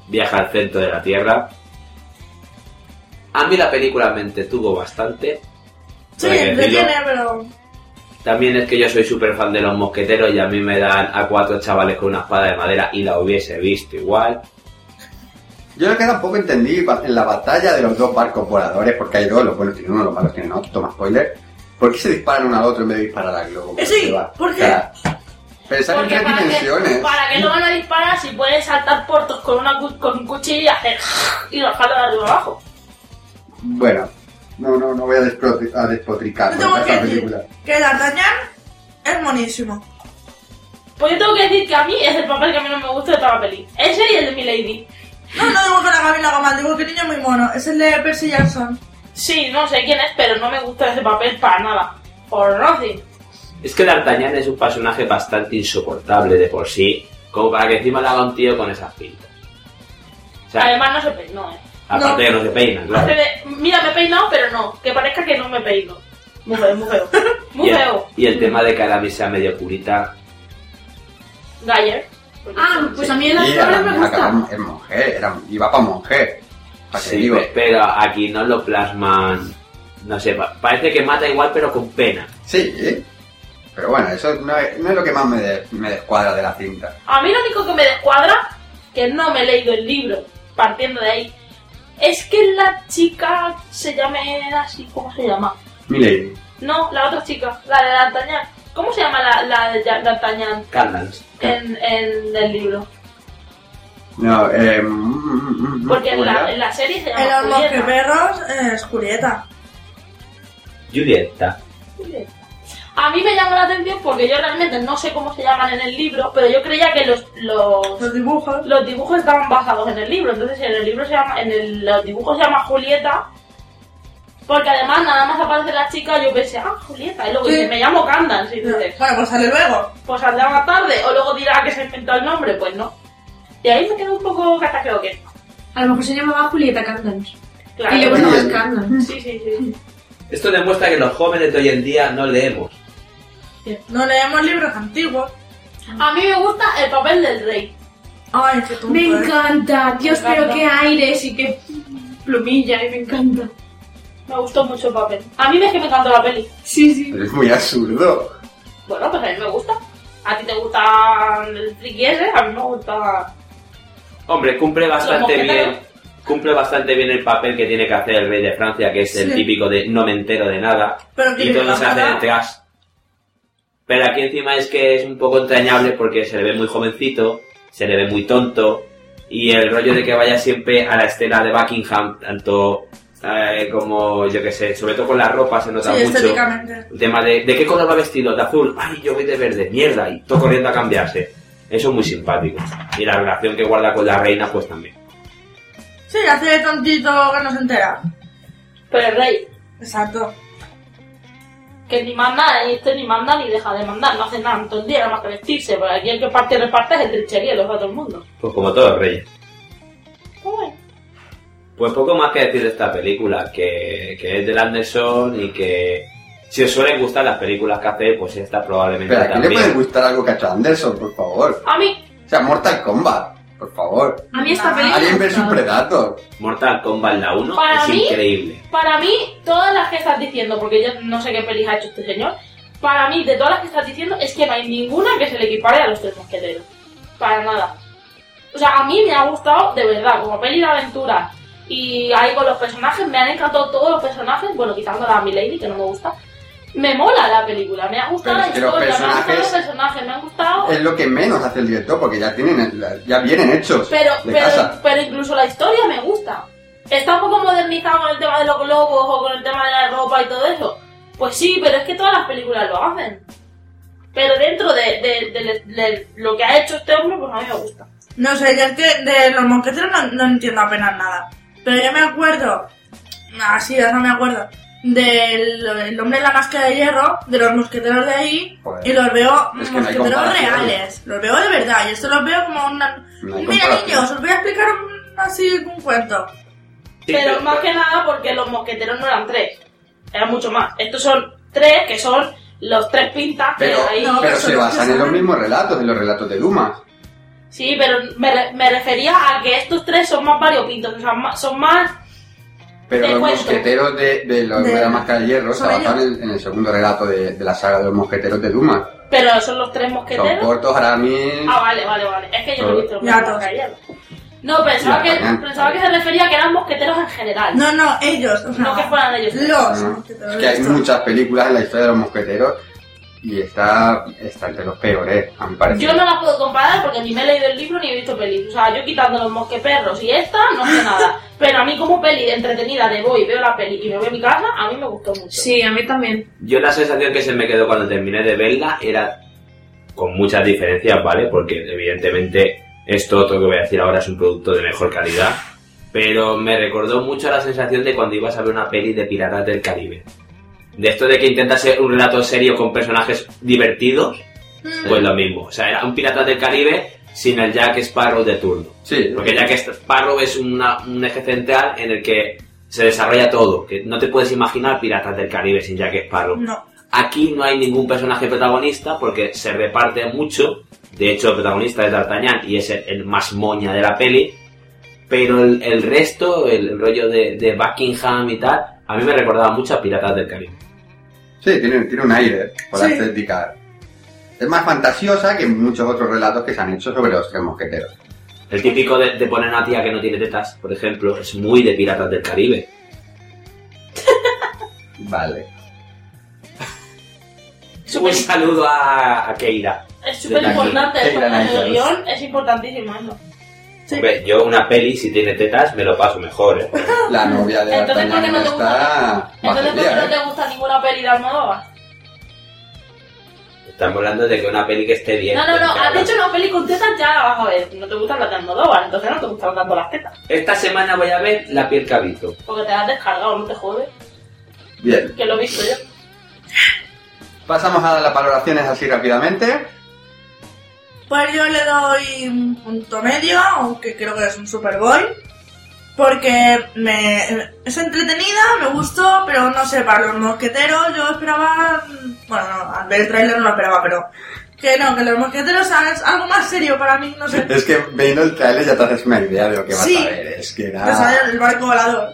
[SPEAKER 5] viaje al centro de la Tierra. A mí la película me entretuvo bastante.
[SPEAKER 2] Sí,
[SPEAKER 5] hay que decirlo.
[SPEAKER 2] entretiene, pero.
[SPEAKER 5] También es que yo soy súper fan de los mosqueteros y a mí me dan a cuatro chavales con una espada de madera y la hubiese visto igual.
[SPEAKER 3] Yo lo que tampoco entendí va- en la batalla de los dos barcos voladores, porque hay dos, los buenos tienen uno, los malos tienen otro, toma spoiler. ¿Por qué se disparan uno al otro en vez de disparar al globo?
[SPEAKER 2] Eh, sí,
[SPEAKER 3] Se va.
[SPEAKER 2] ¿por qué?
[SPEAKER 3] Cara, pensar en
[SPEAKER 1] Porque
[SPEAKER 3] tres
[SPEAKER 1] para que,
[SPEAKER 3] dimensiones.
[SPEAKER 1] para que no me lo disparas si puedes saltar portos con, una, cu- con un cuchillo y hacer y bajarlo de arriba abajo.
[SPEAKER 3] Bueno, no, no, no voy a, despro- a despotricar
[SPEAKER 2] Yo
[SPEAKER 3] contra
[SPEAKER 2] tengo que
[SPEAKER 3] esta
[SPEAKER 2] decir
[SPEAKER 3] película.
[SPEAKER 2] que D'Artagnan es monísimo.
[SPEAKER 1] Pues yo tengo que decir que a mí es el papel que a mí no me gusta de toda la peli. Ese y el de Milady.
[SPEAKER 2] No, no digo que la Gaby la Gamal, digo que el niño es muy mono. Es el de Percy Jackson.
[SPEAKER 1] Sí, no sé quién es, pero no me gusta ese papel para nada. For nothing.
[SPEAKER 5] Es que D'Artagnan es un personaje bastante insoportable de por sí, como para que encima le haga un tío con esas pintas. O sea,
[SPEAKER 1] Además no se peinó, eh.
[SPEAKER 5] aparte que no se peina,
[SPEAKER 1] Hace
[SPEAKER 5] claro.
[SPEAKER 1] de, mira, me he peinado, pero no. Que parezca que no me peino. Muy feo, muy feo. Muy
[SPEAKER 5] Y el,
[SPEAKER 1] feo.
[SPEAKER 5] y el tema de que Aramis sea medio curita,
[SPEAKER 1] Gayer.
[SPEAKER 4] Ah, pues a mí el
[SPEAKER 3] Y
[SPEAKER 4] actor
[SPEAKER 3] era,
[SPEAKER 4] me
[SPEAKER 3] era,
[SPEAKER 4] gusta.
[SPEAKER 3] era monje, era, iba para monje. Pa' que
[SPEAKER 5] Sí,
[SPEAKER 3] digo.
[SPEAKER 5] pe- pero aquí no lo plasman. No sé, pa- parece que mata igual, pero con pena.
[SPEAKER 3] Sí, pero bueno, eso no es, no es lo que más me, de- me descuadra de la cinta.
[SPEAKER 1] A mí lo único que me descuadra, que no me he leído el libro, partiendo de ahí, es que la chica se llame así, ¿cómo se llama?
[SPEAKER 3] Milady.
[SPEAKER 1] No, la otra chica, la de D'Artagnan. ¿Cómo se llama la, la de Ya- D'Artagnan
[SPEAKER 5] Cardans.
[SPEAKER 1] en, en el libro?
[SPEAKER 3] No, eh. mm, mm, mm,
[SPEAKER 1] Porque en
[SPEAKER 3] ¿cómo
[SPEAKER 1] la,
[SPEAKER 3] era?
[SPEAKER 1] en la serie
[SPEAKER 4] Ah,
[SPEAKER 1] se
[SPEAKER 2] En
[SPEAKER 1] llama
[SPEAKER 2] los
[SPEAKER 1] Julieta.
[SPEAKER 2] mosqueteros eh, es Julieta.
[SPEAKER 5] Julieta.
[SPEAKER 1] Julieta. A mí me llamó la atención porque yo realmente no sé cómo se llaman en el libro, pero yo creía que los, los
[SPEAKER 2] Los dibujos.
[SPEAKER 1] los dibujos estaban basados en el libro. Entonces, en el libro se llama, en el, los dibujos se llama Julieta. Porque además, nada más aparece la chica, yo pensé, ah, Julieta. Y luego
[SPEAKER 2] Sí.
[SPEAKER 1] dice, me llamo Candan. Y
[SPEAKER 2] Bueno,
[SPEAKER 1] dices,
[SPEAKER 2] pues sale luego.
[SPEAKER 1] pues saldrá más tarde. O luego dirá que se ha inventado el nombre. Pues no. Y ahí me quedo un poco cataqueo que.
[SPEAKER 4] A lo mejor se llamaba Julieta Candance.
[SPEAKER 1] Claro.
[SPEAKER 4] y yo
[SPEAKER 3] pues
[SPEAKER 4] no
[SPEAKER 3] no.
[SPEAKER 4] es Candance.
[SPEAKER 1] Sí, sí, sí.
[SPEAKER 5] Esto demuestra que los jóvenes de hoy en día no leemos.
[SPEAKER 2] No leemos libros antiguos.
[SPEAKER 1] A mí me gusta el papel del rey.
[SPEAKER 2] Ay, qué tonto.
[SPEAKER 4] Me
[SPEAKER 2] ¿eh?
[SPEAKER 4] encanta. Dios,
[SPEAKER 1] Me encanta.
[SPEAKER 4] pero qué aires y qué plumilla. Y me encanta.
[SPEAKER 1] Me gustó mucho el papel. A mí es que me encantó la peli.
[SPEAKER 4] Sí, sí.
[SPEAKER 3] Pero es muy absurdo.
[SPEAKER 1] Bueno, pues a mí me gusta. A ti te gusta el friki ese, a mí me gusta...
[SPEAKER 5] Hombre, cumple bastante
[SPEAKER 1] Los mosqueteros.
[SPEAKER 5] bien. Cumple bastante bien el papel que tiene que hacer el rey de Francia, que es el
[SPEAKER 2] Sí.
[SPEAKER 5] típico de no me entero de nada.
[SPEAKER 2] Pero
[SPEAKER 5] y
[SPEAKER 2] que
[SPEAKER 5] todo se hace
[SPEAKER 2] nada.
[SPEAKER 5] detrás. Pero aquí encima es que es un poco entrañable porque se le ve muy jovencito, se le ve muy tonto, y el rollo de que vaya siempre a la escena de Buckingham, tanto eh, como, yo que sé, sobre todo con la ropa se nota
[SPEAKER 2] Sí,
[SPEAKER 5] mucho.
[SPEAKER 2] estéticamente.
[SPEAKER 5] El tema de, ¿de qué color va vestido? ¿De azul? Ay, yo voy de verde, mierda, y todo corriendo a cambiarse. Eso es muy simpático. Y la relación que guarda con la reina, pues también.
[SPEAKER 2] Sí, hace de tontito que no se entera.
[SPEAKER 1] Pero el rey,
[SPEAKER 2] Exacto.
[SPEAKER 1] que ni manda, ni este ni manda ni deja de mandar, no hace nada todo el día, nada más que vestirse, porque aquí el que parte y reparte es el trichería, los va todo el mundo.
[SPEAKER 5] Pues como todos los reyes.
[SPEAKER 1] Uy.
[SPEAKER 5] Pues poco más que decir de esta película, que, que es del Anderson y que si os suelen gustar las películas que hace, pues esta probablemente
[SPEAKER 3] Pero aquí le puede
[SPEAKER 5] también.
[SPEAKER 3] gustar algo que ha hecho Anderson, por favor.
[SPEAKER 1] A mí,
[SPEAKER 3] O sea, Mortal Kombat, por favor.
[SPEAKER 4] A mí esta película.
[SPEAKER 3] Alien
[SPEAKER 4] me
[SPEAKER 3] vs
[SPEAKER 4] gusta.
[SPEAKER 3] Predator.
[SPEAKER 5] Mortal Kombat la 1
[SPEAKER 1] Para
[SPEAKER 5] es
[SPEAKER 1] mí-
[SPEAKER 5] increíble.
[SPEAKER 1] para mí, todas las que estás diciendo, porque yo no sé qué pelis ha hecho este señor, para mí, de todas las que estás diciendo, es que no hay ninguna que se le equipare a los tres mosqueteros. Para nada. O sea, a mí me ha gustado, de verdad, como peli de aventura. Y ahí con los personajes, me han encantado todos los personajes, bueno, quitando a Milady, que no me gusta. Me mola la película, me ha gustado
[SPEAKER 3] Pero
[SPEAKER 1] la
[SPEAKER 3] es que los
[SPEAKER 1] historia, me han gustado los
[SPEAKER 3] personajes-
[SPEAKER 1] personajes, me han gustado...
[SPEAKER 3] Es lo que menos hace el director, porque ya tienen, ya vienen hechos
[SPEAKER 1] Pero,
[SPEAKER 3] de
[SPEAKER 1] pero,
[SPEAKER 3] casa.
[SPEAKER 1] pero incluso la historia me gusta. Está un poco modernizado con el tema de los globos o con el tema de la ropa y todo eso. Pues sí, pero es que todas las películas lo hacen. Pero dentro de, de- de- de lo que ha hecho este hombre, pues a mí me gusta.
[SPEAKER 2] No sé, yo es que de los mosqueteros no, no entiendo apenas nada. Pero yo me acuerdo,
[SPEAKER 4] Ah,
[SPEAKER 2] así, ya no me acuerdo, del el hombre de la máscara de hierro, de los mosqueteros de ahí,
[SPEAKER 3] Joder.
[SPEAKER 2] y los veo
[SPEAKER 3] Es que no hay
[SPEAKER 2] mosqueteros
[SPEAKER 3] comparación.
[SPEAKER 2] reales. Los veo de verdad, y esto los veo como una.
[SPEAKER 3] No hay
[SPEAKER 2] Mira,
[SPEAKER 3] comparación.
[SPEAKER 2] niños, os voy a explicar un- así un cuento.
[SPEAKER 1] pero más que nada porque los mosqueteros no eran tres, eran mucho más. Estos son tres, que son los tres pintas que
[SPEAKER 3] Pero,
[SPEAKER 1] hay.
[SPEAKER 2] no,
[SPEAKER 3] pero
[SPEAKER 2] pero
[SPEAKER 3] se
[SPEAKER 2] son-
[SPEAKER 3] basan en los mismos relatos, en los relatos de Dumas.
[SPEAKER 1] Sí, pero me, re- me refería a que estos tres son más variopintos, o sea, más- son más...
[SPEAKER 3] Pero
[SPEAKER 1] Te
[SPEAKER 3] los
[SPEAKER 1] cuento.
[SPEAKER 3] mosqueteros de, de, los, de,
[SPEAKER 2] De-
[SPEAKER 3] la máscara de hierro se
[SPEAKER 2] sobre
[SPEAKER 3] basan
[SPEAKER 2] ello.
[SPEAKER 3] en, en el segundo relato de, de la saga de los mosqueteros de Dumas.
[SPEAKER 1] Pero son los tres
[SPEAKER 3] Son
[SPEAKER 1] mosqueteros.
[SPEAKER 3] Portos, Aramis...
[SPEAKER 1] Ah, vale, vale, vale. Es que yo no he visto los
[SPEAKER 2] Ya,
[SPEAKER 1] mosqueteros
[SPEAKER 2] todos.
[SPEAKER 1] cayeron. No, pensaba
[SPEAKER 3] Ya,
[SPEAKER 1] que,
[SPEAKER 3] también.
[SPEAKER 1] pensaba que se refería a que eran mosqueteros en general.
[SPEAKER 2] No, no, ellos. o sea,
[SPEAKER 1] No que fueran ellos.
[SPEAKER 2] Los.
[SPEAKER 3] ¿no?
[SPEAKER 2] que te lo
[SPEAKER 3] Es
[SPEAKER 2] he
[SPEAKER 3] que hay
[SPEAKER 2] visto.
[SPEAKER 3] muchas películas en la historia de los mosqueteros y está, está entre los peores, a mi parecer.
[SPEAKER 1] Yo no las puedo comparar porque ni me he leído el libro ni he visto pelis. O sea, yo quitando los mosqueperros y esta, no sé nada. Pero a mí como peli entretenida de voy, veo la peli y me voy a mi casa, a mí me gustó mucho.
[SPEAKER 4] Sí, a mí también.
[SPEAKER 5] Yo la sensación que se me quedó cuando terminé de verla era con muchas diferencias, ¿vale? Porque evidentemente esto otro que voy a decir ahora es un producto de mejor calidad, pero me recordó mucho la sensación de cuando ibas a ver una peli de Piratas del Caribe. De esto de que intentas ser un relato serio con personajes divertidos, pues lo mismo. O sea, era un Piratas del Caribe sin el Jack Sparrow de turno.
[SPEAKER 3] Sí,
[SPEAKER 5] Porque ya que Sparrow es una- un eje central en el que se desarrolla todo, que no te puedes imaginar Piratas del Caribe sin Jack Sparrow.
[SPEAKER 2] No.
[SPEAKER 5] Aquí no hay ningún personaje protagonista porque se reparte mucho. De hecho, el protagonista es D'Artagnan y es el, el más moña de la peli. Pero el, el resto, el rollo de, de Buckingham y tal, a mí me recordaba mucho a Piratas del Caribe.
[SPEAKER 3] Sí, tiene, tiene un aire por la
[SPEAKER 2] Sí.
[SPEAKER 3] estética. Es más fantasiosa que muchos otros relatos que se han hecho sobre los tres mosqueteros.
[SPEAKER 5] El típico de, de poner a una tía que no tiene tetas, por ejemplo, es muy de Piratas del Caribe.
[SPEAKER 3] Vale.
[SPEAKER 5] Un saludo a, a Keira.
[SPEAKER 1] Es súper importante
[SPEAKER 3] Sí,
[SPEAKER 1] eso,
[SPEAKER 3] la
[SPEAKER 1] como
[SPEAKER 3] analizamos.
[SPEAKER 1] el guión es importantísimo eso.
[SPEAKER 5] Hombre, yo una peli, si tiene tetas, me lo paso mejor. ¿eh?
[SPEAKER 3] La novia de
[SPEAKER 1] Entonces, ¿por qué
[SPEAKER 3] D'Artagnan
[SPEAKER 1] no te gusta?
[SPEAKER 3] está
[SPEAKER 1] Entonces, ¿por qué
[SPEAKER 3] vacía,
[SPEAKER 1] no
[SPEAKER 3] ¿eh?
[SPEAKER 1] te gusta ninguna peli de Almodóvar?
[SPEAKER 5] Estamos hablando de que una peli que esté bien.
[SPEAKER 1] No, no, no,
[SPEAKER 5] dedicada.
[SPEAKER 1] has hecho una peli con tetas, ya la vas a ver. No te gustan las de Almodóvar, entonces no te gustan tanto las tetas.
[SPEAKER 5] Esta semana voy a ver La piel cabito.
[SPEAKER 1] Porque te has descargado, no te jodes.
[SPEAKER 3] ¿eh? Bien.
[SPEAKER 1] Que lo he visto yo.
[SPEAKER 3] Pasamos a las valoraciones así rápidamente.
[SPEAKER 2] Pues yo le doy un punto medio, aunque creo que es un Super Bowl. Porque me, es entretenida, me gustó, pero no sé, para los mosqueteros yo esperaba. Bueno, no, al ver el tráiler no lo esperaba, pero. Que no, que los mosqueteros sean algo más serio para mí, no sé.
[SPEAKER 3] Es que viendo el trailer ya te haces una idea de lo que vas
[SPEAKER 2] Sí.
[SPEAKER 3] a ver. Es que
[SPEAKER 2] O sea,
[SPEAKER 3] era...
[SPEAKER 2] el barco volador.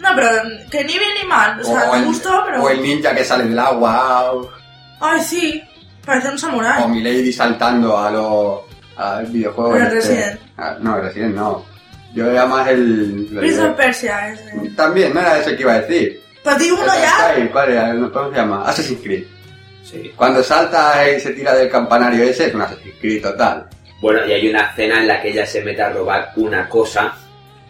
[SPEAKER 2] No, pero que ni bien ni mal. O sea, me
[SPEAKER 3] el,
[SPEAKER 2] gustó, pero.
[SPEAKER 3] o el ninja que sale del agua, o,
[SPEAKER 2] Ay, sí, parece un samurái.
[SPEAKER 3] o Milady saltando a lo, al videojuego.
[SPEAKER 2] Pero
[SPEAKER 3] este.
[SPEAKER 2] Resident.
[SPEAKER 3] Ah, no, Resident no. Yo era más el...
[SPEAKER 2] Prince of Persia, ese.
[SPEAKER 3] También, no era eso que iba a decir.
[SPEAKER 2] Pues di uno
[SPEAKER 3] El
[SPEAKER 2] ya.
[SPEAKER 3] Sky, ¿cuál era? No, ¿Cómo se llama? Assassin's Creed.
[SPEAKER 5] Sí.
[SPEAKER 3] Cuando salta y se tira del campanario ese, es un Assassin's Creed total.
[SPEAKER 5] Bueno, y hay una escena en la que ella se mete a robar una cosa,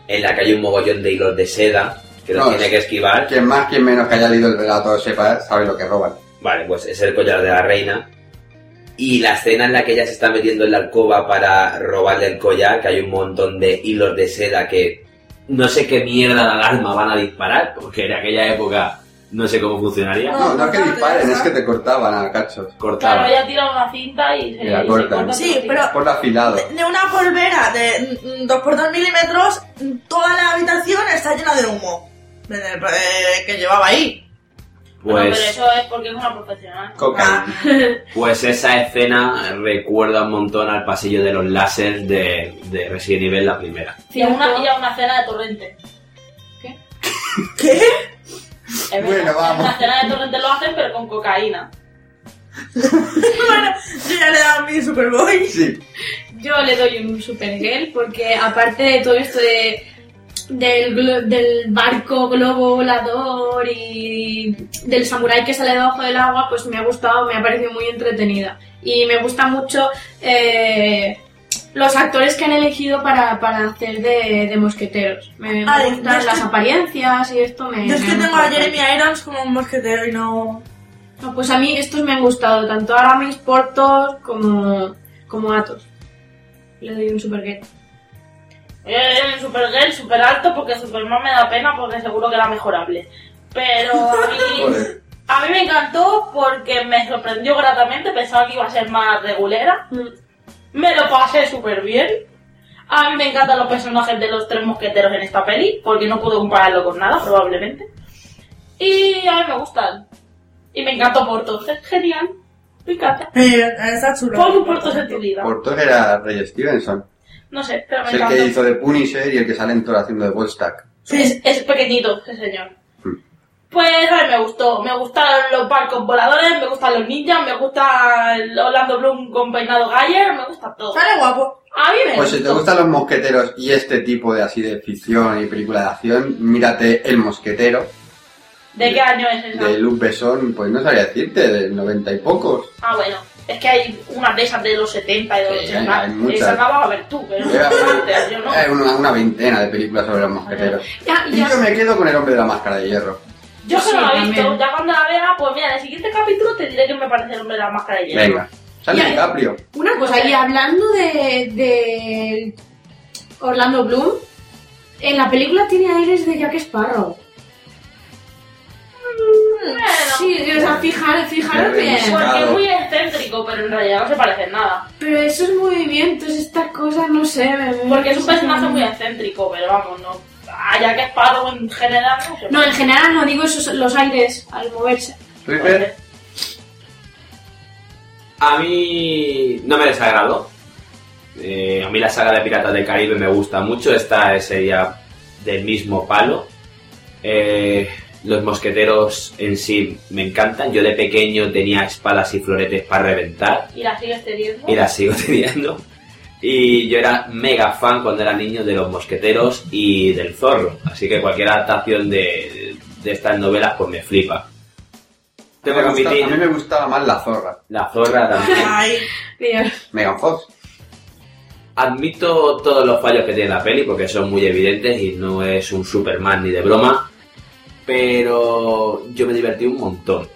[SPEAKER 5] en la que hay un mogollón de hilos de seda, que los
[SPEAKER 3] No,
[SPEAKER 5] tiene
[SPEAKER 3] es-
[SPEAKER 5] que esquivar.
[SPEAKER 3] Quien más, quien menos que haya leído el relato sepa, sabe lo que roban.
[SPEAKER 5] Vale, pues es el collar de la reina. Y la escena en la que ella se está metiendo en la alcoba para robarle el collar, que hay un montón de hilos de seda que no sé qué mierda de alarma van a disparar, porque en aquella época no sé cómo funcionaría.
[SPEAKER 2] No,
[SPEAKER 3] No, no es que
[SPEAKER 2] no,
[SPEAKER 3] disparen,
[SPEAKER 2] no.
[SPEAKER 3] es que te cortaban ah, a cachos.
[SPEAKER 5] Cortaba.
[SPEAKER 1] Claro, ella tira una cinta y se,
[SPEAKER 3] Y la
[SPEAKER 1] y se
[SPEAKER 3] cortan.
[SPEAKER 1] corta
[SPEAKER 2] Sí,
[SPEAKER 1] la cinta.
[SPEAKER 2] pero-
[SPEAKER 3] Por afilado.
[SPEAKER 2] De una polvera de mm, 2x2 milímetros, toda la habitación está llena de humo. De- de- eh, que llevaba ahí.
[SPEAKER 1] Bueno,
[SPEAKER 5] Pues...
[SPEAKER 1] pero eso es porque es una profesional.
[SPEAKER 4] Ah.
[SPEAKER 3] Cocaína.
[SPEAKER 5] Pues esa escena recuerda un montón al pasillo de los láseres de, de Resident Evil, la primera.
[SPEAKER 1] Y a una, y a una cena de torrente.
[SPEAKER 2] ¿Qué?
[SPEAKER 1] Es verdad.
[SPEAKER 3] Bueno, vamos.
[SPEAKER 1] La cena de torrente lo hacen, pero con cocaína.
[SPEAKER 2] bueno, yo ya le he dado mi Superboy.
[SPEAKER 3] Sí.
[SPEAKER 4] Yo le doy un Supergirl porque aparte de todo esto de del, glo- del barco globo volador y del samurái que sale debajo del agua, pues me ha gustado, me ha parecido muy entretenida. Y me gusta mucho eh, los actores que han elegido para, para hacer de, de mosqueteros. Me, me
[SPEAKER 2] Ay, yo
[SPEAKER 4] gustan
[SPEAKER 2] es
[SPEAKER 4] las
[SPEAKER 2] que-
[SPEAKER 4] apariencias y esto me...
[SPEAKER 2] Yo es
[SPEAKER 4] me
[SPEAKER 2] que
[SPEAKER 4] ha
[SPEAKER 2] tengo a
[SPEAKER 4] gustado.
[SPEAKER 2] Jeremy Irons como un mosquetero y no.
[SPEAKER 4] No, Pues a mí estos me han gustado, tanto Aramis, Portos como, como Atos. Le doy un Supergirl.
[SPEAKER 1] Yo en Supergirl súper alto porque Superman me da pena porque seguro que era mejorable. Pero a mí,
[SPEAKER 3] Joder.
[SPEAKER 1] a mí me encantó porque me sorprendió gratamente, pensaba que iba a ser más regulera. Me lo pasé súper bien. A mí me encantan los personajes de los tres mosqueteros en esta peli, porque no puedo compararlo con nada, probablemente. Y a mí me gustan. Y me encanta Portos, es genial. Me encanta.
[SPEAKER 2] Sí, eh, está chulo.
[SPEAKER 1] Pon un Portos en tu vida.
[SPEAKER 3] Portor era Ray Stevenson.
[SPEAKER 1] No sé, pero me
[SPEAKER 3] Es el que
[SPEAKER 1] encanta.
[SPEAKER 3] hizo de Punisher y el que sale en todo haciendo de Volstack.
[SPEAKER 1] Es, es pequeñito, ese señor.
[SPEAKER 3] Hmm.
[SPEAKER 1] Pues a ver, me gustó. Me gustan los barcos voladores, me gustan los ninjas, me gusta el Orlando Bloom con peinado Gayer, me gusta todo.
[SPEAKER 2] Sale guapo.
[SPEAKER 1] A mí me
[SPEAKER 3] Pues si te
[SPEAKER 1] gustó.
[SPEAKER 3] gustan los mosqueteros y este tipo de así de ficción y película de acción, mírate El Mosquetero
[SPEAKER 1] ¿De qué año es esa?
[SPEAKER 3] de Luc Besson, pues no sabría decirte, del noventa y pocos.
[SPEAKER 1] Ah, bueno. Es que hay unas de esas de los 70 y de los
[SPEAKER 3] Sí,
[SPEAKER 1] 80.
[SPEAKER 3] hay muchas. Eh,
[SPEAKER 1] Esa la vas a ver tú, pero no
[SPEAKER 3] Era-
[SPEAKER 1] antes, yo no.
[SPEAKER 3] Hay una, una veintena de películas sobre los mosqueteros.
[SPEAKER 4] Ya,
[SPEAKER 3] Y
[SPEAKER 4] ya.
[SPEAKER 3] yo me quedo con el hombre de la máscara de hierro.
[SPEAKER 1] Yo que
[SPEAKER 4] Sí,
[SPEAKER 1] no la he visto.
[SPEAKER 4] también.
[SPEAKER 1] Ya cuando la vea, pues mira, en el siguiente capítulo te diré que me parece el hombre de la máscara de hierro.
[SPEAKER 3] Venga, sale
[SPEAKER 4] Ya.
[SPEAKER 3] DiCaprio.
[SPEAKER 4] Una cosa,
[SPEAKER 1] Pues,
[SPEAKER 4] y hablando de, de Orlando Bloom, en la película tiene aires de Jack Sparrow.
[SPEAKER 1] Mm, Bueno,
[SPEAKER 4] Sí, o sea, fijar, fijaros
[SPEAKER 3] Qué
[SPEAKER 4] bien.
[SPEAKER 1] porque es muy excéntrico, pero en realidad no se parece en nada.
[SPEAKER 4] Pero esos movimientos, estas cosas, no sé. me-
[SPEAKER 1] Porque es un personaje muy excéntrico, pero vamos, no. Ah, ya que es paro en general, no sé.
[SPEAKER 4] No, en general no digo esos, los aires al moverse.
[SPEAKER 3] Ripper,
[SPEAKER 5] A mí no me desagradó. Eh, a mí la saga de Piratas del Caribe me gusta mucho. Esta sería del mismo palo. Eh, los mosqueteros en sí me encantan. Yo de pequeño tenía espadas y floretes para reventar.
[SPEAKER 1] Y la sigues teniendo.
[SPEAKER 5] y la sigo teniendo. Y yo era mega fan cuando era niño de los mosqueteros y del zorro. Así que cualquier adaptación de, de estas novelas pues me flipa. Tengo que
[SPEAKER 3] me gusta- a mí me
[SPEAKER 5] admitir,
[SPEAKER 3] gustaba más la zorra.
[SPEAKER 5] la zorra también.
[SPEAKER 2] Ay,
[SPEAKER 4] Dios.
[SPEAKER 3] Megan Fox.
[SPEAKER 5] Admito todos los fallos que tiene la peli porque son muy evidentes y no es un Superman ni de broma. Pero yo me divertí un montón.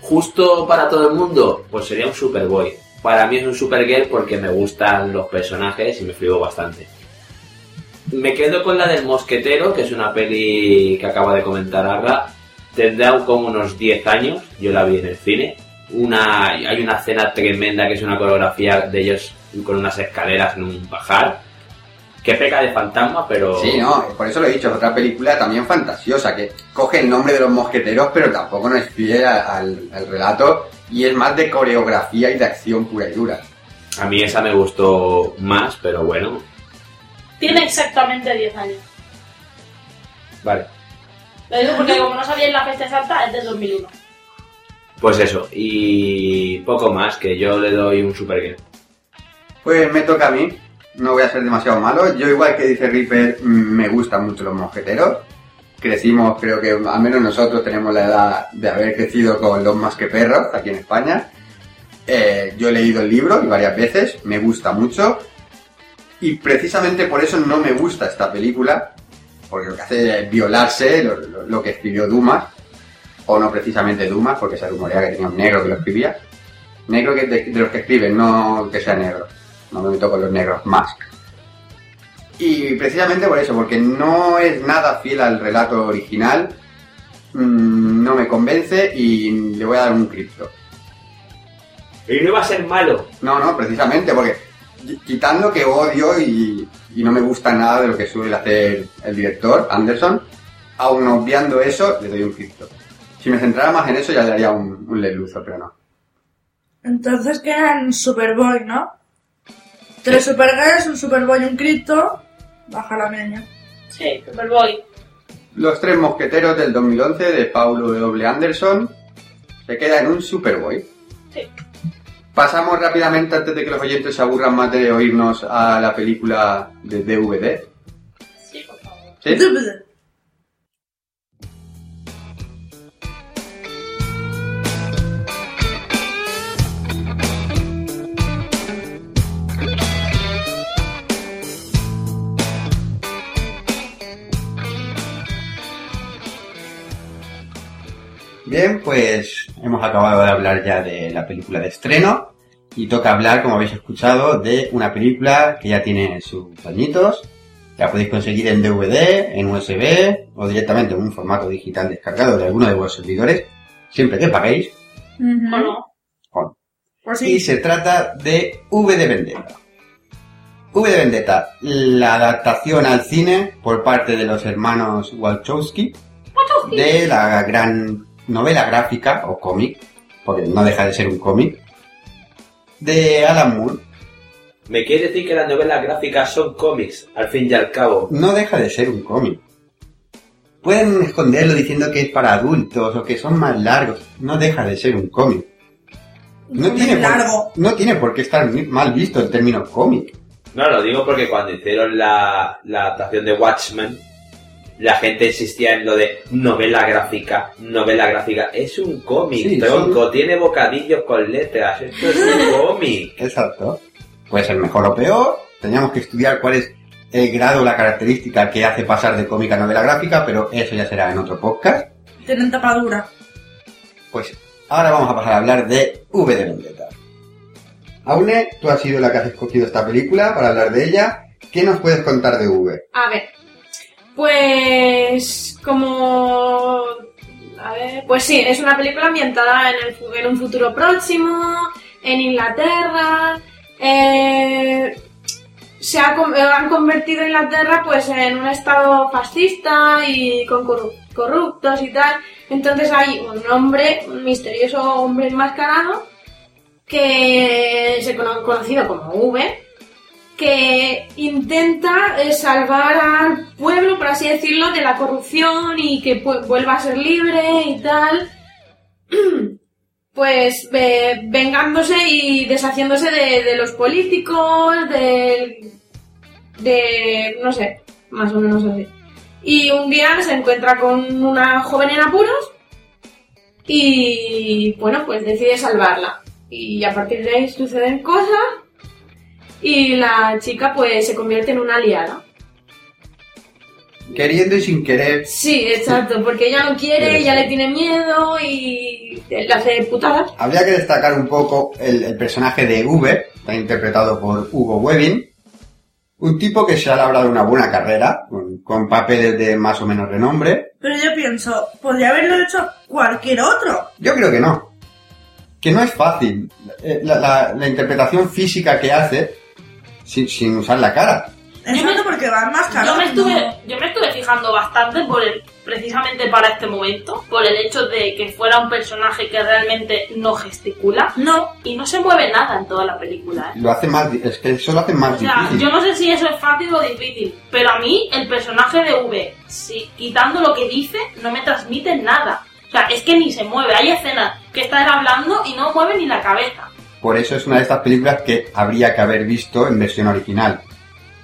[SPEAKER 5] Justo para todo el mundo, pues sería un Superboy. Para mí es un Supergirl porque me gustan los personajes y me flipo bastante. Me quedo con la del Mosquetero, que es una peli que acaba de comentar Arra. Tendrá como unos 10 años, yo la vi en el cine. Una, hay una escena tremenda que es una coreografía de ellos con unas escaleras en un bajar, que peca de fantasma, pero...
[SPEAKER 3] Sí, no, por eso lo he dicho, es otra película también fantasiosa, que coge el nombre de los mosqueteros, pero tampoco no es fiel a- al, al relato, y es más de coreografía y de acción pura y dura.
[SPEAKER 5] A mí esa me gustó más, pero bueno,
[SPEAKER 1] Tiene exactamente 10 años.
[SPEAKER 5] vale.
[SPEAKER 1] Lo digo porque como no sabía en la fecha exacta, es del 2001.
[SPEAKER 5] Pues eso, y poco más, que yo le doy un Supergirl.
[SPEAKER 3] Pues me toca a mí, no voy a ser demasiado malo, yo igual que dice Reaper, mm, me gustan mucho los mosqueteros, crecimos, creo que al menos nosotros tenemos la edad de haber crecido con los más que perros aquí en España. Eh, yo he leído el libro y varias veces, me gusta mucho. Y precisamente por eso no me gusta esta película, porque lo que hace es violarse lo, lo- lo que escribió Dumas, o no precisamente Dumas, porque se rumorea que tenía un negro que lo escribía. Negro que de, de los que escriben, no que sea negro. No me meto con los negros, más. Y precisamente por eso, porque no es nada fiel al relato original, mm, no me convence y le voy a dar un cripto.
[SPEAKER 5] Y no iba a ser malo.
[SPEAKER 3] No, no, precisamente, porque qui- quitando que odio y, y no me gusta nada de lo que suele hacer el director, Anderson, aún obviando eso, le doy un cripto. Si me centrara más en eso, ya le daría un, un Lex Luthor, pero no.
[SPEAKER 2] entonces quedan Superboy, ¿no? Tres Supergirls, un Superboy y un Crypto. Baja la meña.
[SPEAKER 1] Sí, pues Superboy.
[SPEAKER 3] Los tres mosqueteros del 2011 de Paulo W. Anderson se queda en un Superboy.
[SPEAKER 1] Sí.
[SPEAKER 3] Pasamos rápidamente, antes de que los oyentes se aburran más de oírnos, a la película de DVD.
[SPEAKER 1] Sí, por favor.
[SPEAKER 3] ¿Sí? Bien, pues hemos acabado de hablar ya de la película de estreno y toca hablar, como habéis escuchado, de una película que ya tiene sus añitos. La podéis conseguir en DVD, en USB o directamente en un formato digital descargado de alguno de vuestros servidores, siempre que paguéis.
[SPEAKER 1] ¿O no?
[SPEAKER 2] Pues sí.
[SPEAKER 3] Y se trata de V de Vendetta. V de Vendetta, la adaptación al cine por parte de los hermanos Wachowski de la gran novela gráfica o cómic, porque no deja de ser un cómic, de Alan Moore.
[SPEAKER 5] Me quiere decir que las novelas gráficas son cómics, al fin y al cabo.
[SPEAKER 3] No deja de ser un cómic. Pueden esconderlo diciendo que es para adultos o que son más largos. No deja de ser un cómic. No
[SPEAKER 2] Muy
[SPEAKER 3] tiene,
[SPEAKER 2] largo.
[SPEAKER 3] Por, no tiene por qué estar ni- mal visto el término cómic.
[SPEAKER 5] No, lo digo porque cuando hicieron la, la adaptación de Watchmen, la gente insistía en lo de novela gráfica, novela gráfica. Es un cómic,
[SPEAKER 3] Sí,
[SPEAKER 5] tronco, tiene bocadillos con letras, esto es un cómic.
[SPEAKER 3] Exacto. Puede ser mejor o peor. Teníamos que estudiar cuál es el grado o la característica que hace pasar de cómic a novela gráfica, pero eso ya será en otro podcast.
[SPEAKER 2] Tienen tapadura.
[SPEAKER 3] Pues ahora vamos a pasar a hablar de V de Vendetta. Aune, tú has sido la que has escogido esta película para hablar de ella. ¿Qué nos puedes contar de V?
[SPEAKER 4] A ver. Pues como... A ver, pues sí, es una película ambientada en, el fu- en un futuro próximo, en Inglaterra. eh, se ha con- eh, han convertido Inglaterra pues en un estado fascista y con corru- corruptos y tal. Entonces hay un hombre, un misterioso hombre enmascarado, que se cono- conocido como V, que intenta eh, salvar al pueblo, por así decirlo, de la corrupción y que pu- vuelva a ser libre y tal, pues ve- vengándose y deshaciéndose de, de los políticos, del de, no sé, más o menos así. Y un día se encuentra con una joven en apuros y, bueno, pues decide salvarla. Y a partir de ahí suceden cosas y la chica pues se convierte en una aliada.
[SPEAKER 3] Queriendo y sin querer,
[SPEAKER 4] Sí, exacto, porque ella no quiere, ella le tiene miedo y la hace putadas.
[SPEAKER 3] habría que destacar un poco el, el personaje de V, está interpretado por Hugo Webbing, un tipo que se ha labrado una buena carrera, con, con papeles de más o menos renombre.
[SPEAKER 2] Pero yo pienso, podría haberlo hecho cualquier otro.
[SPEAKER 3] Yo creo que no. Que no es fácil. Eh, La, la- la interpretación física que hace sin, sin usar la cara.
[SPEAKER 2] Exacto, porque van más caros.
[SPEAKER 1] Yo me, estuve, yo me estuve fijando bastante por el, precisamente para este momento, por el hecho de que fuera un personaje que realmente no gesticula
[SPEAKER 2] No,
[SPEAKER 1] y no se mueve nada en toda la película. ¿eh?
[SPEAKER 3] Lo hace más, di- es que eso lo hace más
[SPEAKER 1] O sea,
[SPEAKER 3] difícil.
[SPEAKER 1] yo no sé si eso es fácil o difícil, pero a mí el personaje de V, si, quitando lo que dice, no me transmite nada. O sea, es que ni se mueve. Hay escenas que está él hablando y no mueve ni la cabeza.
[SPEAKER 3] Por eso es una de estas películas que habría que haber visto en versión original.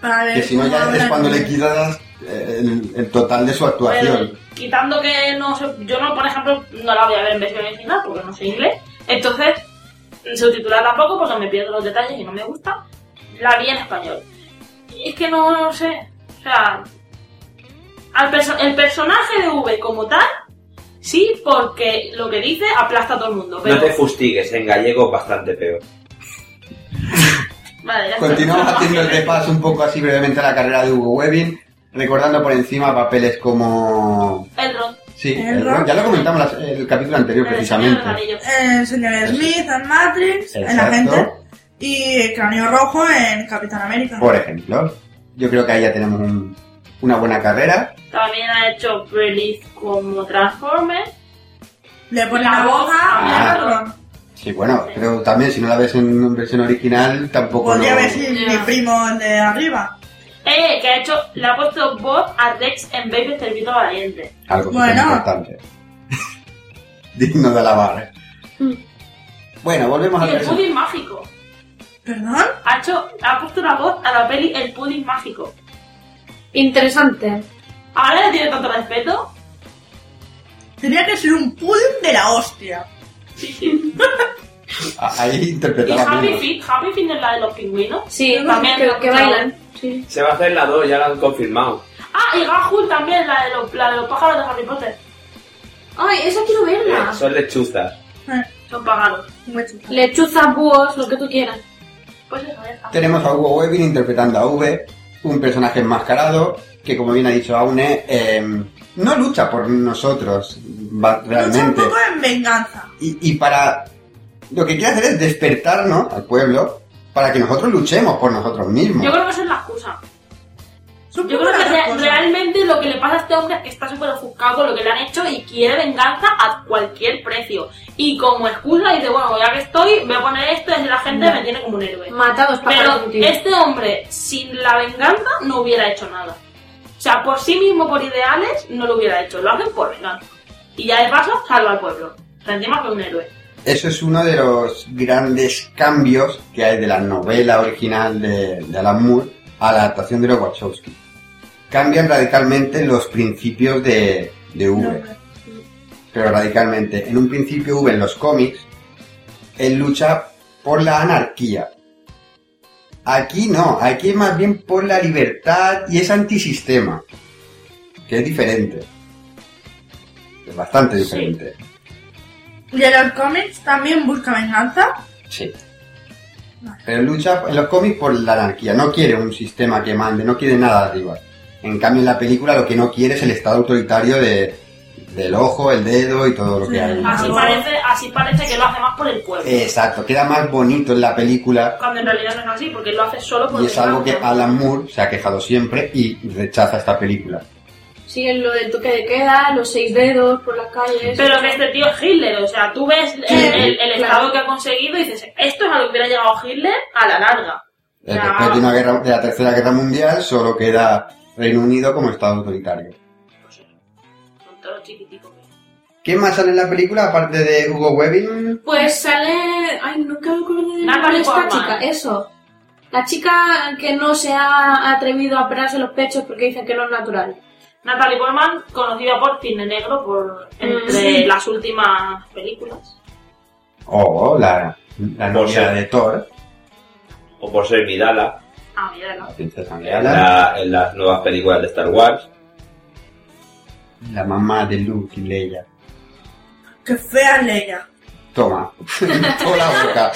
[SPEAKER 2] para ver
[SPEAKER 3] Que si no
[SPEAKER 2] cómo
[SPEAKER 3] ya es
[SPEAKER 2] hablan.
[SPEAKER 3] cuando le quitas eh, el, el total de su
[SPEAKER 1] Pero,
[SPEAKER 3] actuación.
[SPEAKER 1] quitando que no sé, yo no, por ejemplo, no la voy a ver en versión original porque no sé inglés. Entonces, subtitular tampoco porque me pierdo los detalles y no me gusta. La vi en español. Y es que no, no sé. O sea, al perso- el personaje de V como tal, sí, porque lo que dice aplasta a todo el mundo. Pero,
[SPEAKER 5] No te fustigues, en gallego es bastante peor.
[SPEAKER 1] Vale, ya está.
[SPEAKER 3] Continuamos haciendo el repaso un poco así brevemente a la carrera de Hugo Webbing, recordando por encima papeles como...
[SPEAKER 1] El ron.
[SPEAKER 3] Sí,
[SPEAKER 2] El
[SPEAKER 3] el-
[SPEAKER 2] Ron.
[SPEAKER 3] ya lo comentamos las- el capítulo anterior
[SPEAKER 1] El Señor de los
[SPEAKER 3] precisamente.
[SPEAKER 1] Anillos.
[SPEAKER 2] eh, El señor Smith en Matrix, en
[SPEAKER 3] Exacto.
[SPEAKER 2] la gente. Y el cráneo rojo en Capitán América.
[SPEAKER 3] Por ejemplo, yo creo que ahí ya tenemos un- una buena carrera.
[SPEAKER 1] También ha hecho release como Transformers.
[SPEAKER 2] Le ponen
[SPEAKER 1] La
[SPEAKER 2] la
[SPEAKER 1] voz.
[SPEAKER 2] boca a
[SPEAKER 3] Ah.
[SPEAKER 2] Lerron.
[SPEAKER 3] Sí, bueno, pero también si no la ves en versión original tampoco
[SPEAKER 2] Podría
[SPEAKER 3] lo-
[SPEAKER 2] haber sido
[SPEAKER 1] Ya.
[SPEAKER 2] mi primo el de arriba.
[SPEAKER 1] Eh, que ha hecho, le ha puesto voz a Rex en Baby Servito Valiente.
[SPEAKER 3] algo
[SPEAKER 2] Bueno.
[SPEAKER 3] súper importante. Digno de alabar.
[SPEAKER 4] Mm.
[SPEAKER 3] Bueno, volvemos
[SPEAKER 1] Y
[SPEAKER 3] al
[SPEAKER 1] el
[SPEAKER 3] personaje.
[SPEAKER 1] pudding mágico.
[SPEAKER 2] ¿Perdón?
[SPEAKER 1] Ha hecho, ha puesto una voz a la peli El pudding mágico.
[SPEAKER 4] Interesante.
[SPEAKER 1] Ahora le tiene tanto respeto.
[SPEAKER 2] Tenía que ser un pudding de la hostia.
[SPEAKER 3] A- Ahí
[SPEAKER 1] Y
[SPEAKER 3] interpretaba
[SPEAKER 1] Happy
[SPEAKER 3] menos.
[SPEAKER 1] Feet, Happy Feet es la de los pingüinos.
[SPEAKER 4] Sí,
[SPEAKER 1] También
[SPEAKER 4] que,
[SPEAKER 1] lo
[SPEAKER 4] que
[SPEAKER 1] escuchaba.
[SPEAKER 4] bailan. Sí.
[SPEAKER 5] Se va a hacer la 2, ya lo han confirmado.
[SPEAKER 1] Ah, y Gahul también, la de los, la de los pájaros de Harry Potter.
[SPEAKER 4] Ay, esa quiero
[SPEAKER 5] Eh,
[SPEAKER 4] verla.
[SPEAKER 5] son lechuzas.
[SPEAKER 2] Eh,
[SPEAKER 1] Son paganos.
[SPEAKER 2] muy chulo.
[SPEAKER 4] Lechuzas, búhos, lo que tú quieras.
[SPEAKER 1] Pues eso, ya está.
[SPEAKER 3] Tenemos a Hugo Webbing interpretando a V, un personaje enmascarado que, como bien ha dicho Aune, eh, no lucha por nosotros,
[SPEAKER 2] Lucha
[SPEAKER 3] va-
[SPEAKER 2] un
[SPEAKER 3] realmente.
[SPEAKER 2] poco en venganza.
[SPEAKER 3] y, y para lo que quiere hacer es despertarnos al pueblo para que nosotros luchemos por nosotros mismos.
[SPEAKER 1] Yo creo que eso es la excusa.
[SPEAKER 2] Es un
[SPEAKER 1] Yo
[SPEAKER 2] poco
[SPEAKER 1] creo que
[SPEAKER 2] la
[SPEAKER 1] re-
[SPEAKER 2] cosa.
[SPEAKER 1] realmente lo que le pasa a este hombre es que está súper ofuscado con lo que le han hecho y quiere venganza a cualquier precio. Y como excusa dice, bueno, ya que estoy, voy a poner esto y la gente me tiene como un héroe.
[SPEAKER 4] Matados para
[SPEAKER 1] Pero este hombre, sin la venganza, no hubiera hecho nada. O sea, por sí mismo, por ideales, no lo hubiera hecho. Lo hacen por venganza. Y ya de paso, salva al pueblo. O sea, encima fue un héroe.
[SPEAKER 3] Eso es uno de los grandes cambios que hay de la novela original de, de Alan Moore a la adaptación de los Wachowski. Cambian radicalmente los principios de, de V. Pero radicalmente. En un principio V en los cómics, él lucha por la anarquía. Aquí no, aquí es más bien por la libertad y es antisistema. Que es diferente. Es bastante
[SPEAKER 1] Sí.
[SPEAKER 3] diferente.
[SPEAKER 2] Y en los cómics también busca venganza.
[SPEAKER 3] Sí. Pero lucha en los cómics por la anarquía. No quiere un sistema que mande, no quiere nada arriba. En cambio, en la película lo que no quiere es el estado autoritario de, del ojo, el dedo y todo lo que hay.
[SPEAKER 1] Así parece, así parece que lo hace más por el pueblo.
[SPEAKER 3] Exacto, queda más bonito en la película
[SPEAKER 1] Cuando en realidad no es así, porque lo hace solo por
[SPEAKER 3] y es algo que
[SPEAKER 1] venganza.
[SPEAKER 3] Alan Moore se ha quejado siempre y rechaza esta película.
[SPEAKER 4] Sí, en lo del toque de queda, los seis dedos por las calles.
[SPEAKER 1] Pero que este tío es Hitler, o sea, tú ves el, el- el estado que ha conseguido y dices, esto es a lo que hubiera llegado Hitler a la larga. O sea,
[SPEAKER 3] Eh, Después de, una guerra, de la Tercera Guerra Mundial solo queda Reino Unido como estado autoritario.
[SPEAKER 1] son todos chiquiticos.
[SPEAKER 3] ¿Qué más sale en la película aparte de Hugo Webbing?
[SPEAKER 4] Pues sale. Ay, nunca me acuerdo de
[SPEAKER 1] Natalie
[SPEAKER 4] de esta
[SPEAKER 1] Portman.
[SPEAKER 4] chica, eso. La chica que no se ha atrevido a operarse los pechos porque dicen que no es natural.
[SPEAKER 1] Natalie Portman, conocida por Cine Negro, por entre
[SPEAKER 3] Mm.
[SPEAKER 4] sí.
[SPEAKER 1] las últimas películas.
[SPEAKER 3] Oh, la, la novia
[SPEAKER 5] Por
[SPEAKER 3] de Thor.
[SPEAKER 5] O por ser Midala,
[SPEAKER 1] Ah, mira, no.
[SPEAKER 3] La princesa
[SPEAKER 5] en,
[SPEAKER 3] Leala.
[SPEAKER 5] la- en las nuevas películas de Star Wars.
[SPEAKER 3] La mamá de Luke y Leia.
[SPEAKER 2] Que fea es Leia.
[SPEAKER 3] Toma. Toda la boca.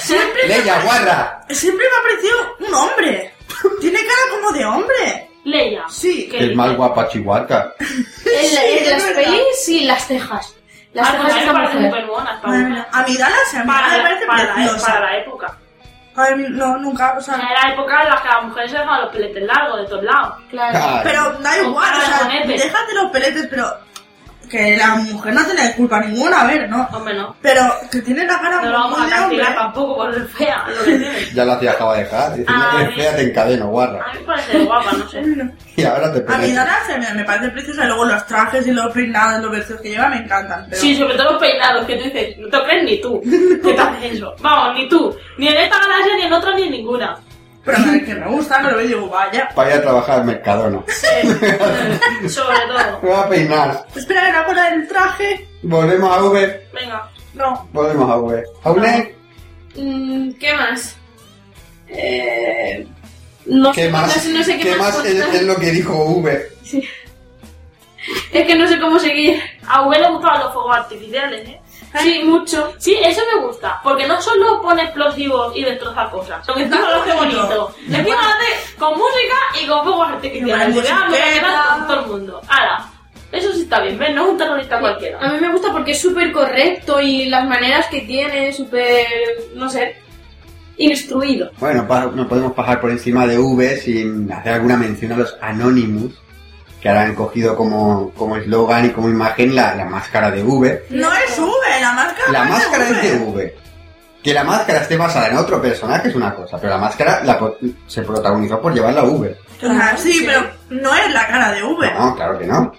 [SPEAKER 3] Leia, guarra.
[SPEAKER 2] Siempre me ha parecido un hombre. Tiene cara como de hombre.
[SPEAKER 1] Leia.
[SPEAKER 2] Sí.
[SPEAKER 1] ¿Qué
[SPEAKER 3] Que es
[SPEAKER 1] dices?
[SPEAKER 3] más guapa Chihuahua.
[SPEAKER 4] En, la- en
[SPEAKER 2] es
[SPEAKER 4] las
[SPEAKER 2] verdad.
[SPEAKER 4] pelis y las cejas. Las
[SPEAKER 1] Ah, pues a
[SPEAKER 4] cejas de
[SPEAKER 1] mí
[SPEAKER 4] esta
[SPEAKER 1] me parece
[SPEAKER 4] mujer.
[SPEAKER 1] súper buena esta
[SPEAKER 2] Madre mía.
[SPEAKER 1] mujer.
[SPEAKER 2] A mí Dallas a mí
[SPEAKER 1] Para,
[SPEAKER 2] me parece
[SPEAKER 1] la- para la,
[SPEAKER 2] preciosa. Ah.
[SPEAKER 1] para la época.
[SPEAKER 2] A mí no, nunca, o
[SPEAKER 1] O sea,
[SPEAKER 2] sea...
[SPEAKER 1] era la época en la que las mujeres se dejaban los peletes largos de todos lados.
[SPEAKER 4] Claro.
[SPEAKER 2] Pero da igual, o
[SPEAKER 1] Ojalá
[SPEAKER 2] sea,
[SPEAKER 1] con Epe.
[SPEAKER 2] déjate los peletes, pero... Que la mujer no tiene culpa ninguna, a ver, ¿no?
[SPEAKER 1] Hombre, no.
[SPEAKER 2] Pero que tiene la cara
[SPEAKER 1] No lo vamos
[SPEAKER 2] muy
[SPEAKER 1] a
[SPEAKER 2] de Ah, hombre.
[SPEAKER 1] castigar tampoco por ser fea, lo que tiene.
[SPEAKER 3] Ya lo hacía acaba de dejar. Diciendo
[SPEAKER 1] Ay.
[SPEAKER 4] Ah,
[SPEAKER 3] que es fea, te encadeno,
[SPEAKER 1] A
[SPEAKER 3] guarra.
[SPEAKER 1] mí me parece guapa, no sé.
[SPEAKER 3] Y ahora
[SPEAKER 4] Ah,
[SPEAKER 3] te
[SPEAKER 2] A mí
[SPEAKER 3] penetra.
[SPEAKER 2] Dana se me, me parece preciosa y luego los trajes y los peinados, los vestidos que lleva me encantan. Pero...
[SPEAKER 1] Sí, sobre todo los peinados que tú dices, no te crees ni tú que te haces eso. Vamos, ni tú. Ni en esta galaxia, ni en otra, ni en ninguna.
[SPEAKER 2] Pero me- que me gusta, no lo veo y digo, vaya.
[SPEAKER 3] Para ir a trabajar al Mercadona.
[SPEAKER 1] Eh, sobre todo.
[SPEAKER 3] Me va a peinar.
[SPEAKER 2] Espera, que no acuerdo del traje.
[SPEAKER 3] Volvemos a V.
[SPEAKER 1] Venga.
[SPEAKER 2] No.
[SPEAKER 3] Volvemos a V. ¿Aune?
[SPEAKER 4] Mm, ¿Qué más? Eh, no
[SPEAKER 3] ¿Qué
[SPEAKER 4] sé
[SPEAKER 3] más?
[SPEAKER 4] No sé qué, más,
[SPEAKER 3] es,
[SPEAKER 4] contar.
[SPEAKER 3] es lo que dijo V?
[SPEAKER 4] Es que no sé cómo seguir.
[SPEAKER 1] A V le gustaban los fuegos artificiales, ¿eh?
[SPEAKER 4] Sí, mucho.
[SPEAKER 1] Sí, eso me gusta. Porque no solo pone explosivos y destroza cosas. Lo que encima lo hace bonito. Encima lo hace con música y con fuegos artificiales.
[SPEAKER 2] Y
[SPEAKER 1] Porque
[SPEAKER 2] buena
[SPEAKER 1] vamos a
[SPEAKER 2] musiqueta.
[SPEAKER 1] quedar con todo el mundo. Ahora, eso sí está bien, ¿ves? No es un terrorista cualquiera.
[SPEAKER 4] A mí me gusta porque es súper correcto y las maneras que tiene, súper, no sé, instruido.
[SPEAKER 3] Bueno, pa- no podemos pasar por encima de V sin hacer alguna mención a los Anonymous, que ahora han cogido como como eslogan y como imagen la, la máscara de V.
[SPEAKER 2] No es V, la máscara
[SPEAKER 3] La
[SPEAKER 2] no
[SPEAKER 3] máscara es de
[SPEAKER 2] V.
[SPEAKER 3] V. Que la máscara esté basada en otro personaje es una cosa, pero la máscara la po- se protagonizó por llevarla a V.
[SPEAKER 2] O sea, sí, pero no es la cara de V.
[SPEAKER 3] No, claro que no.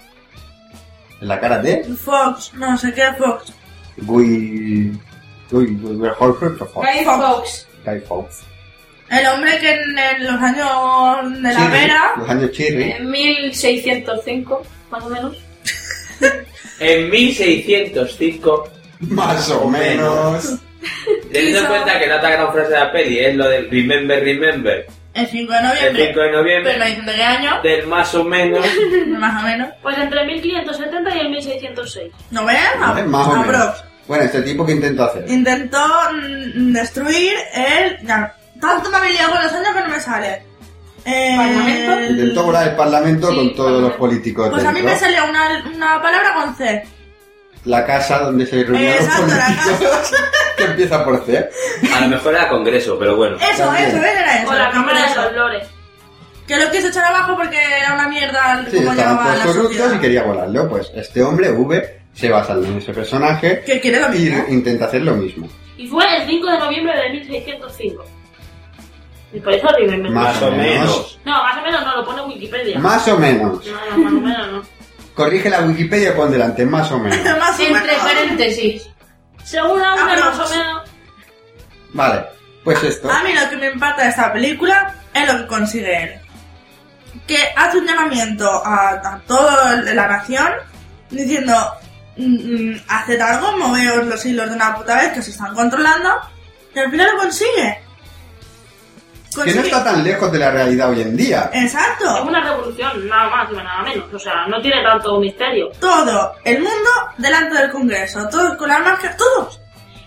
[SPEAKER 3] Es la cara de
[SPEAKER 2] Fox, no sé qué Fox.
[SPEAKER 3] Guy... Guy... Guy Horford, por favor.
[SPEAKER 4] Guy Fox.
[SPEAKER 3] Guy Fawkes.
[SPEAKER 2] El hombre que en, en los años de la
[SPEAKER 3] Chirri,
[SPEAKER 2] vera... Eh.
[SPEAKER 3] Los años Chirri.
[SPEAKER 4] En 1605, más o menos.
[SPEAKER 5] En 1605,
[SPEAKER 3] Más o menos.
[SPEAKER 5] teniendo en
[SPEAKER 2] Quizá.
[SPEAKER 5] cuenta que la otra gran frase de la peli es lo del Remember, Remember,
[SPEAKER 2] El 5 de
[SPEAKER 5] el
[SPEAKER 2] noviembre.
[SPEAKER 5] 5 de
[SPEAKER 2] Pero
[SPEAKER 5] noviembre,
[SPEAKER 2] no dicen de qué año,
[SPEAKER 5] del más o menos.
[SPEAKER 2] más o menos.
[SPEAKER 1] Pues entre 1570 y el 1606.
[SPEAKER 2] ¿No ves?
[SPEAKER 3] Más o
[SPEAKER 2] Aprox.
[SPEAKER 3] menos. Bueno, este tipo que intentó hacer.
[SPEAKER 2] intentó mm, destruir el. ya, tanto me había con los años que no me sale. El-
[SPEAKER 4] ¿Parlamento?
[SPEAKER 3] Intentó volar el parlamento
[SPEAKER 4] Sí,
[SPEAKER 3] con todos los
[SPEAKER 4] parlamento.
[SPEAKER 3] políticos
[SPEAKER 2] Pues a mí
[SPEAKER 3] dentro.
[SPEAKER 2] me salía una, una palabra con C.
[SPEAKER 3] La casa donde se reunieron los
[SPEAKER 2] Exacto, la
[SPEAKER 3] políticos.
[SPEAKER 2] casa.
[SPEAKER 3] que empieza por C.
[SPEAKER 5] A lo mejor era congreso, pero bueno.
[SPEAKER 2] Eso,
[SPEAKER 3] También.
[SPEAKER 2] eso, era eso.
[SPEAKER 1] O la Cámara de
[SPEAKER 2] Eso.
[SPEAKER 1] los Lores.
[SPEAKER 2] Que lo quiso echar abajo porque era una mierda
[SPEAKER 3] Sí,
[SPEAKER 2] como
[SPEAKER 3] estaban
[SPEAKER 2] llevaba
[SPEAKER 3] todos
[SPEAKER 2] la
[SPEAKER 3] corruptos y
[SPEAKER 2] sociedad.
[SPEAKER 3] quería volarlo. Pues este hombre, V, se basa en ese personaje
[SPEAKER 2] Que quiere lo
[SPEAKER 3] y
[SPEAKER 2] mismo.
[SPEAKER 3] intenta hacer lo mismo.
[SPEAKER 1] Y fue el 5 de noviembre de 1605. Y por eso Remember.
[SPEAKER 3] Más o menos.
[SPEAKER 1] No, más o menos no, lo pone Wikipedia.
[SPEAKER 3] Más o menos.
[SPEAKER 1] No, no, más o menos no.
[SPEAKER 3] Corrige la Wikipedia con delante, más o menos.
[SPEAKER 2] Más o
[SPEAKER 4] Entre
[SPEAKER 2] menos.
[SPEAKER 4] paréntesis.
[SPEAKER 1] Según
[SPEAKER 2] Ah,
[SPEAKER 1] Aune,
[SPEAKER 2] pero-
[SPEAKER 1] más o menos.
[SPEAKER 3] Vale, pues esto.
[SPEAKER 2] A mí lo que me impacta de esta película es lo que consigue él. Que hace un llamamiento a, a toda la nación diciendo, mm, mm, haced algo, moveos los hilos de una puta vez que se están controlando. Y al final lo consigue.
[SPEAKER 3] Que no
[SPEAKER 2] Consigue-
[SPEAKER 3] está tan lejos de la realidad hoy en día.
[SPEAKER 1] Es
[SPEAKER 2] Exacto.
[SPEAKER 1] una revolución, nada más y nada menos. O sea, no tiene tanto misterio.
[SPEAKER 2] Todo el mundo delante del Congreso. Todos con las máscaras. Todos.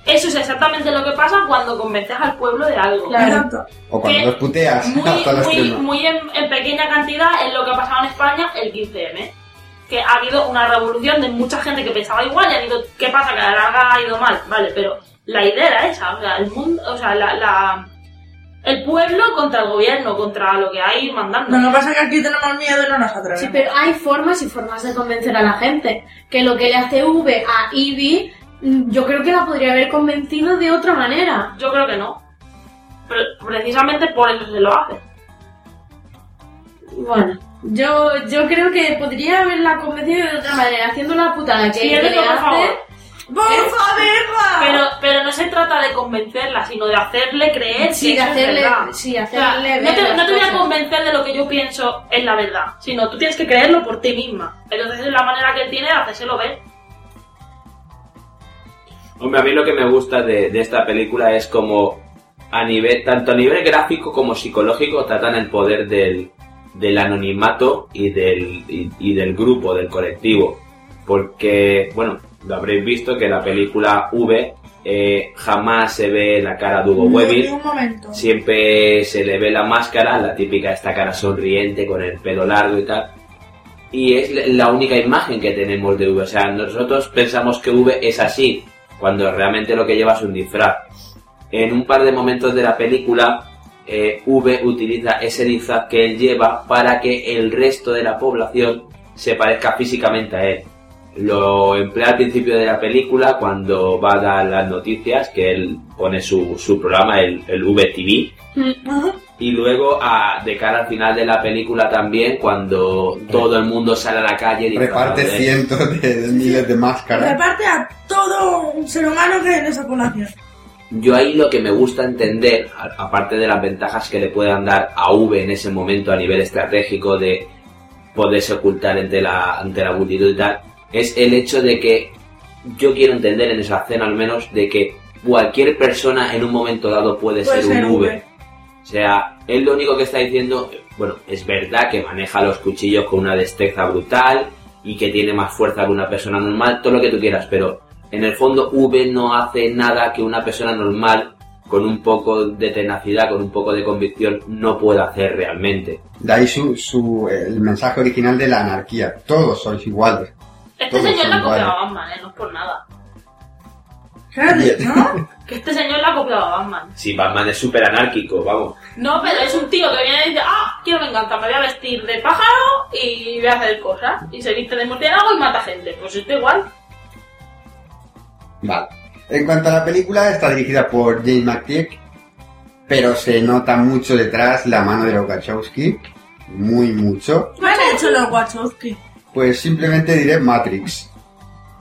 [SPEAKER 1] Eso es exactamente lo que pasa cuando convences al pueblo de algo.
[SPEAKER 4] Claro.
[SPEAKER 2] Exacto.
[SPEAKER 3] O cuando
[SPEAKER 1] Que
[SPEAKER 3] los puteas
[SPEAKER 1] Muy,
[SPEAKER 3] hasta los
[SPEAKER 1] muy,
[SPEAKER 3] extremo.
[SPEAKER 1] muy en, en pequeña cantidad es lo que ha pasado en España el 15M. Que ha habido una revolución de mucha gente que pensaba igual y han ido, ¿qué pasa? Que a la larga ha ido mal, vale, pero la idea era esa, o sea, el mundo, o sea, la, la- el pueblo contra el gobierno, contra lo que hay mandando.
[SPEAKER 2] Lo que pasa es que aquí tenemos miedo y no nos atrevemos.
[SPEAKER 4] Sí, pero hay formas y formas de convencer a la gente. Que lo que le hace V a Ivy, mm, yo creo que la podría haber convencido de otra manera.
[SPEAKER 1] Yo creo que no. Pero precisamente por eso se lo hace.
[SPEAKER 4] Bueno, yo, yo creo que podría haberla convencido de otra manera, haciendo la putada que, que
[SPEAKER 1] Siéntelo,
[SPEAKER 4] le
[SPEAKER 1] por favor.
[SPEAKER 4] hace.
[SPEAKER 2] ¡Bufa, verga!
[SPEAKER 1] Pero, pero no se trata de convencerla, sino de hacerle creer
[SPEAKER 4] Sí,
[SPEAKER 1] que
[SPEAKER 4] de
[SPEAKER 1] eso
[SPEAKER 4] hacerle-
[SPEAKER 1] es verdad.
[SPEAKER 4] sí,
[SPEAKER 1] O sea,
[SPEAKER 4] hacerle
[SPEAKER 1] no,
[SPEAKER 4] ver
[SPEAKER 1] te,
[SPEAKER 4] las
[SPEAKER 1] no te voy a
[SPEAKER 4] cosas.
[SPEAKER 1] convencer de lo que yo pienso es la verdad, sino tú tienes que creerlo por ti misma. Entonces es la manera que él tiene de hacérselo ver.
[SPEAKER 5] Hombre, a mí lo que me gusta de, de esta película es como a nivel, tanto a nivel gráfico como psicológico, tratan el poder del, del anonimato y del, y, y del grupo, del colectivo. Porque, bueno, lo habréis visto que la película V eh, jamás se ve la cara de Hugo Weaving.
[SPEAKER 2] Ni un momento.
[SPEAKER 5] Siempre se le ve la máscara, la típica esta cara sonriente con el pelo largo y tal. Y es la- la única imagen que tenemos de V. O sea, nosotros pensamos que V es así, cuando realmente lo que lleva es un disfraz. En un par de momentos de la película, eh, V utiliza ese disfraz que él lleva para que el resto de la población se parezca físicamente a él. Lo emplea al principio de la película cuando va a dar las noticias, que él pone su, su programa, el, el VTV.
[SPEAKER 2] Ajá.
[SPEAKER 5] Y luego, a- de cara al final de la película también, cuando todo el mundo sale a la calle y
[SPEAKER 3] Reparte
[SPEAKER 5] ¿eh?
[SPEAKER 3] cientos de, de miles de máscaras.
[SPEAKER 2] Reparte a todo un ser humano que hay en esa población.
[SPEAKER 5] Yo ahí lo que me gusta entender, a- aparte de las ventajas que le puedan dar a V en ese momento a nivel estratégico de poderse ocultar ante la, ante la multitud y tal, es el hecho de que yo quiero entender en esa escena al menos de que cualquier persona en un momento dado puede,
[SPEAKER 2] Puede
[SPEAKER 5] ser,
[SPEAKER 2] ser
[SPEAKER 5] un V.
[SPEAKER 2] V.
[SPEAKER 5] O sea, él lo único que está diciendo, bueno, es verdad que maneja los cuchillos con una destreza brutal y que tiene más fuerza que una persona normal, todo lo que tú quieras, pero en el fondo V no hace nada que una persona normal con un poco de tenacidad, con un poco de convicción, no pueda hacer realmente.
[SPEAKER 3] De ahí su, su, el mensaje original de la anarquía. Todos sois iguales.
[SPEAKER 1] Este
[SPEAKER 3] Todos
[SPEAKER 1] señor
[SPEAKER 3] son
[SPEAKER 1] la
[SPEAKER 3] iguales.
[SPEAKER 1] copiaba a Batman, eh, no es por nada.
[SPEAKER 2] Claro,
[SPEAKER 3] Bien.
[SPEAKER 2] ¿no?
[SPEAKER 1] Que este señor la copiaba a Batman.
[SPEAKER 5] Si Batman es súper anárquico, vamos.
[SPEAKER 1] No, pero es un tío que viene y dice, ah, quiero venganza, me voy a vestir de pájaro y voy a hacer cosas. Y se viste de murciélago y mata gente. Pues esto igual.
[SPEAKER 3] Vale. En cuanto a la película, está dirigida por James McTeague, pero se nota mucho detrás la mano de los Wachowski. Muy mucho.
[SPEAKER 2] ¿Qué han hecho los Wachowski?
[SPEAKER 3] Pues simplemente diré Matrix.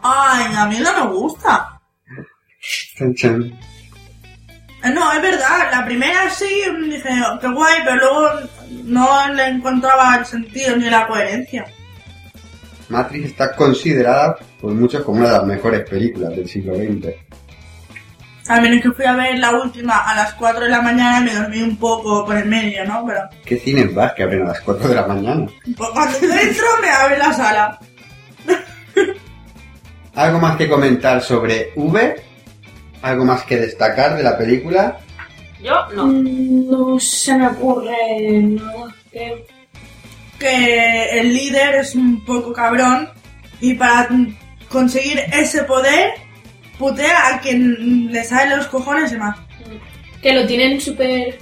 [SPEAKER 2] Ay, a mí no me gusta.
[SPEAKER 3] Chan, chan.
[SPEAKER 2] Eh, No, es verdad, la primera sí, dije, oh, qué guay, pero luego no le encontraba el sentido ni la coherencia.
[SPEAKER 3] Matrix está considerada por muchos como una de las mejores películas del siglo XX.
[SPEAKER 2] También es que fui a ver la última a las 4 de la mañana y me dormí un poco por el medio, ¿no? Pero
[SPEAKER 3] ¿Qué cines vas que abren a las 4 de la mañana?
[SPEAKER 2] pues, cuando entro me abre la sala.
[SPEAKER 3] ¿Algo más que comentar sobre V? ¿Algo más que destacar de la película?
[SPEAKER 1] Yo no.
[SPEAKER 4] Mm, No se me ocurre nada. que-
[SPEAKER 2] que el líder es un poco cabrón y para conseguir ese poder putea a quien le sale los cojones y más.
[SPEAKER 4] que lo tienen súper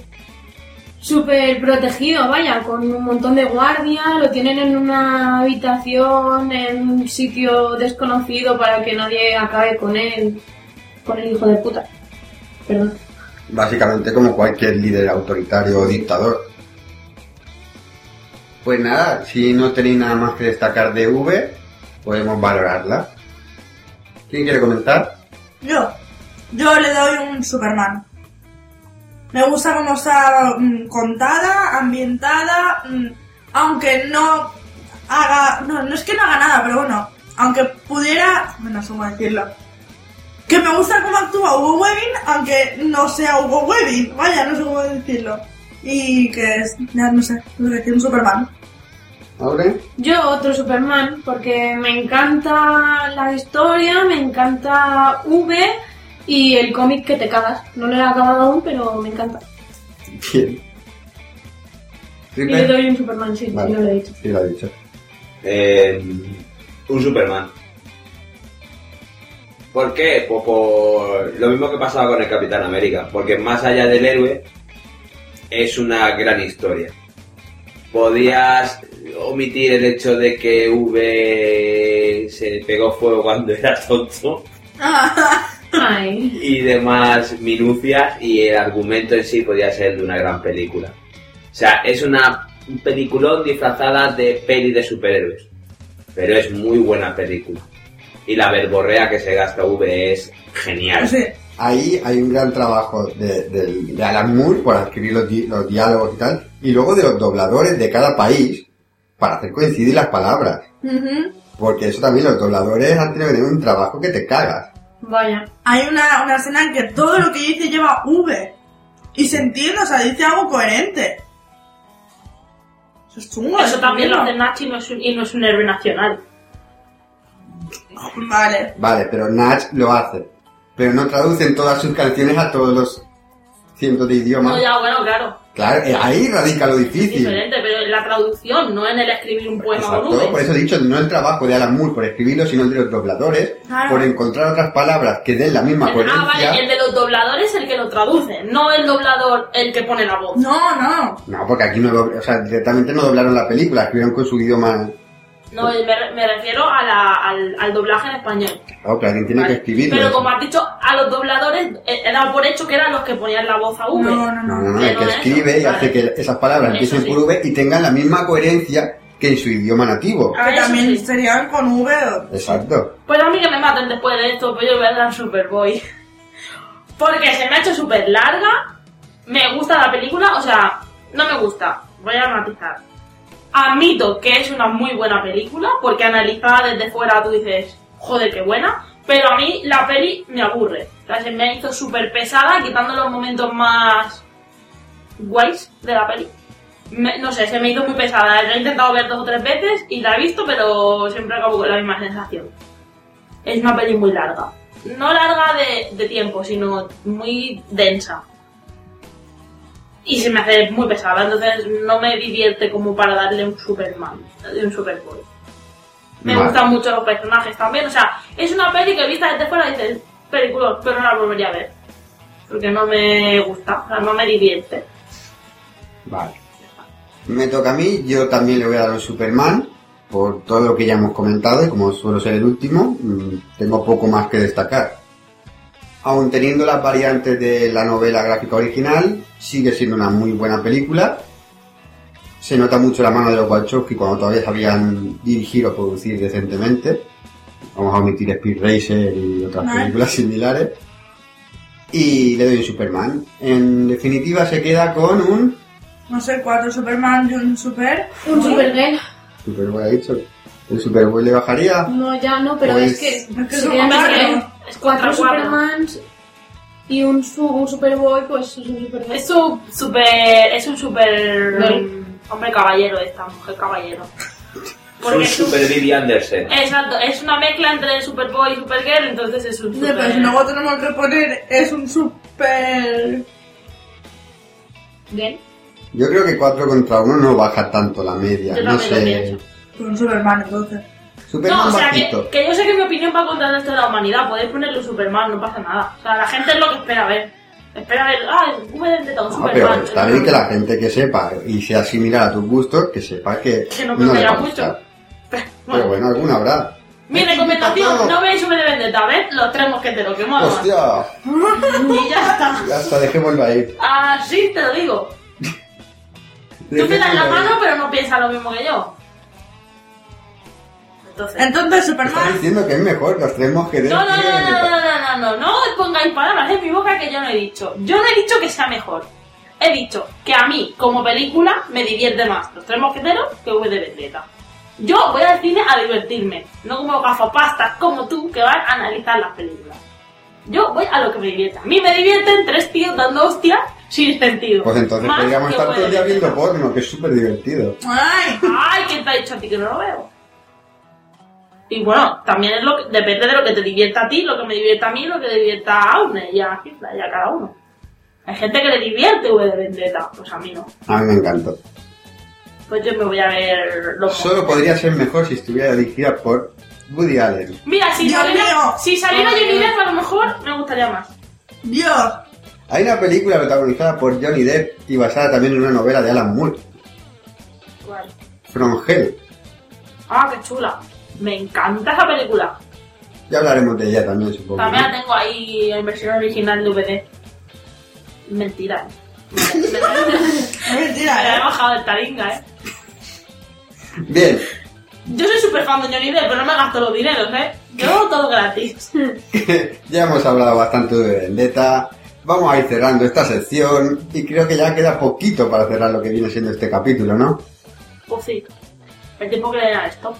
[SPEAKER 4] súper protegido, vaya, con un montón de guardias, lo tienen en una habitación, en un sitio desconocido para que nadie acabe con él, con el hijo de puta. Perdón.
[SPEAKER 3] Básicamente como cualquier líder autoritario o dictador. Pues nada, si no tenéis nada más que destacar de V, podemos valorarla. ¿Quién quiere comentar?
[SPEAKER 2] Yo, yo le doy un Superman. Me gusta cómo está mm, contada, ambientada, mm, aunque no haga, no, no es que no haga nada, pero bueno, aunque pudiera, bueno, no sé cómo decirlo. Que me gusta cómo actúa Hugo Webbing, aunque no sea Hugo Webbing, vaya, no sé cómo decirlo. Y que es, ya no sé, no sé, que un Superman.
[SPEAKER 3] ¿Aure?
[SPEAKER 4] Yo otro Superman, porque me encanta la historia, me encanta V y el cómic que te cagas. No lo he acabado aún, pero me encanta.
[SPEAKER 3] Bien.
[SPEAKER 4] Y le
[SPEAKER 3] ¿Triple?
[SPEAKER 4] doy un Superman, sí,
[SPEAKER 3] Vale.
[SPEAKER 4] sí, no lo he dicho.
[SPEAKER 3] Sí, lo ha dicho.
[SPEAKER 5] Eh, un Superman. ¿Por qué? Pues por lo mismo que pasaba con el Capitán América, porque más allá del héroe es una gran historia. Podías omitir el hecho de que V se pegó fuego cuando era tonto
[SPEAKER 2] Ah,
[SPEAKER 4] Ay.
[SPEAKER 5] y demás minucias y el argumento en sí podía ser de una gran película. O sea, es una un peliculón disfrazada de peli de superhéroes, pero es muy buena película. Y la verborrea que se gasta V es genial.
[SPEAKER 2] Sí.
[SPEAKER 3] Ahí hay un gran trabajo de, del- de Alan Moore por adquirir los, di- los diálogos y tal, y luego de los dobladores de cada país para hacer coincidir las palabras.
[SPEAKER 2] Ujú.
[SPEAKER 3] Porque eso también los dobladores han tenido que tener un trabajo que te cagas.
[SPEAKER 4] Vaya.
[SPEAKER 2] Hay una, una escena en que todo lo que dice lleva V. Y se entiende, o sea, dice algo coherente. Eso es chungo. ¿eh?
[SPEAKER 1] Eso también lo
[SPEAKER 2] chungo.
[SPEAKER 1] hace Nachi y no es un, y no es un héroe nacional.
[SPEAKER 2] Vale.
[SPEAKER 3] Vale, pero Natch lo hace. Pero no traducen todas sus canciones a todos los cientos de idiomas.
[SPEAKER 1] No, ya, bueno, claro.
[SPEAKER 3] Claro, eh, ahí radica lo
[SPEAKER 1] Es
[SPEAKER 3] difícil.
[SPEAKER 1] diferente, pero en la traducción, no en el escribir un poema con
[SPEAKER 3] Exacto, por
[SPEAKER 1] V.
[SPEAKER 3] eso he dicho, no el trabajo de Alan Moore por escribirlo, sino el de los dobladores,
[SPEAKER 2] Claro.
[SPEAKER 3] por encontrar otras palabras que den la misma coherencia.
[SPEAKER 1] Ah, vale, el de los dobladores es el que lo traduce, no el doblador el que pone la voz.
[SPEAKER 2] No, no.
[SPEAKER 3] No, porque aquí no dobl- o sea, directamente no doblaron la película, escribieron con su idioma.
[SPEAKER 1] No,
[SPEAKER 3] Pues
[SPEAKER 1] me, re- me refiero a la- al, al doblaje en español.
[SPEAKER 3] Claro, que alguien tiene
[SPEAKER 1] Vale.
[SPEAKER 3] que escribirlo.
[SPEAKER 1] Pero como has dicho, a los dobladores eh, he dado por hecho que eran los que ponían la voz a V.
[SPEAKER 2] No, no,
[SPEAKER 3] No,
[SPEAKER 2] no.
[SPEAKER 3] no, no,
[SPEAKER 1] Que
[SPEAKER 3] el
[SPEAKER 1] no
[SPEAKER 3] que
[SPEAKER 1] es,
[SPEAKER 3] escribe y
[SPEAKER 1] vale.
[SPEAKER 3] hace que esas palabras
[SPEAKER 1] Eso
[SPEAKER 3] empiecen
[SPEAKER 1] sí.
[SPEAKER 3] por V y tengan la misma coherencia que en su idioma nativo.
[SPEAKER 1] Ah,
[SPEAKER 2] Que
[SPEAKER 1] eso
[SPEAKER 2] también
[SPEAKER 1] sí.
[SPEAKER 2] serían con V. o-
[SPEAKER 3] Exacto.
[SPEAKER 1] Pues a mí que me maten después de esto, pues yo voy a dar Superboy. Porque se me ha hecho súper larga, me gusta la película, o sea, no me gusta, voy a matizar. Admito que es una muy buena película, porque analizada desde fuera tú dices, joder, qué buena, pero a mí la peli me aburre. O sea, se me hizo súper pesada, quitando los momentos más guays de la peli. Me- no sé, se me hizo muy pesada. La he intentado ver dos o tres veces y la he visto, pero siempre acabo con la misma sensación. Es una peli muy larga. No larga de, de tiempo, sino muy densa. Y se me hace muy pesada, entonces no me divierte como para darle un Superman, un Superboy. Me
[SPEAKER 3] Vale.
[SPEAKER 1] gustan mucho los personajes también, o sea, es una peli que vista desde fuera dices, película, pero no la volvería a ver. Porque no me gusta, o sea, no me divierte.
[SPEAKER 3] Vale. Me toca a mí, yo también le voy a dar un Superman por todo lo que ya hemos comentado y como suelo ser el último, mm, tengo poco más que destacar. Aun teniendo las variantes de la novela gráfica original, sigue siendo una muy buena película. Se nota mucho la mano de los Wachowski cuando todavía sabían dirigir o producir decentemente. Vamos a omitir Speed Racer y otras
[SPEAKER 2] Vale.
[SPEAKER 3] películas similares. Y le doy un Superman. En definitiva se queda con un
[SPEAKER 2] No sé, cuatro Superman y un Super.
[SPEAKER 4] Un Supergirl.
[SPEAKER 3] Superboy ha dicho. El Superboy le bajaría.
[SPEAKER 4] No, ya no, pero
[SPEAKER 3] Pues-
[SPEAKER 4] es que.
[SPEAKER 2] Es que
[SPEAKER 4] si
[SPEAKER 2] son
[SPEAKER 4] tienes
[SPEAKER 2] cuatro.
[SPEAKER 4] que-
[SPEAKER 1] Es
[SPEAKER 4] Ah, Cuatro
[SPEAKER 1] 4 4.
[SPEAKER 4] Supermans y un, su- un Superboy, pues es un Supergirl.
[SPEAKER 1] Es un super. Es un super.
[SPEAKER 4] Loli.
[SPEAKER 1] Hombre caballero, esta mujer caballero.
[SPEAKER 5] Es un
[SPEAKER 1] Porque es un- eh,
[SPEAKER 5] Super Vivi Andersen.
[SPEAKER 1] Exacto, es una mezcla entre Superboy y Supergirl, entonces es un
[SPEAKER 2] Sí,
[SPEAKER 1] super.
[SPEAKER 2] Pero si luego tenemos que poner es un Super.
[SPEAKER 4] Bien.
[SPEAKER 3] Yo creo que 4 contra 1 no baja tanto la media.
[SPEAKER 1] Yo
[SPEAKER 3] no
[SPEAKER 1] también lo
[SPEAKER 3] sé.
[SPEAKER 1] pienso.
[SPEAKER 2] Un Superman, entonces.
[SPEAKER 3] Superman
[SPEAKER 1] no, o sea, que,
[SPEAKER 3] bajito.
[SPEAKER 1] que yo sé que mi opinión va contra el resto de la humanidad. Podéis ponerle Superman, no pasa nada. O sea, la gente es lo que espera ver. Espera ver, ah, el V de Teton,
[SPEAKER 3] No, pero
[SPEAKER 1] Superman.
[SPEAKER 3] está bien que la gente que sepa y sea similar a tus gustos, que sepa que,
[SPEAKER 1] Que no creo que
[SPEAKER 3] le
[SPEAKER 1] haya
[SPEAKER 3] va a
[SPEAKER 1] mucho.
[SPEAKER 3] gustar. Pero bueno, alguna habrá.
[SPEAKER 1] Mi recomendación, no veáis V de Vendetta, ver los tres mosqueteros que molan.
[SPEAKER 3] ¡Hostia!
[SPEAKER 1] Y ya está.
[SPEAKER 3] Ya está, dejémoslo ahí.
[SPEAKER 1] Así te lo digo. Tú me das la mano, pero no piensas lo mismo que yo. Entonces.
[SPEAKER 2] Entonces,
[SPEAKER 3] Estás
[SPEAKER 2] Superman.
[SPEAKER 3] diciendo que es mejor los tres mosqueteros.
[SPEAKER 1] No, no, no,
[SPEAKER 3] que-
[SPEAKER 1] no, no, no, no, no, no os pongáis palabras en mi boca que yo no he dicho. Yo no he dicho que sea mejor. He dicho que a mí, como película, me divierte más Los Tres Mosqueteros que V de Vendetta. Yo voy al cine a divertirme, no como gafapastas como tú que van a analizar las películas. Yo voy a lo que me divierte. A mí me divierten tres tíos dando hostias sin sentido.
[SPEAKER 3] Pues entonces
[SPEAKER 1] Más
[SPEAKER 3] podríamos
[SPEAKER 1] que
[SPEAKER 3] estar
[SPEAKER 1] V
[SPEAKER 3] todo
[SPEAKER 1] de
[SPEAKER 3] el día
[SPEAKER 1] Vendetta.
[SPEAKER 3] viendo porno, que es súper divertido.
[SPEAKER 2] Ay,
[SPEAKER 1] Ay, ¿quién te ha dicho a ti que no lo veo? Y bueno, también es lo que- depende de lo que te divierta a ti, lo que me divierta a mí, lo que divierta a Aune y a Hitler y a cada uno. Hay gente que le divierte V de Vendetta, pues a mí no.
[SPEAKER 3] A mí me encantó.
[SPEAKER 1] Pues yo me voy a ver los
[SPEAKER 3] Solo podría ser mejor si estuviera dirigida por Woody Allen.
[SPEAKER 1] Mira, si
[SPEAKER 2] Dios mío.
[SPEAKER 1] saliera, si saliera Johnny Depp, a lo mejor me gustaría más.
[SPEAKER 2] Dios.
[SPEAKER 3] Hay una película protagonizada por Johnny Depp y basada también en una novela de Alan Moore,
[SPEAKER 1] Vale.
[SPEAKER 3] From Hell.
[SPEAKER 1] Ah, qué chula. Me encanta esa película.
[SPEAKER 3] Ya hablaremos de ella también, supongo.
[SPEAKER 1] También
[SPEAKER 3] ¿no?
[SPEAKER 1] la tengo ahí en versión original de VD. Mentira, eh.
[SPEAKER 2] Es
[SPEAKER 1] Me la he
[SPEAKER 2] mentira, ¿eh?
[SPEAKER 1] bajado el taringa, eh.
[SPEAKER 3] Bien,
[SPEAKER 1] Yo soy súper fan de Johnny Depp, pero no me gasto los dineros, ¿eh? Yo todo gratis.
[SPEAKER 3] ya hemos hablado bastante de Vendetta. Vamos a ir cerrando esta sección y creo que ya queda poquito para cerrar lo que viene siendo este capítulo, ¿no?
[SPEAKER 1] Pues sí. El tiempo que le den a esto.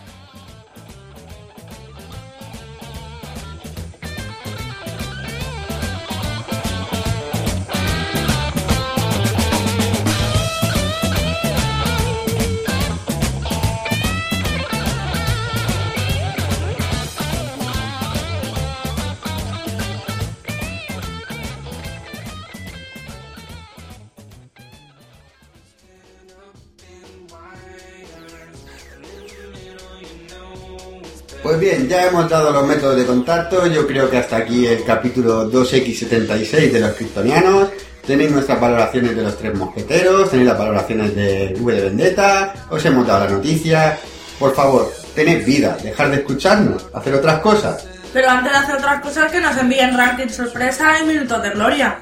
[SPEAKER 3] Pues bien, ya hemos dado los métodos de contacto. Yo creo que hasta aquí el capítulo 2X76 de los Kryptonianos. Tenéis nuestras valoraciones de los tres mosqueteros, tenéis las valoraciones de V de Vendetta, os hemos dado la noticia. Por favor, tened vida, dejad de escucharnos, hacer otras cosas.
[SPEAKER 2] Pero antes de hacer otras cosas, que nos envíen ranking sorpresa y minutos de gloria.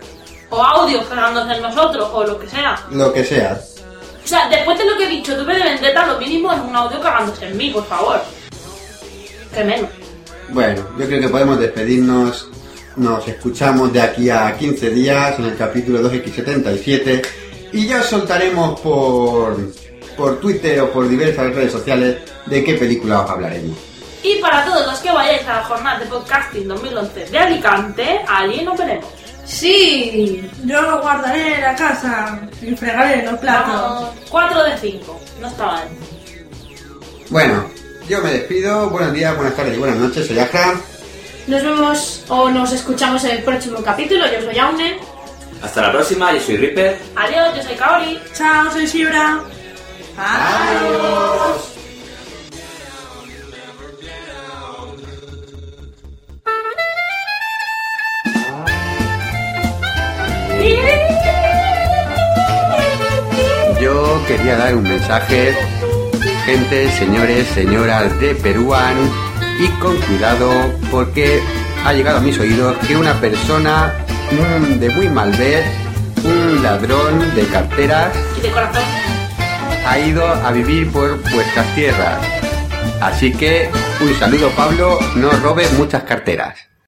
[SPEAKER 1] O audios cagándose en nosotros, o lo que sea.
[SPEAKER 3] Lo que sea.
[SPEAKER 1] O sea, después de lo que he dicho, tuve de vendetta, lo mínimo es un audio cagándose en mí, por favor. Que menos.
[SPEAKER 3] Bueno, yo creo que podemos despedirnos. Nos escuchamos de aquí a 15 días en el capítulo 2X77 y ya os soltaremos por, por Twitter o por diversas redes sociales de qué película os hablaremos.
[SPEAKER 1] Y para todos los que vayáis a la jornada de podcasting 2011 de Alicante, allí nos veremos.
[SPEAKER 4] Sí.
[SPEAKER 2] Yo guardaré la casa y fregaré los platos.
[SPEAKER 1] Vamos, 4 de 5. No está mal.
[SPEAKER 3] Bueno, yo me despido. Buenos días, buenas tardes y buenas noches. Soy Aja.
[SPEAKER 4] Nos vemos o nos escuchamos en el próximo capítulo. Yo soy Aune.
[SPEAKER 5] Hasta la próxima, yo soy Ripper.
[SPEAKER 1] Adiós, yo soy Kaori.
[SPEAKER 2] Chao, soy Sibra.
[SPEAKER 3] Adiós. Yo quería dar un mensaje, gente, señores, señoras de Peruán, y con cuidado porque ha llegado a mis oídos que una persona mm, de muy mal ver, un ladrón de carteras,
[SPEAKER 1] Y de corazón.
[SPEAKER 3] ha ido a vivir por vuestras tierras. Así que un saludo Pablo, no robes muchas carteras.